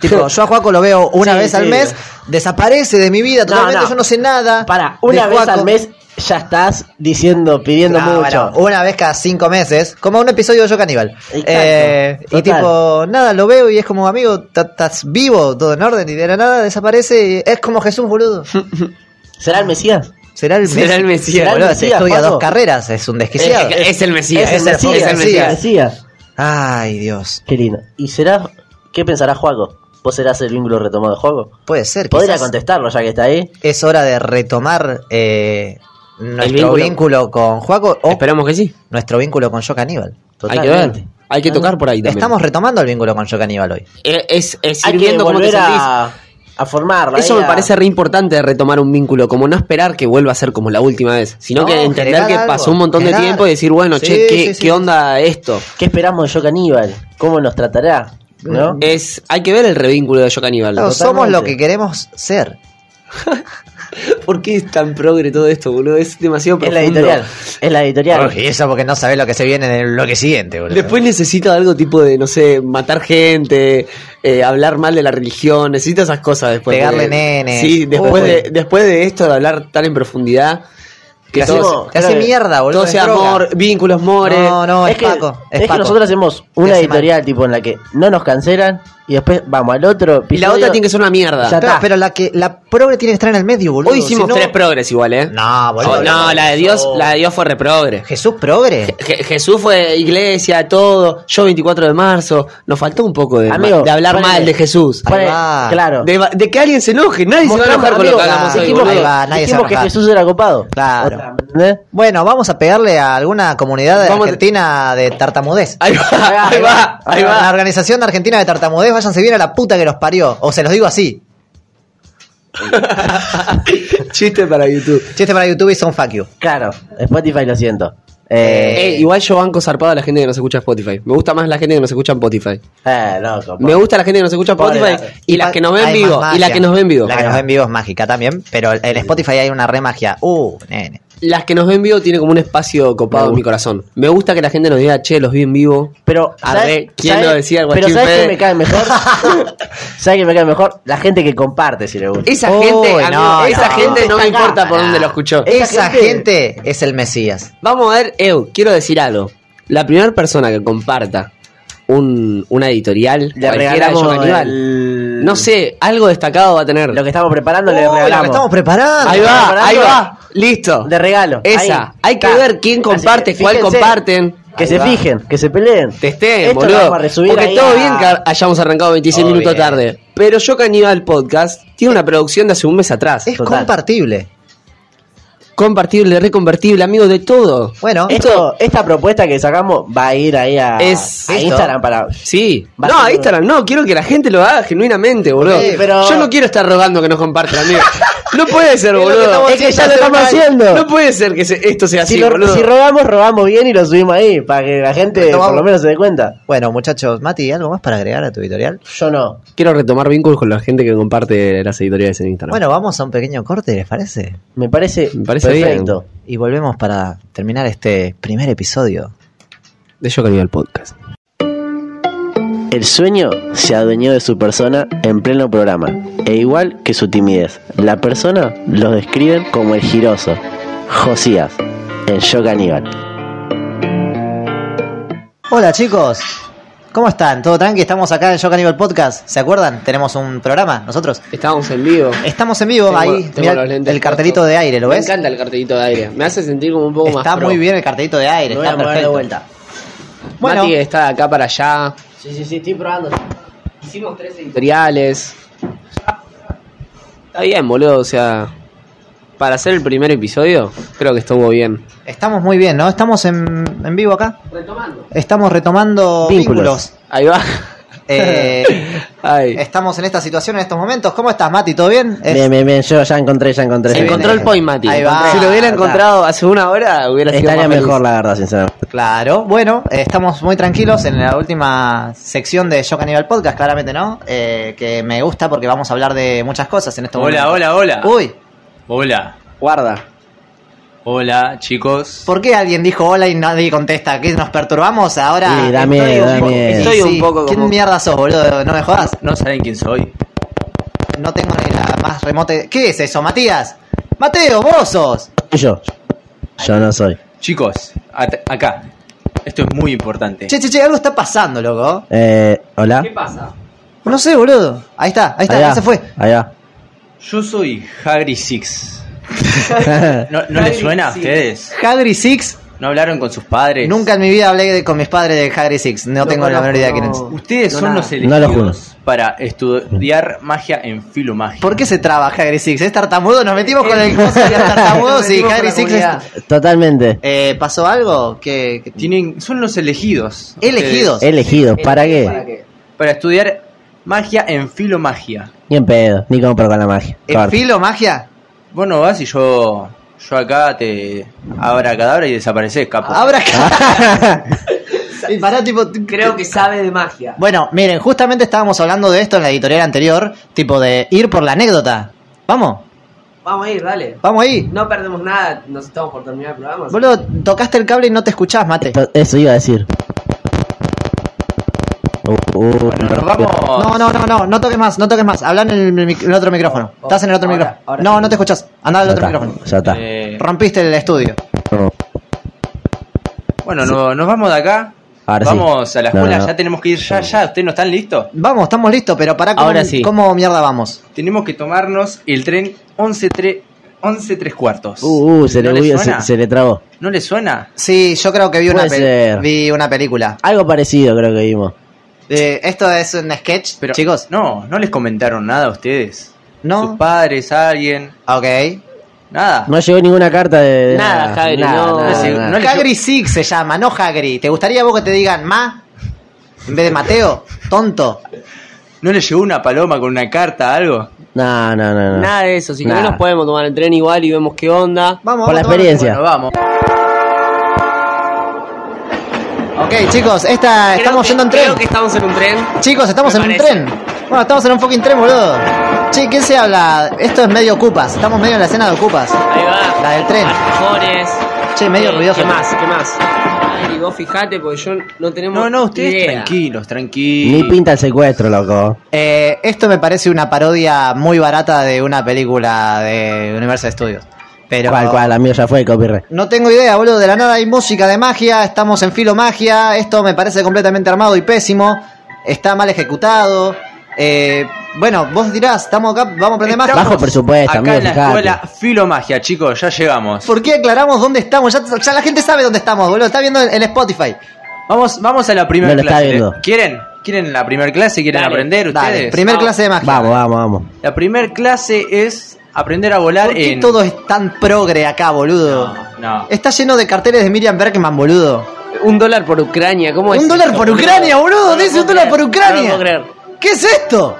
Speaker 1: Tipo, yo a Juaco lo veo una
Speaker 2: Sí,
Speaker 1: vez al
Speaker 2: sí.
Speaker 1: mes, desaparece de mi vida,
Speaker 2: No,
Speaker 1: totalmente
Speaker 2: no.
Speaker 1: yo no sé nada.
Speaker 2: Para,
Speaker 1: Ah, de
Speaker 2: una vez
Speaker 1: Juaco.
Speaker 2: al mes ya estás diciendo, pidiendo
Speaker 1: Ah,
Speaker 2: mucho.
Speaker 1: bueno, una vez cada cinco meses, como un episodio de Yo Caníbal.
Speaker 2: Exacto,
Speaker 1: Eh, y
Speaker 2: total.
Speaker 1: tipo, nada, lo veo y es como, amigo, ta- estás vivo, todo en orden, y de la nada desaparece y es como Jesús, boludo.
Speaker 2: ¿Será el Mesías?
Speaker 1: Será el
Speaker 3: Será el Mesías,
Speaker 1: Será el
Speaker 2: boludo,
Speaker 1: Mesías,
Speaker 2: estudia
Speaker 1: Juaco. dos
Speaker 2: dos
Speaker 1: carreras, es un desquiciado.
Speaker 3: el Mesías,
Speaker 1: es el Mesías,
Speaker 2: el Mesías.
Speaker 1: Ay, Dios.
Speaker 2: Qué lindo. ¿Y será qué pensará Juaco? ¿Vos serás el vínculo retomado de Juaco?
Speaker 1: Puede ser.
Speaker 2: Podría
Speaker 1: quizás
Speaker 2: contestarlo ya que está ahí.
Speaker 1: Es hora de retomar eh, nuestro
Speaker 3: vínculo.
Speaker 1: vínculo con Juaco o
Speaker 3: Esperamos que sí.
Speaker 1: nuestro vínculo con Yo Caníbal.
Speaker 3: Hay que ver. Hay que tocar por ahí también.
Speaker 1: Estamos retomando el vínculo con Yo Caníbal hoy.
Speaker 3: Eh, Es, es ir
Speaker 2: Hay que
Speaker 3: viendo cómo te
Speaker 2: volver
Speaker 3: sentís.
Speaker 2: a, a formarlo.
Speaker 3: Eso
Speaker 2: ahí
Speaker 3: me
Speaker 2: a-
Speaker 3: parece re importante de retomar un vínculo, como no esperar que vuelva a ser como la última vez, sino
Speaker 1: No,
Speaker 3: que entender
Speaker 1: generar
Speaker 3: que
Speaker 1: algo,
Speaker 3: pasó un montón
Speaker 1: generar.
Speaker 3: de tiempo y decir, bueno,
Speaker 1: Sí,
Speaker 3: che, ¿qué,
Speaker 1: sí, sí.
Speaker 3: qué onda esto?
Speaker 2: ¿Qué esperamos de Yo Caníbal? ¿Cómo nos tratará? ¿No?
Speaker 3: Es, hay que ver el revínculo de Yo Caníbal.
Speaker 1: Claro, somos
Speaker 2: totalmente.
Speaker 1: lo que queremos ser.
Speaker 3: ¿Por qué es tan progre todo esto, boludo? Es demasiado
Speaker 2: Es
Speaker 3: profundo.
Speaker 2: la editorial. Es la editorial.
Speaker 1: Y eso porque no sabés lo que se viene en el bloque siguiente, boludo.
Speaker 3: Después necesita algo tipo de, no sé, matar gente, eh, hablar mal de la religión, necesita esas cosas después.
Speaker 1: Pegarle
Speaker 3: de-
Speaker 1: nenes.
Speaker 3: Sí, después,
Speaker 1: Uy.
Speaker 3: de, después de esto de hablar tan en profundidad,
Speaker 1: te
Speaker 3: que
Speaker 1: hace,
Speaker 3: todo,
Speaker 1: te hace
Speaker 2: claro,
Speaker 1: mierda, boludo.
Speaker 3: todo
Speaker 1: es
Speaker 3: sea
Speaker 1: droga.
Speaker 3: amor, vínculos, mores.
Speaker 1: No, no, es,
Speaker 2: que,
Speaker 1: Paco. Es,
Speaker 2: es que
Speaker 1: Paco.
Speaker 2: nosotros hacemos
Speaker 1: Te
Speaker 2: una
Speaker 1: hace
Speaker 2: editorial tipo en la que no nos cancelan y después vamos al otro
Speaker 3: y la otra tiene que
Speaker 2: ser
Speaker 3: ser una mierda.
Speaker 2: Ya
Speaker 1: Claro,
Speaker 2: está.
Speaker 1: pero la que la progre tiene que estar en el medio, boludo.
Speaker 3: Hoy hicimos
Speaker 1: si no-
Speaker 3: tres progres igual, ¿eh?
Speaker 1: No, boludo.
Speaker 3: Oh, no, la de Dios, la de Dios fue reprogre.
Speaker 1: Jesús progre.
Speaker 3: Je- Jesús fue iglesia, todo. Yo 24 de marzo. Nos faltó un poco de,
Speaker 2: Amigo,
Speaker 3: de hablar
Speaker 2: ponele.
Speaker 3: mal de Jesús.
Speaker 1: Ahí va.
Speaker 2: Claro.
Speaker 3: De, de que alguien se enoje. Nadie se va a
Speaker 2: Mostramos,
Speaker 3: enojar con lo que
Speaker 2: amigo,
Speaker 3: hagamos hoy,
Speaker 2: dijimos
Speaker 1: Ahí
Speaker 3: boludo.
Speaker 2: que-
Speaker 1: va, nadie se
Speaker 2: dijimos
Speaker 1: va a
Speaker 2: que
Speaker 1: enojar.
Speaker 2: Jesús era copado.
Speaker 1: Claro.
Speaker 2: O sea, ¿me entendés?
Speaker 1: Bueno, vamos a pegarle a alguna comunidad
Speaker 3: Vamos a-
Speaker 1: argentina de tartamudez.
Speaker 3: Ahí va, ahí va, ahí
Speaker 1: La
Speaker 3: va.
Speaker 1: organización argentina de tartamudez, váyanse bien a la puta que los parió. O se los digo así.
Speaker 3: Chiste para YouTube.
Speaker 1: Chiste para YouTube y son fuck you.
Speaker 2: Claro. Spotify lo siento. Eh,
Speaker 3: Eh, igual yo banco zarpado a la gente que nos escucha en Spotify. Me gusta más la gente que nos escucha en Spotify.
Speaker 2: eh, loco.
Speaker 3: Me gusta la gente que nos escucha en
Speaker 2: Pobre
Speaker 3: Spotify
Speaker 2: la-
Speaker 3: y las que nos ven
Speaker 1: Hay
Speaker 3: vivo.
Speaker 1: más
Speaker 3: Y las
Speaker 1: magia.
Speaker 3: que nos ven vivo.
Speaker 1: La que nos ven vivo es mágica también, pero en Spotify hay una re magia. Uh, nene.
Speaker 3: Las que nos ven vivo tiene como un espacio copado en mi corazón. Me gusta que la gente nos diga, che, los vi en vivo.
Speaker 2: Pero,
Speaker 3: Arre,
Speaker 2: ¿sabes-
Speaker 3: ¿quién
Speaker 2: sabes-
Speaker 3: lo decía, el
Speaker 2: Pero
Speaker 3: guachín
Speaker 2: ¿sabes
Speaker 3: Fede?
Speaker 2: qué me cae mejor? ¿Sabes qué me cae mejor? La gente que comparte, si le gusta.
Speaker 3: Esa
Speaker 1: Uy,
Speaker 3: gente,
Speaker 1: no,
Speaker 3: amigo,
Speaker 1: no,
Speaker 3: esa
Speaker 1: no.
Speaker 3: gente no me
Speaker 2: Está acá.
Speaker 3: importa por dónde lo escuchó.
Speaker 1: Esa,
Speaker 2: Esa
Speaker 1: gente...
Speaker 2: gente-
Speaker 1: es el Mesías.
Speaker 3: Vamos a ver, Eu, quiero decir algo. La primera persona que comparta un, una editorial,
Speaker 2: Le
Speaker 3: cualquiera de
Speaker 2: regalamos
Speaker 3: John Aníbal,
Speaker 2: el-
Speaker 3: no sé, algo destacado va a tener.
Speaker 2: Lo que estamos preparando
Speaker 1: Uy,
Speaker 2: le
Speaker 1: lo que
Speaker 2: regalamos.
Speaker 1: estamos preparando.
Speaker 3: ahí va,
Speaker 2: preparando.
Speaker 3: ahí va, listo.
Speaker 2: De regalo.
Speaker 3: Esa,
Speaker 2: Ahí.
Speaker 3: hay que
Speaker 2: Está.
Speaker 3: ver quién comparte,
Speaker 2: Ah. Así que
Speaker 3: cuál
Speaker 2: fíjense,
Speaker 3: comparten.
Speaker 2: Que
Speaker 3: Ahí
Speaker 2: se
Speaker 3: va.
Speaker 2: fijen, que se peleen.
Speaker 3: Testé,
Speaker 2: Esto lo
Speaker 3: boludo.
Speaker 2: vamos a resubir
Speaker 3: Porque
Speaker 2: ahí
Speaker 3: todo
Speaker 2: a-
Speaker 3: bien que hayamos arrancado 26
Speaker 1: Todo
Speaker 3: minutos
Speaker 1: bien.
Speaker 3: tarde. Pero yo Caníbal Podcast tiene una producción de hace un mes atrás.
Speaker 1: Es
Speaker 2: Total.
Speaker 1: compartible.
Speaker 3: Compartible, reconvertible, amigo de todo.
Speaker 1: Bueno,
Speaker 2: Esto, esta propuesta que sacamos va a ir ahí a,
Speaker 3: Es
Speaker 2: a
Speaker 1: esto.
Speaker 2: Instagram para.
Speaker 3: Sí.
Speaker 2: Va
Speaker 3: no,
Speaker 2: a ser-
Speaker 3: Instagram no, quiero que la gente lo haga genuinamente, boludo.
Speaker 1: Sí,
Speaker 2: pero-
Speaker 3: Yo no quiero estar rogando que nos compartan, amigo. No puede ser,
Speaker 1: lo que
Speaker 3: boludo.
Speaker 1: estamos
Speaker 2: Es que ya lo estamos haciendo.
Speaker 3: No puede ser que se- esto sea
Speaker 2: si,
Speaker 3: así,
Speaker 2: lo-
Speaker 3: boludo.
Speaker 2: si robamos, robamos bien y lo subimos ahí, para que la gente
Speaker 1: Retomamos.
Speaker 2: por lo menos se dé cuenta.
Speaker 1: bueno, muchachos, Mati, ¿algo más para agregar a tu editorial?
Speaker 2: Yo no.
Speaker 3: Quiero retomar vínculos con la gente que comparte las editoriales en Instagram.
Speaker 1: Bueno, vamos a un pequeño corte, ¿les parece?
Speaker 2: Me parece,
Speaker 3: Me parece
Speaker 2: perfecto.
Speaker 1: Y volvemos para terminar este primer episodio.
Speaker 3: de Yo Caníbal Podcast.
Speaker 2: El sueño se adueñó de su persona en pleno programa, e igual que su timidez. La persona lo describen como el giroso, Josías, en Yo Caníbal.
Speaker 1: Hola chicos, ¿cómo están? ¿Todo tranqui? Estamos acá en Yo Caníbal Podcast, ¿se acuerdan? Tenemos un programa, nosotros.
Speaker 3: Estábamos en vivo.
Speaker 1: Estamos en vivo,
Speaker 3: Tengo-
Speaker 1: ahí,
Speaker 3: tengo
Speaker 1: mirá
Speaker 3: los lentes
Speaker 1: el cartelito
Speaker 3: puestos.
Speaker 1: de aire, ¿lo ves?
Speaker 3: Me encanta el cartelito de aire. Me hace sentir como un poco más.
Speaker 1: Está
Speaker 3: pro.
Speaker 1: muy bien el cartelito de aire,
Speaker 2: Lo voy
Speaker 1: está
Speaker 2: a mover de
Speaker 1: perfecto.
Speaker 2: vuelta.
Speaker 1: Bueno,
Speaker 3: Mati está de acá para allá.
Speaker 2: Sí, sí, sí, estoy probando.
Speaker 3: Hicimos tres editoriales. Está bien, boludo, o sea. Para hacer el primer episodio, creo que estuvo bien.
Speaker 1: Estamos muy bien, ¿no? Estamos en, en vivo acá.
Speaker 3: Retomando.
Speaker 1: Estamos retomando vínculos.
Speaker 4: Vínculos.
Speaker 3: Ahí va.
Speaker 1: Eh,
Speaker 3: Ay.
Speaker 1: estamos en esta situación en estos momentos. ¿Cómo estás, Mati? ¿Todo bien? Es-
Speaker 4: Bien, bien, bien, yo ya encontré, ya encontré.
Speaker 1: Se
Speaker 4: Ya
Speaker 3: Encontró
Speaker 4: encontré.
Speaker 3: el point, Mati.
Speaker 1: Ahí va.
Speaker 3: si lo hubiera
Speaker 1: Ah,
Speaker 3: encontrado hace una hora, hubiera sido más
Speaker 4: Estaría
Speaker 3: feliz.
Speaker 4: mejor, la verdad, sinceramente.
Speaker 1: Claro, bueno, eh, estamos muy tranquilos en la última sección de Yo Caníbal Podcast, claramente, ¿no? Eh, que me gusta porque vamos a hablar de muchas cosas en estos
Speaker 9: Hola,
Speaker 1: momentos.
Speaker 9: hola, hola.
Speaker 1: Uy,
Speaker 9: Hola.
Speaker 3: Guarda.
Speaker 9: Hola, chicos.
Speaker 1: ¿por qué alguien dijo hola y nadie contesta? ¿Qué nos perturbamos ahora?
Speaker 4: Sí, da
Speaker 1: Estoy
Speaker 4: miedo,
Speaker 1: un
Speaker 4: da
Speaker 1: poco-
Speaker 4: miedo.
Speaker 3: Estoy un poco
Speaker 1: ¿Quién
Speaker 3: como-
Speaker 1: mierda sos, boludo? No me jodas.
Speaker 9: No saben quién soy.
Speaker 1: No tengo ni la más remota. ¿Qué es eso, Matías? Mateo, vos sos.
Speaker 4: Yo. Yo no soy.
Speaker 9: Chicos, at- acá. Esto es muy importante.
Speaker 1: Che, che, che, algo está pasando, loco.
Speaker 4: Eh, hola.
Speaker 3: pasa?
Speaker 1: No sé, boludo. Ahí está, ahí está,
Speaker 4: Allá,
Speaker 1: ahí se fue.
Speaker 4: Allá.
Speaker 9: Yo soy Hagrid Six. ¿No, no les suena a ustedes?
Speaker 1: Hagrid Six.
Speaker 9: ¿No hablaron con sus padres?
Speaker 1: Nunca en mi vida hablé de- con mis padres de Hagrid Six. No, tengo la menor idea de quién es.
Speaker 9: Ustedes son los
Speaker 4: No
Speaker 9: elegidos
Speaker 4: lo juro.
Speaker 9: para estudiar magia en filomagia.
Speaker 1: ¿Por qué se traba Hagrid Six? ¿Es tartamudo? Nos metimos con el coso de los tartamudos y Hagrid Six es...
Speaker 4: Totalmente.
Speaker 1: Eh, ¿Pasó algo? ¿Qué, qué-
Speaker 9: Tienen, son los elegidos.
Speaker 1: Elegidos.
Speaker 4: Elegido. ¿Para qué?
Speaker 9: ustedes, Para estudiar magia en filomagia.
Speaker 4: Ni en pedo. Ni compro con la magia.
Speaker 1: ¿En
Speaker 4: Corta.
Speaker 1: filo, magia?
Speaker 9: Vos no vas y yo, yo acá te abra cadabra y desapareces, capo.
Speaker 1: Ahora Y pará, tipo...
Speaker 3: Creo que sabe de magia.
Speaker 1: Bueno, miren, justamente estábamos hablando de esto en la editorial anterior, tipo de ir por la anécdota. Vamos,
Speaker 3: Vamos a ir, dale.
Speaker 1: vamos ahí.
Speaker 3: No perdemos nada, nos estamos por terminar el programa.
Speaker 1: Boludo, tocaste el cable y no te escuchás, mate.
Speaker 4: To- Eso iba a decir. Uh, uh,
Speaker 9: Bueno, nos vamos.
Speaker 1: No, no, no, no, no toques más, no toques más. Habla en el, mic- el otro micrófono.
Speaker 3: Oh, oh,
Speaker 1: Estás en el otro
Speaker 3: ahora,
Speaker 1: micrófono.
Speaker 3: ahora
Speaker 1: no,
Speaker 3: sí.
Speaker 1: no te escuchás. Anda al
Speaker 4: ya
Speaker 1: otro
Speaker 4: está,
Speaker 1: micrófono.
Speaker 4: ya está.
Speaker 9: Eh,
Speaker 1: Rompiste el estudio.
Speaker 4: No,
Speaker 9: bueno, no- nos vamos de acá.
Speaker 4: Ahora sí.
Speaker 9: vamos a la
Speaker 4: No,
Speaker 9: escuela,
Speaker 4: no.
Speaker 9: ya tenemos que ir ya, ya. ¿Ustedes no están listos?
Speaker 1: Vamos, estamos listos, pero para cómo,
Speaker 3: Ahora sí.
Speaker 1: cómo mierda vamos.
Speaker 9: Tenemos que tomarnos el tren 11, tre- 11 tres cuartos.
Speaker 4: Uh, uh, se,
Speaker 9: ¿No
Speaker 4: le,
Speaker 9: les
Speaker 4: huyó-
Speaker 9: suena?
Speaker 4: se, se le trabó.
Speaker 9: ¿No les suena?
Speaker 1: Sí, yo creo que vi una,
Speaker 4: Puede
Speaker 1: peli-
Speaker 4: ser.
Speaker 1: vi una película.
Speaker 4: Algo parecido creo que vimos.
Speaker 1: Eh, esto es un sketch,
Speaker 9: Pero,
Speaker 1: chicos.
Speaker 9: No, no les comentaron nada a ustedes. Sus
Speaker 1: No.
Speaker 9: padres, alguien,
Speaker 1: Ok.
Speaker 9: nada.
Speaker 4: No llegó ninguna carta de... de
Speaker 3: Nada, Javi, no.
Speaker 9: No llegó-
Speaker 4: nada.
Speaker 9: no les-
Speaker 1: Hagrid Six se llama, no Hagrid. ¿Te gustaría vos que te digan Ma? En vez de Mateo. Tonto.
Speaker 9: ¿No les llegó una paloma con una carta, algo?
Speaker 4: No, no, no, no.
Speaker 3: Nada de eso, si no
Speaker 4: Nada.
Speaker 3: nos podemos tomar el tren igual y vemos qué onda.
Speaker 1: Vamos,
Speaker 4: Por
Speaker 1: vamos,
Speaker 4: la
Speaker 1: vamos.
Speaker 4: experiencia.
Speaker 9: Bueno, vamos.
Speaker 1: Ok, chicos, esta, estamos
Speaker 3: Creo que-
Speaker 1: yendo en tren.
Speaker 3: Creo que estamos en un tren.
Speaker 1: Chicos, estamos en
Speaker 3: Me
Speaker 1: un
Speaker 3: parece.
Speaker 1: tren. Bueno, estamos en un fucking tren, boludo. Che, ¿quién se habla? Esto es medio ocupas. Estamos medio en la escena de ocupas.
Speaker 3: Ahí va.
Speaker 1: La del tren.
Speaker 3: Cajones.
Speaker 1: Che, medio
Speaker 3: Eh,
Speaker 1: ruidoso.
Speaker 3: ¿Qué más? ¿Qué más? Ay, vos fijate porque yo no tenemos.
Speaker 9: No, no, ustedes
Speaker 3: idea.
Speaker 9: tranquilos,
Speaker 4: Ni
Speaker 9: tranquilos.
Speaker 4: pinta el secuestro, loco.
Speaker 1: Eh, esto me parece una parodia muy barata de una película de Universal Studios. Pero
Speaker 4: Cual, cual, amigo, ya fue, copyright.
Speaker 1: no tengo idea, boludo. De la nada hay música de magia, estamos en filo magia. Esto me parece completamente armado y pésimo. Está mal ejecutado. Eh, bueno, vos dirás, estamos acá, vamos a aprender magia.
Speaker 4: Bajo presupuesto,
Speaker 9: Acá
Speaker 4: amigo,
Speaker 9: en la
Speaker 4: fijate.
Speaker 9: escuela Filomagia, chicos, ya llegamos.
Speaker 1: ¿Por qué aclaramos dónde estamos? Ya, ya la gente sabe dónde estamos, boludo. Está viendo en Spotify.
Speaker 9: Vamos, vamos a la primera
Speaker 4: No lo está
Speaker 9: clase.
Speaker 4: viendo.
Speaker 9: ¿Quieren? ¿Quieren la primera clase? ¿Quieren
Speaker 3: Dale,
Speaker 9: aprender ustedes?
Speaker 1: Dale, primer
Speaker 3: No.
Speaker 1: clase de magia.
Speaker 4: Vamos, vamos, vamos.
Speaker 9: La primera clase es aprender a volar
Speaker 1: ¿Por qué
Speaker 9: en.
Speaker 1: todo es tan progre acá, boludo?
Speaker 9: No.
Speaker 1: Está lleno de carteles de Miriam Bergman, boludo.
Speaker 3: Un dólar por Ucrania, ¿cómo es?
Speaker 1: Un dólar
Speaker 3: eso?
Speaker 1: por Ucrania, boludo.
Speaker 3: No lo
Speaker 1: Dice
Speaker 3: puedo
Speaker 1: un dólar por
Speaker 3: creer,
Speaker 1: Ucrania.
Speaker 3: no lo puedo creer.
Speaker 1: ¿Qué es esto?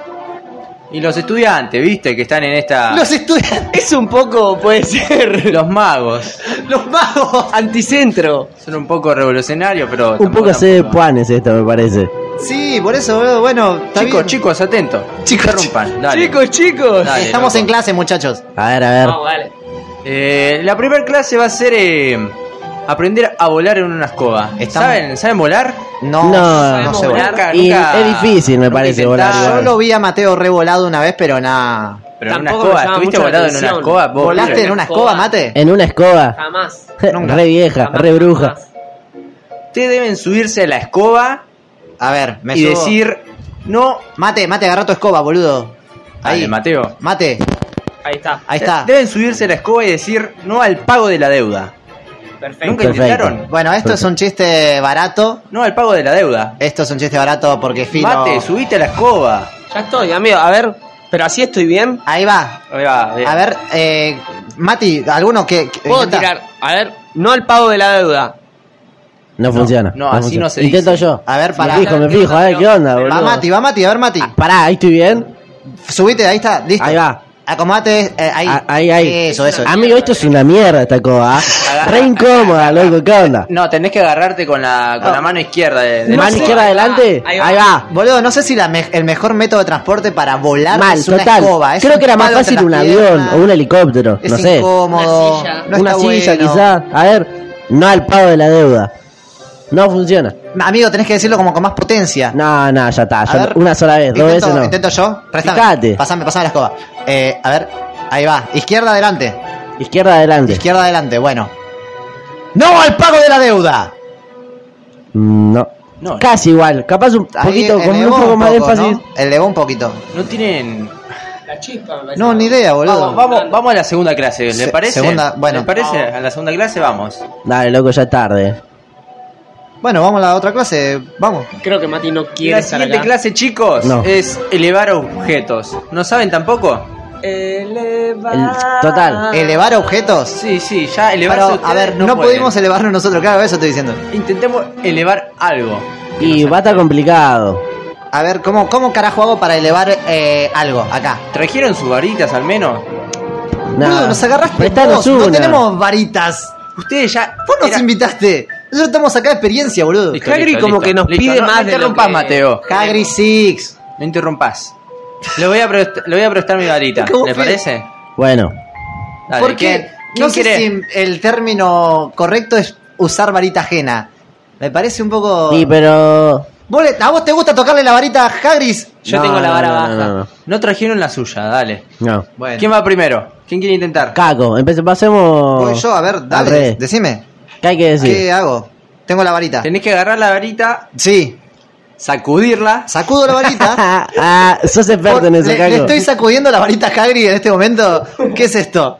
Speaker 9: Y los estudiantes, viste, que están en
Speaker 3: Ah.
Speaker 9: esta.
Speaker 1: Los estudiantes,
Speaker 3: Es un poco, puede ser.
Speaker 9: Los magos.
Speaker 1: los magos.
Speaker 3: Anticentro.
Speaker 9: Son un poco revolucionarios, pero.
Speaker 4: Un
Speaker 9: tampoco
Speaker 4: poco se de
Speaker 9: tampoco.
Speaker 4: Puanes esto, me parece.
Speaker 1: Sí, por eso, boludo. Bueno, está
Speaker 9: Chicos,
Speaker 1: bien.
Speaker 9: chicos, atentos.
Speaker 1: Chicos,
Speaker 9: No interrumpan, dale.
Speaker 3: Chicos, chicos.
Speaker 9: Dale,
Speaker 1: Estamos
Speaker 9: loco.
Speaker 1: en clase, muchachos.
Speaker 4: A ver, a ver.
Speaker 3: Vamos, dale.
Speaker 9: Eh, la primera clase va a ser eh, aprender a volar en una escoba.
Speaker 1: Estamos-
Speaker 9: ¿Saben, ¿Saben volar?
Speaker 1: No,
Speaker 4: No.
Speaker 1: no sé, boludo.
Speaker 3: Volar.
Speaker 9: Nunca-
Speaker 4: Y
Speaker 9: nunca-
Speaker 4: es difícil, me
Speaker 9: nunca
Speaker 4: parece,
Speaker 9: intentaron.
Speaker 4: volar
Speaker 1: Yo lo vi a Mateo revolado una vez, pero nada.
Speaker 9: Pero en una
Speaker 3: Tampoco me
Speaker 9: escoba,
Speaker 3: llama mucho
Speaker 9: ¿estuviste
Speaker 3: la
Speaker 9: volado en una
Speaker 3: atención.
Speaker 9: escoba? vos,
Speaker 1: ¿Volaste
Speaker 9: Miguel?
Speaker 1: en una escoba, mate?
Speaker 2: Eh,
Speaker 4: En una escoba.
Speaker 3: Jamás.
Speaker 1: Ah, Nunca.
Speaker 4: Re vieja,
Speaker 3: Jamás,
Speaker 4: re bruja.
Speaker 3: jamás.
Speaker 9: Ustedes deben subirse a la escoba
Speaker 1: A ver, me
Speaker 9: y
Speaker 1: subo.
Speaker 9: decir, no,
Speaker 1: Mate, mate, agarra tu escoba, boludo. Ahí,
Speaker 9: ahí, Mateo.
Speaker 1: mate.
Speaker 3: Ahí está.
Speaker 1: Ahí está.
Speaker 9: Eh, Deben subirse a la escoba y decir no al pago de la deuda. Perfecto. ¿Nunca
Speaker 2: Perfecto.
Speaker 9: intentaron?
Speaker 1: Bueno, esto es un chiste barato.
Speaker 9: No, el pago de la deuda.
Speaker 1: Esto es un chiste barato porque fino.
Speaker 9: Mate, subite a la escoba.
Speaker 4: Ya estoy, amigo. A ver, pero así estoy bien.
Speaker 1: Ahí va.
Speaker 9: Ahí va, eh.
Speaker 1: A ver, eh, Mati, ¿alguno que. que-
Speaker 4: Puedo
Speaker 1: intenta?
Speaker 4: tirar. A ver, no el pago de la deuda.
Speaker 2: No funciona.
Speaker 9: no, así
Speaker 2: funciona.
Speaker 9: no se
Speaker 2: Intento
Speaker 9: dice.
Speaker 2: yo.
Speaker 1: A ver, pará.
Speaker 2: Me fijo, me fijo, a ver qué onda, boludo.
Speaker 1: Va Mati, va Mati, a ver Mati.
Speaker 2: Ah, Pará, ahí estoy bien.
Speaker 1: Subite, ahí está, listo.
Speaker 2: Ahí va.
Speaker 1: Acomodate, eh, ahí.
Speaker 2: Ah, Ahí, ahí.
Speaker 1: Eso, eso.
Speaker 2: Amigo, esto es una mierda esta coba. Re incómoda, loco, ¿qué onda?
Speaker 9: No, tenés que agarrarte con la, con la mano izquierda. de- de-
Speaker 2: Mano
Speaker 9: de-
Speaker 2: izquierda adelante.
Speaker 4: Ahí
Speaker 2: Ahí
Speaker 4: va.
Speaker 2: va.
Speaker 1: Boludo, no sé si la me- el mejor método de transporte para volar
Speaker 2: Mal,
Speaker 1: es una
Speaker 2: total.
Speaker 1: escoba. Es
Speaker 2: Creo
Speaker 1: un
Speaker 2: que era más
Speaker 1: palo entre
Speaker 2: fácil un
Speaker 1: las
Speaker 2: avión
Speaker 1: piernas,
Speaker 2: o un helicóptero.
Speaker 1: Es
Speaker 2: no sé.
Speaker 1: incómodo.
Speaker 10: Una silla.
Speaker 1: no
Speaker 2: una
Speaker 1: está
Speaker 2: silla
Speaker 1: bueno.
Speaker 2: quizás. A ver, no al pago de la deuda. No funciona.
Speaker 1: Amigo, tenés que decirlo como con más potencia.
Speaker 2: No, no, ya está.
Speaker 1: A
Speaker 2: ya-
Speaker 1: ver,
Speaker 2: una sola vez, dos
Speaker 1: intento,
Speaker 2: veces no.
Speaker 1: Intento yo. Préstame.
Speaker 2: Fijate.
Speaker 1: Pasame, pasame la escoba. Eh, a ver, ahí va. Izquierda adelante.
Speaker 2: Izquierda adelante.
Speaker 1: Izquierda adelante, bueno. ¡No al pago de la deuda!
Speaker 2: Mm, No.
Speaker 9: No,
Speaker 2: Casi igual. Capaz un
Speaker 1: eh. Ahí
Speaker 2: poquito, con un
Speaker 1: elevó
Speaker 2: poco más de
Speaker 1: poco,
Speaker 2: énfasis.
Speaker 1: ¿no? Elevó un poquito.
Speaker 9: no tienen.
Speaker 1: No, ni idea, boludo.
Speaker 9: Vamos, vamos, vamos a la segunda clase, ¿le
Speaker 1: Se-
Speaker 9: parece?
Speaker 1: segunda, bueno.
Speaker 9: ¿Le parece? A la segunda clase vamos.
Speaker 2: Dale, loco, ya es tarde.
Speaker 1: Bueno, vamos a la otra clase. Vamos.
Speaker 4: Creo que Mati no quiere
Speaker 9: La
Speaker 4: estar
Speaker 9: siguiente
Speaker 4: acá.
Speaker 9: clase, chicos,
Speaker 2: No.
Speaker 9: es elevar objetos. ¿No saben tampoco?
Speaker 2: El- total.
Speaker 1: ¿Elevar objetos?
Speaker 9: Sí, sí, ya elevarse
Speaker 1: Pero, a
Speaker 9: ustedes
Speaker 1: ver, no,
Speaker 9: pueden.
Speaker 1: pudimos elevarnos nosotros, claro, eso estoy diciendo.
Speaker 9: Intentemos elevar algo.
Speaker 2: Y va a estar complicado.
Speaker 1: A ver, ¿cómo, cómo carajo hago para elevar eh, algo acá?
Speaker 9: ¿Trajeron sus varitas al menos?
Speaker 1: Boludo, nos agarraste
Speaker 2: Prestanos
Speaker 1: vos, no
Speaker 2: una.
Speaker 1: tenemos varitas.
Speaker 9: Ustedes ya...
Speaker 1: Vos nos
Speaker 9: era-
Speaker 1: invitaste. Nosotros estamos acá de experiencia, boludo.
Speaker 9: Listo,
Speaker 4: Hagrid
Speaker 9: listo,
Speaker 4: como
Speaker 9: listo.
Speaker 4: que nos
Speaker 9: Listo,
Speaker 4: pide
Speaker 9: no-
Speaker 4: más
Speaker 9: no
Speaker 4: de lo
Speaker 9: interrumpas,
Speaker 4: que-
Speaker 9: Mateo.
Speaker 1: Hagrid Six.
Speaker 9: No interrumpas. Le voy a, prest- le voy a prestar mi varita,
Speaker 1: ¿Cómo
Speaker 9: ¿le
Speaker 1: fue?
Speaker 9: parece?
Speaker 2: Bueno,
Speaker 9: Dale,
Speaker 1: Porque
Speaker 9: ¿quién-
Speaker 1: no
Speaker 9: quién
Speaker 1: sé
Speaker 9: quiere?
Speaker 1: si el término correcto es usar varita ajena. Me parece un poco.
Speaker 2: sí, pero.
Speaker 1: ¿Vos le- ¿A vos te gusta tocarle la varita a Hagris?
Speaker 9: Yo
Speaker 2: No,
Speaker 9: tengo la
Speaker 2: no,
Speaker 9: vara
Speaker 2: no,
Speaker 9: baja.
Speaker 2: no, no.
Speaker 9: No trajeron la suya, dale.
Speaker 2: No.
Speaker 1: Bueno,
Speaker 9: ¿Quién va primero? ¿Quién quiere intentar?
Speaker 2: Caco, empecemos. pasemos.
Speaker 1: voy yo, a ver, dale,
Speaker 2: al revés.
Speaker 1: decime.
Speaker 2: ¿Qué hay que decir?
Speaker 1: ¿Qué hago? Tengo la varita.
Speaker 9: Tenés que agarrar la varita,
Speaker 1: Sí,
Speaker 9: sacudirla.
Speaker 1: sacudo la varita.
Speaker 2: Ah, ah, sos experto
Speaker 1: Por-
Speaker 2: en
Speaker 1: le,
Speaker 2: eso, Caco.
Speaker 1: le estoy sacudiendo la varita a Hagrid en este momento. ¿Qué es esto?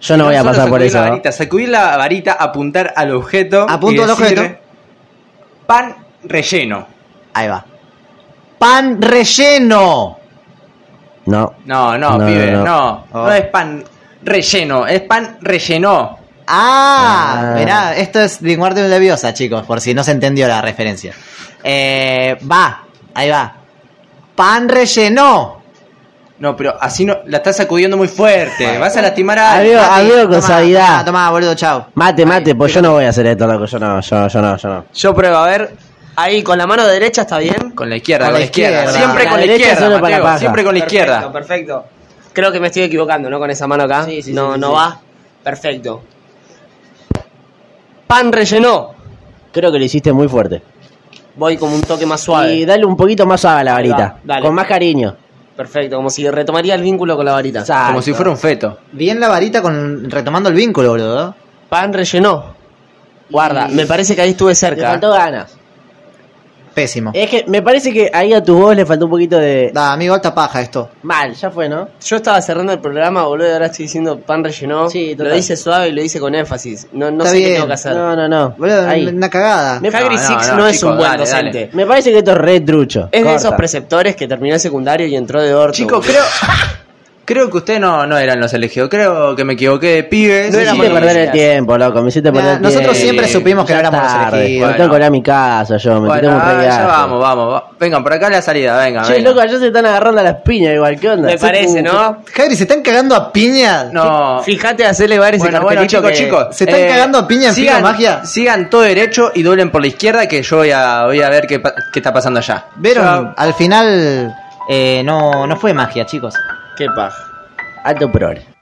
Speaker 2: Yo no voy a
Speaker 9: solo
Speaker 2: pasar por
Speaker 9: sacudir
Speaker 2: eso.
Speaker 9: La varita, sacudir la varita, apuntar al objeto.
Speaker 1: Apunto
Speaker 9: y
Speaker 1: al
Speaker 9: decir,
Speaker 1: objeto.
Speaker 9: Pan relleno.
Speaker 1: Ahí va. Pan relleno.
Speaker 2: No.
Speaker 9: No, no,
Speaker 2: No,
Speaker 9: pibe,
Speaker 2: no,
Speaker 9: no.
Speaker 2: no.
Speaker 9: No,
Speaker 1: Oh.
Speaker 9: es pan relleno, es pan relleno.
Speaker 1: Ah,
Speaker 2: Ah.
Speaker 1: mirá, esto es Linguardium Leviosa, chicos, por si no se entendió la referencia. Eh, va, ahí va. Pan relleno.
Speaker 9: No, pero así no, la estás sacudiendo muy fuerte. Vas a lastimar a alguien.
Speaker 2: Adiós, adiós con
Speaker 1: Tomá,
Speaker 2: suavidad.
Speaker 1: tomá, tomá, boludo, chao.
Speaker 2: Mate, mate, pues yo no voy a hacer esto, loco. Yo no, yo, yo no, yo no.
Speaker 4: Yo pruebo, a ver. Ahí, con la mano derecha está bien.
Speaker 9: Con la izquierda,
Speaker 1: Con
Speaker 9: con
Speaker 1: la
Speaker 9: la izquierda.
Speaker 1: izquierda.
Speaker 9: Siempre
Speaker 2: La
Speaker 9: con la
Speaker 2: derecha
Speaker 9: izquierda,
Speaker 2: solo para
Speaker 9: Mateo,
Speaker 2: la paja.
Speaker 9: siempre con la izquierda.
Speaker 4: Perfecto, perfecto. Creo que me estoy equivocando, ¿no? Con esa mano acá.
Speaker 2: Sí, sí,
Speaker 4: no,
Speaker 2: sí,
Speaker 4: no
Speaker 2: sí.
Speaker 4: va. Perfecto. Pan rellenó.
Speaker 2: Creo que lo hiciste muy fuerte.
Speaker 4: Voy como un toque más suave.
Speaker 2: Y dale un poquito más suave a la
Speaker 4: Ahí va,
Speaker 2: varita.
Speaker 4: dale.
Speaker 2: Con más cariño.
Speaker 4: Perfecto, como si retomaría el vínculo con la varita.
Speaker 9: Como si fuera un feto.
Speaker 1: Bien la varita con retomando el vínculo, boludo.
Speaker 4: Pan rellenó. Guarda, me parece que ahí estuve
Speaker 2: Le
Speaker 4: cerca.
Speaker 2: faltó ganas.
Speaker 1: Pésimo.
Speaker 2: Es que me parece que ahí a tu voz le faltó un poquito de.
Speaker 1: Da, amigo, alta paja esto.
Speaker 2: Mal, ya fue, ¿no?
Speaker 4: Yo estaba cerrando el programa, boludo, y ahora estoy diciendo pan rellenó.
Speaker 2: Sí,
Speaker 4: lo
Speaker 2: total.
Speaker 4: hice suave y lo hice con énfasis. No, no
Speaker 1: Está
Speaker 4: sé
Speaker 1: bien.
Speaker 4: qué tengo que hacer.
Speaker 2: No, no, no.
Speaker 1: Boludo,
Speaker 2: Ahí.
Speaker 1: una cagada.
Speaker 4: Me-
Speaker 9: No,
Speaker 4: Hagrid
Speaker 9: no,
Speaker 4: Six no,
Speaker 9: no,
Speaker 4: es
Speaker 9: chicos,
Speaker 4: un buen
Speaker 9: dale,
Speaker 4: docente.
Speaker 2: Me parece que esto es re trucho.
Speaker 4: Es de
Speaker 2: Corta.
Speaker 4: esos preceptores que terminó el secundario y entró de orto.
Speaker 9: Chicos,
Speaker 4: boludo.
Speaker 9: creo. Creo que ustedes no, no eran los elegidos. Creo que me equivoqué de pibes.
Speaker 2: Me
Speaker 9: Y-
Speaker 2: hiciste perder el tiempo, loco. Me hiciste
Speaker 1: Mirá,
Speaker 2: perder el tiempo.
Speaker 1: nosotros siempre supimos que no éramos los
Speaker 2: tarde.
Speaker 1: elegidos.
Speaker 2: Me tengo que ir a mi casa yo, me
Speaker 9: Bueno,
Speaker 2: tengo un
Speaker 9: ah,
Speaker 2: regalo.
Speaker 9: ya vamos, vamos. va- Vengan, por acá la salida, vengan.
Speaker 2: Che,
Speaker 9: vengan.
Speaker 2: loco, allá se están agarrando a las piñas igual, ¿qué onda?
Speaker 4: me parece, ¿no?
Speaker 1: Hagrid, ¿se están cagando a piña?
Speaker 9: No.
Speaker 4: Fíjate hacerle varios
Speaker 9: Bueno, bueno, chicos, chicos.
Speaker 1: ¿Se están
Speaker 9: eh,
Speaker 1: cagando a piña en
Speaker 9: sigan,
Speaker 1: Pico Magia?
Speaker 9: Sigan todo derecho y doblen por la izquierda que yo voy a, voy a ver qué, pa- qué está pasando allá.
Speaker 1: Vieron, al final eh, no, no fue magia, chicos.
Speaker 4: Qué paja.
Speaker 2: Alto prore.